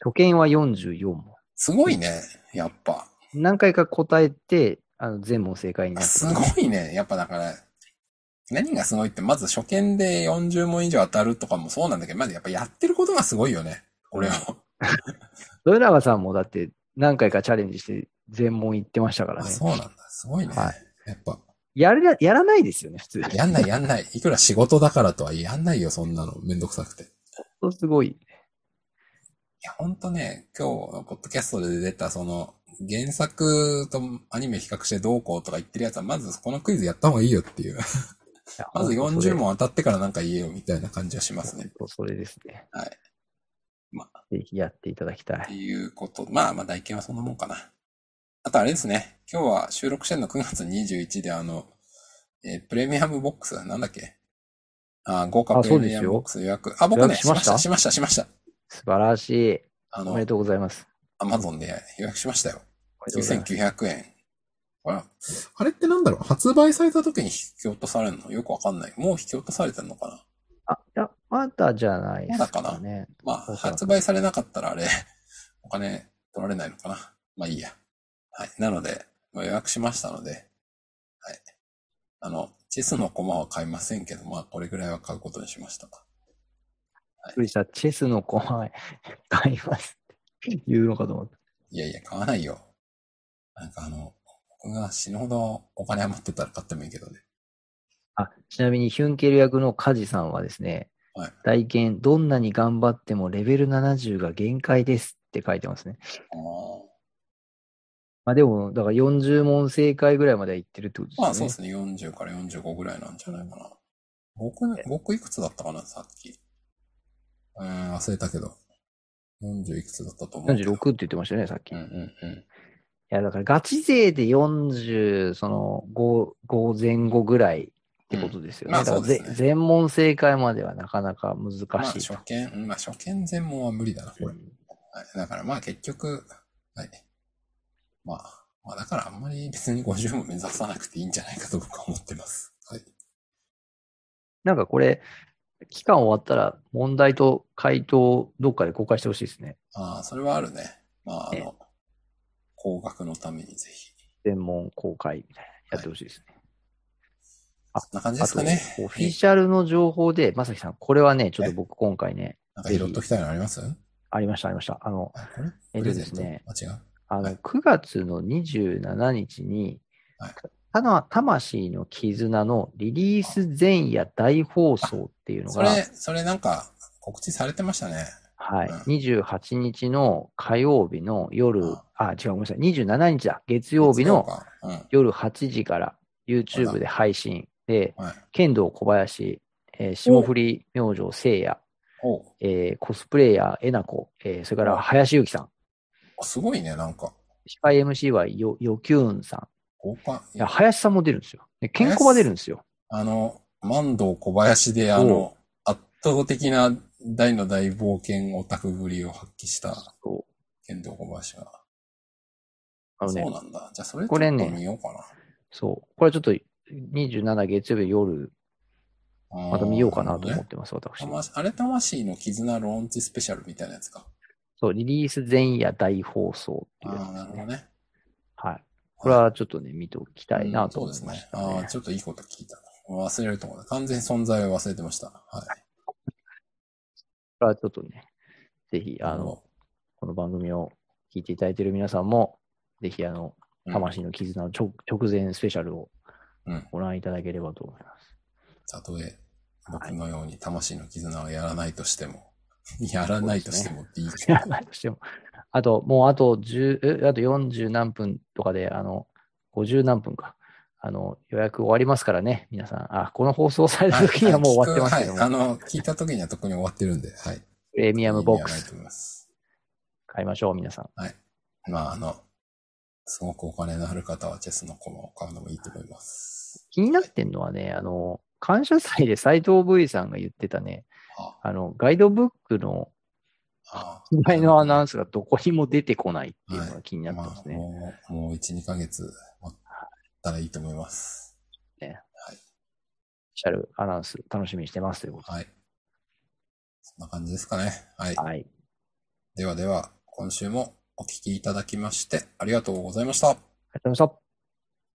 B: 初見は44問。
A: すごいね、やっぱ。
B: 何回か答えて、あの、全問正解にな
A: あ
B: って
A: すごいね。やっぱだから、何がすごいって、まず初見で40問以上当たるとかもそうなんだけど、まずやっぱやってることがすごいよね。俺も。
B: 豊永さんもだって何回かチャレンジして全問行ってましたから
A: あ、
B: ね。
A: そうなんだ。すごいね。
B: はい
A: やっぱ、
B: やるな、やらないですよね、普通。
A: やんないやんない。いくら仕事だからとはやんないよ、そんなの。めんどくさくて。い
B: ほんとすごい。
A: や、ほんとね、今日のポッドキャストで出た、その、原作とアニメ比較してどうこうとか言ってるやつは、まずこのクイズやった方がいいよっていう。まず40問当たってからなんか言えよみたいな感じはし
B: で
A: ますね。。
B: ほんとそれですね。
A: はい。ま
B: あ。ぜひやっていただきた
A: って
B: い。
A: いうこと。まあまあ、大見はそんなもんかな。あとあれですね。今日は収録してるの9月21で、あの、えープレミアムボックス、なんだっけあー、豪華
B: あ
A: プ
B: そ
A: レ
B: うです
A: ミア
B: よ
A: ムボックス予約。あ、僕ね、
B: 予約
A: し
B: し
A: ま
B: ま
A: し、
B: したた
A: しました、しました。
B: 素晴らしい。
A: あ
B: おめ
A: の
B: で、とうございます。
A: アマゾンで予約しましたよ。
B: おめでとうございます。
A: 9900円。あら、あれってなんだろう発売された時に引き落とされるのよくわかんない。もう引き落とされてんのかな
B: あ、いや、まだじゃないです
A: まだか
B: かね。
A: まあ、
B: おそらく
A: 発売されなかったらあれ、 お金取られないのかな。まあいいや。はい。なので、まあ予約しましたので、はい。あの、チェスの駒は買いませんけど、まあこれぐらいは買うことにしました。
B: びっくりした。チェスの駒、買いますって言うのかと思った。
A: いやいや、買わないよ。なんかあの、僕が死ぬほどお金余ってたら買ってもいいけどね。
B: あ、ちなみにヒュンケル役のカジさんはですね、
A: はい
B: 大見、どんなに頑張ってもレベル70が限界ですって書いてますね。
A: あー
B: まあでも、だから40問正解ぐらいまでは行ってるってことですよね。
A: まあそうですね。40から45ぐらいなんじゃないかな。僕、僕いくつだったかな、さっき。うーん、忘れたけど。40いくつだったと思うけど。
B: 46って言ってましたよね、さっき。
A: う
B: い
A: んうんうん。
B: や、だからガチ勢で40、その5、5前後ぐらいってことですよね。
A: うんまあ
B: だから
A: そうですね
B: ぜ全問正解まではなかなか難しいと。
A: まあ、初見、うんまあ、初見全問は無理だな、これ。
B: う
A: はい
B: ん
A: だからまあ、結局、はい。まあ、まあ、だからあんまり別に50も目指さなくていいんじゃないかと僕は思ってます。はい。
B: なんかこれ、期間終わったら問題と回答をどっかで公開してほしいですね。
A: ああ、それはあるね。まあ、あ
B: え
A: の、高額のためにぜひ。
B: 全問公開みたいなやってほしいですね。あ
A: そんな感じで
B: あ
A: す
B: と、
A: かね。
B: オフィシャルの情報で、まさきさん、これはね、ちょっ
A: え
B: と僕今回ね、
A: なんか拾っときたいのあります
B: ありました、ありました。あの、
A: あ、これ
B: えっ
A: プレ
B: とで
A: ゼン
B: す
A: ト、
B: ね、
A: あ、違う。
B: あ
A: は
B: の、
A: い
B: 9月の27日に
A: はい、
B: たの魂の絆のリリース前夜大放送っていうの
A: そ
B: が、
A: れ、それなんか告知されてましたね。
B: はい。
A: うん
B: 28日の火曜日の夜
A: うん、
B: あ、違う、ごめんなさい。27日だ。月曜日の
A: 月曜か
B: 夜8時から
A: あ
B: YouTube で配信で、
A: うん。はい。
B: 剣道小林、えー霜降り明星聖夜、
A: おう
B: えーコスプレイヤーえなこ、えーそれから林ゆきさん、
A: あすごいね、なんか。
B: 司会 MC はよよきゅんさ
A: 豪華。
B: ん、いや林さんも出るんですよ。で健康は出るんですよ。
A: あの、万堂小林で、あの、圧倒的な大の大冒険オタクぶりを発揮した
B: そう
A: 剣道小林が。
B: あのね
A: そう、なんだ。じゃあそれちょ
B: こ
A: っと
B: れね
A: 見ようかな。
B: そう。これちょっと27月曜日夜、
A: あー
B: また見ようかなと
A: な
B: 思
A: る
B: ってます、私
A: ほど。ね魂あれ魂の絆ローンチスペシャルみたいなやつか。
B: そう、リリース前夜大放送っていうや
A: あ
B: つ
A: あ、
B: で
A: なる
B: す
A: ほ
B: ね
A: ど。ね。
B: はい。これはちょっとね、見ておきたいなと思いました、
A: うんそうですね。ああー、ちょっといいこと聞いたな。忘れると思う。完全に存在を忘れてました。はい。
B: これはちょっとね、ぜひ、あの、、この番組を聞いていただいている皆さんも、ぜひ、あの、
A: うん、
B: 魂の絆の直直前スペシャルを
A: うん
B: ご覧いただければと思います。
A: たとえ、僕のように魂の絆をやらないとしても、 やらないとしてもっていいけど、
B: 何としても。 あと、もうあと10、えあと40何分とかで、あの、50何分か。あの、予約終わりますからね、皆さん。あ、この放送された 時にはもう終わってますけども、
A: はい、あの、聞いた時には特に終わってるんで、はい。
B: プレミアムボック
A: 意味はない
B: ス
A: と思います。
B: 買いましょう、皆さん。
A: まあ、あの、すごくお金のある方はチェスの駒を買うのもいいと思います。
B: 気になってんのはね、あの、感謝祭で斎藤 V さんが言ってたね、
A: あ
B: あの、ガイドブックの
A: あ
B: 発売のアナウンスがどこにも出てこないっていうのが気になってま
A: ますあ、
B: ね。
A: もう、もう1、2ヶ月待ったらいいと思います。
B: シャルアナウンス楽しみにしてますということ
A: はい。そんな感じですかね。はい
B: で。。はい。
A: ではでは、今週もお聞きいただきまして、ありがとうございました。
B: ありがとうございました。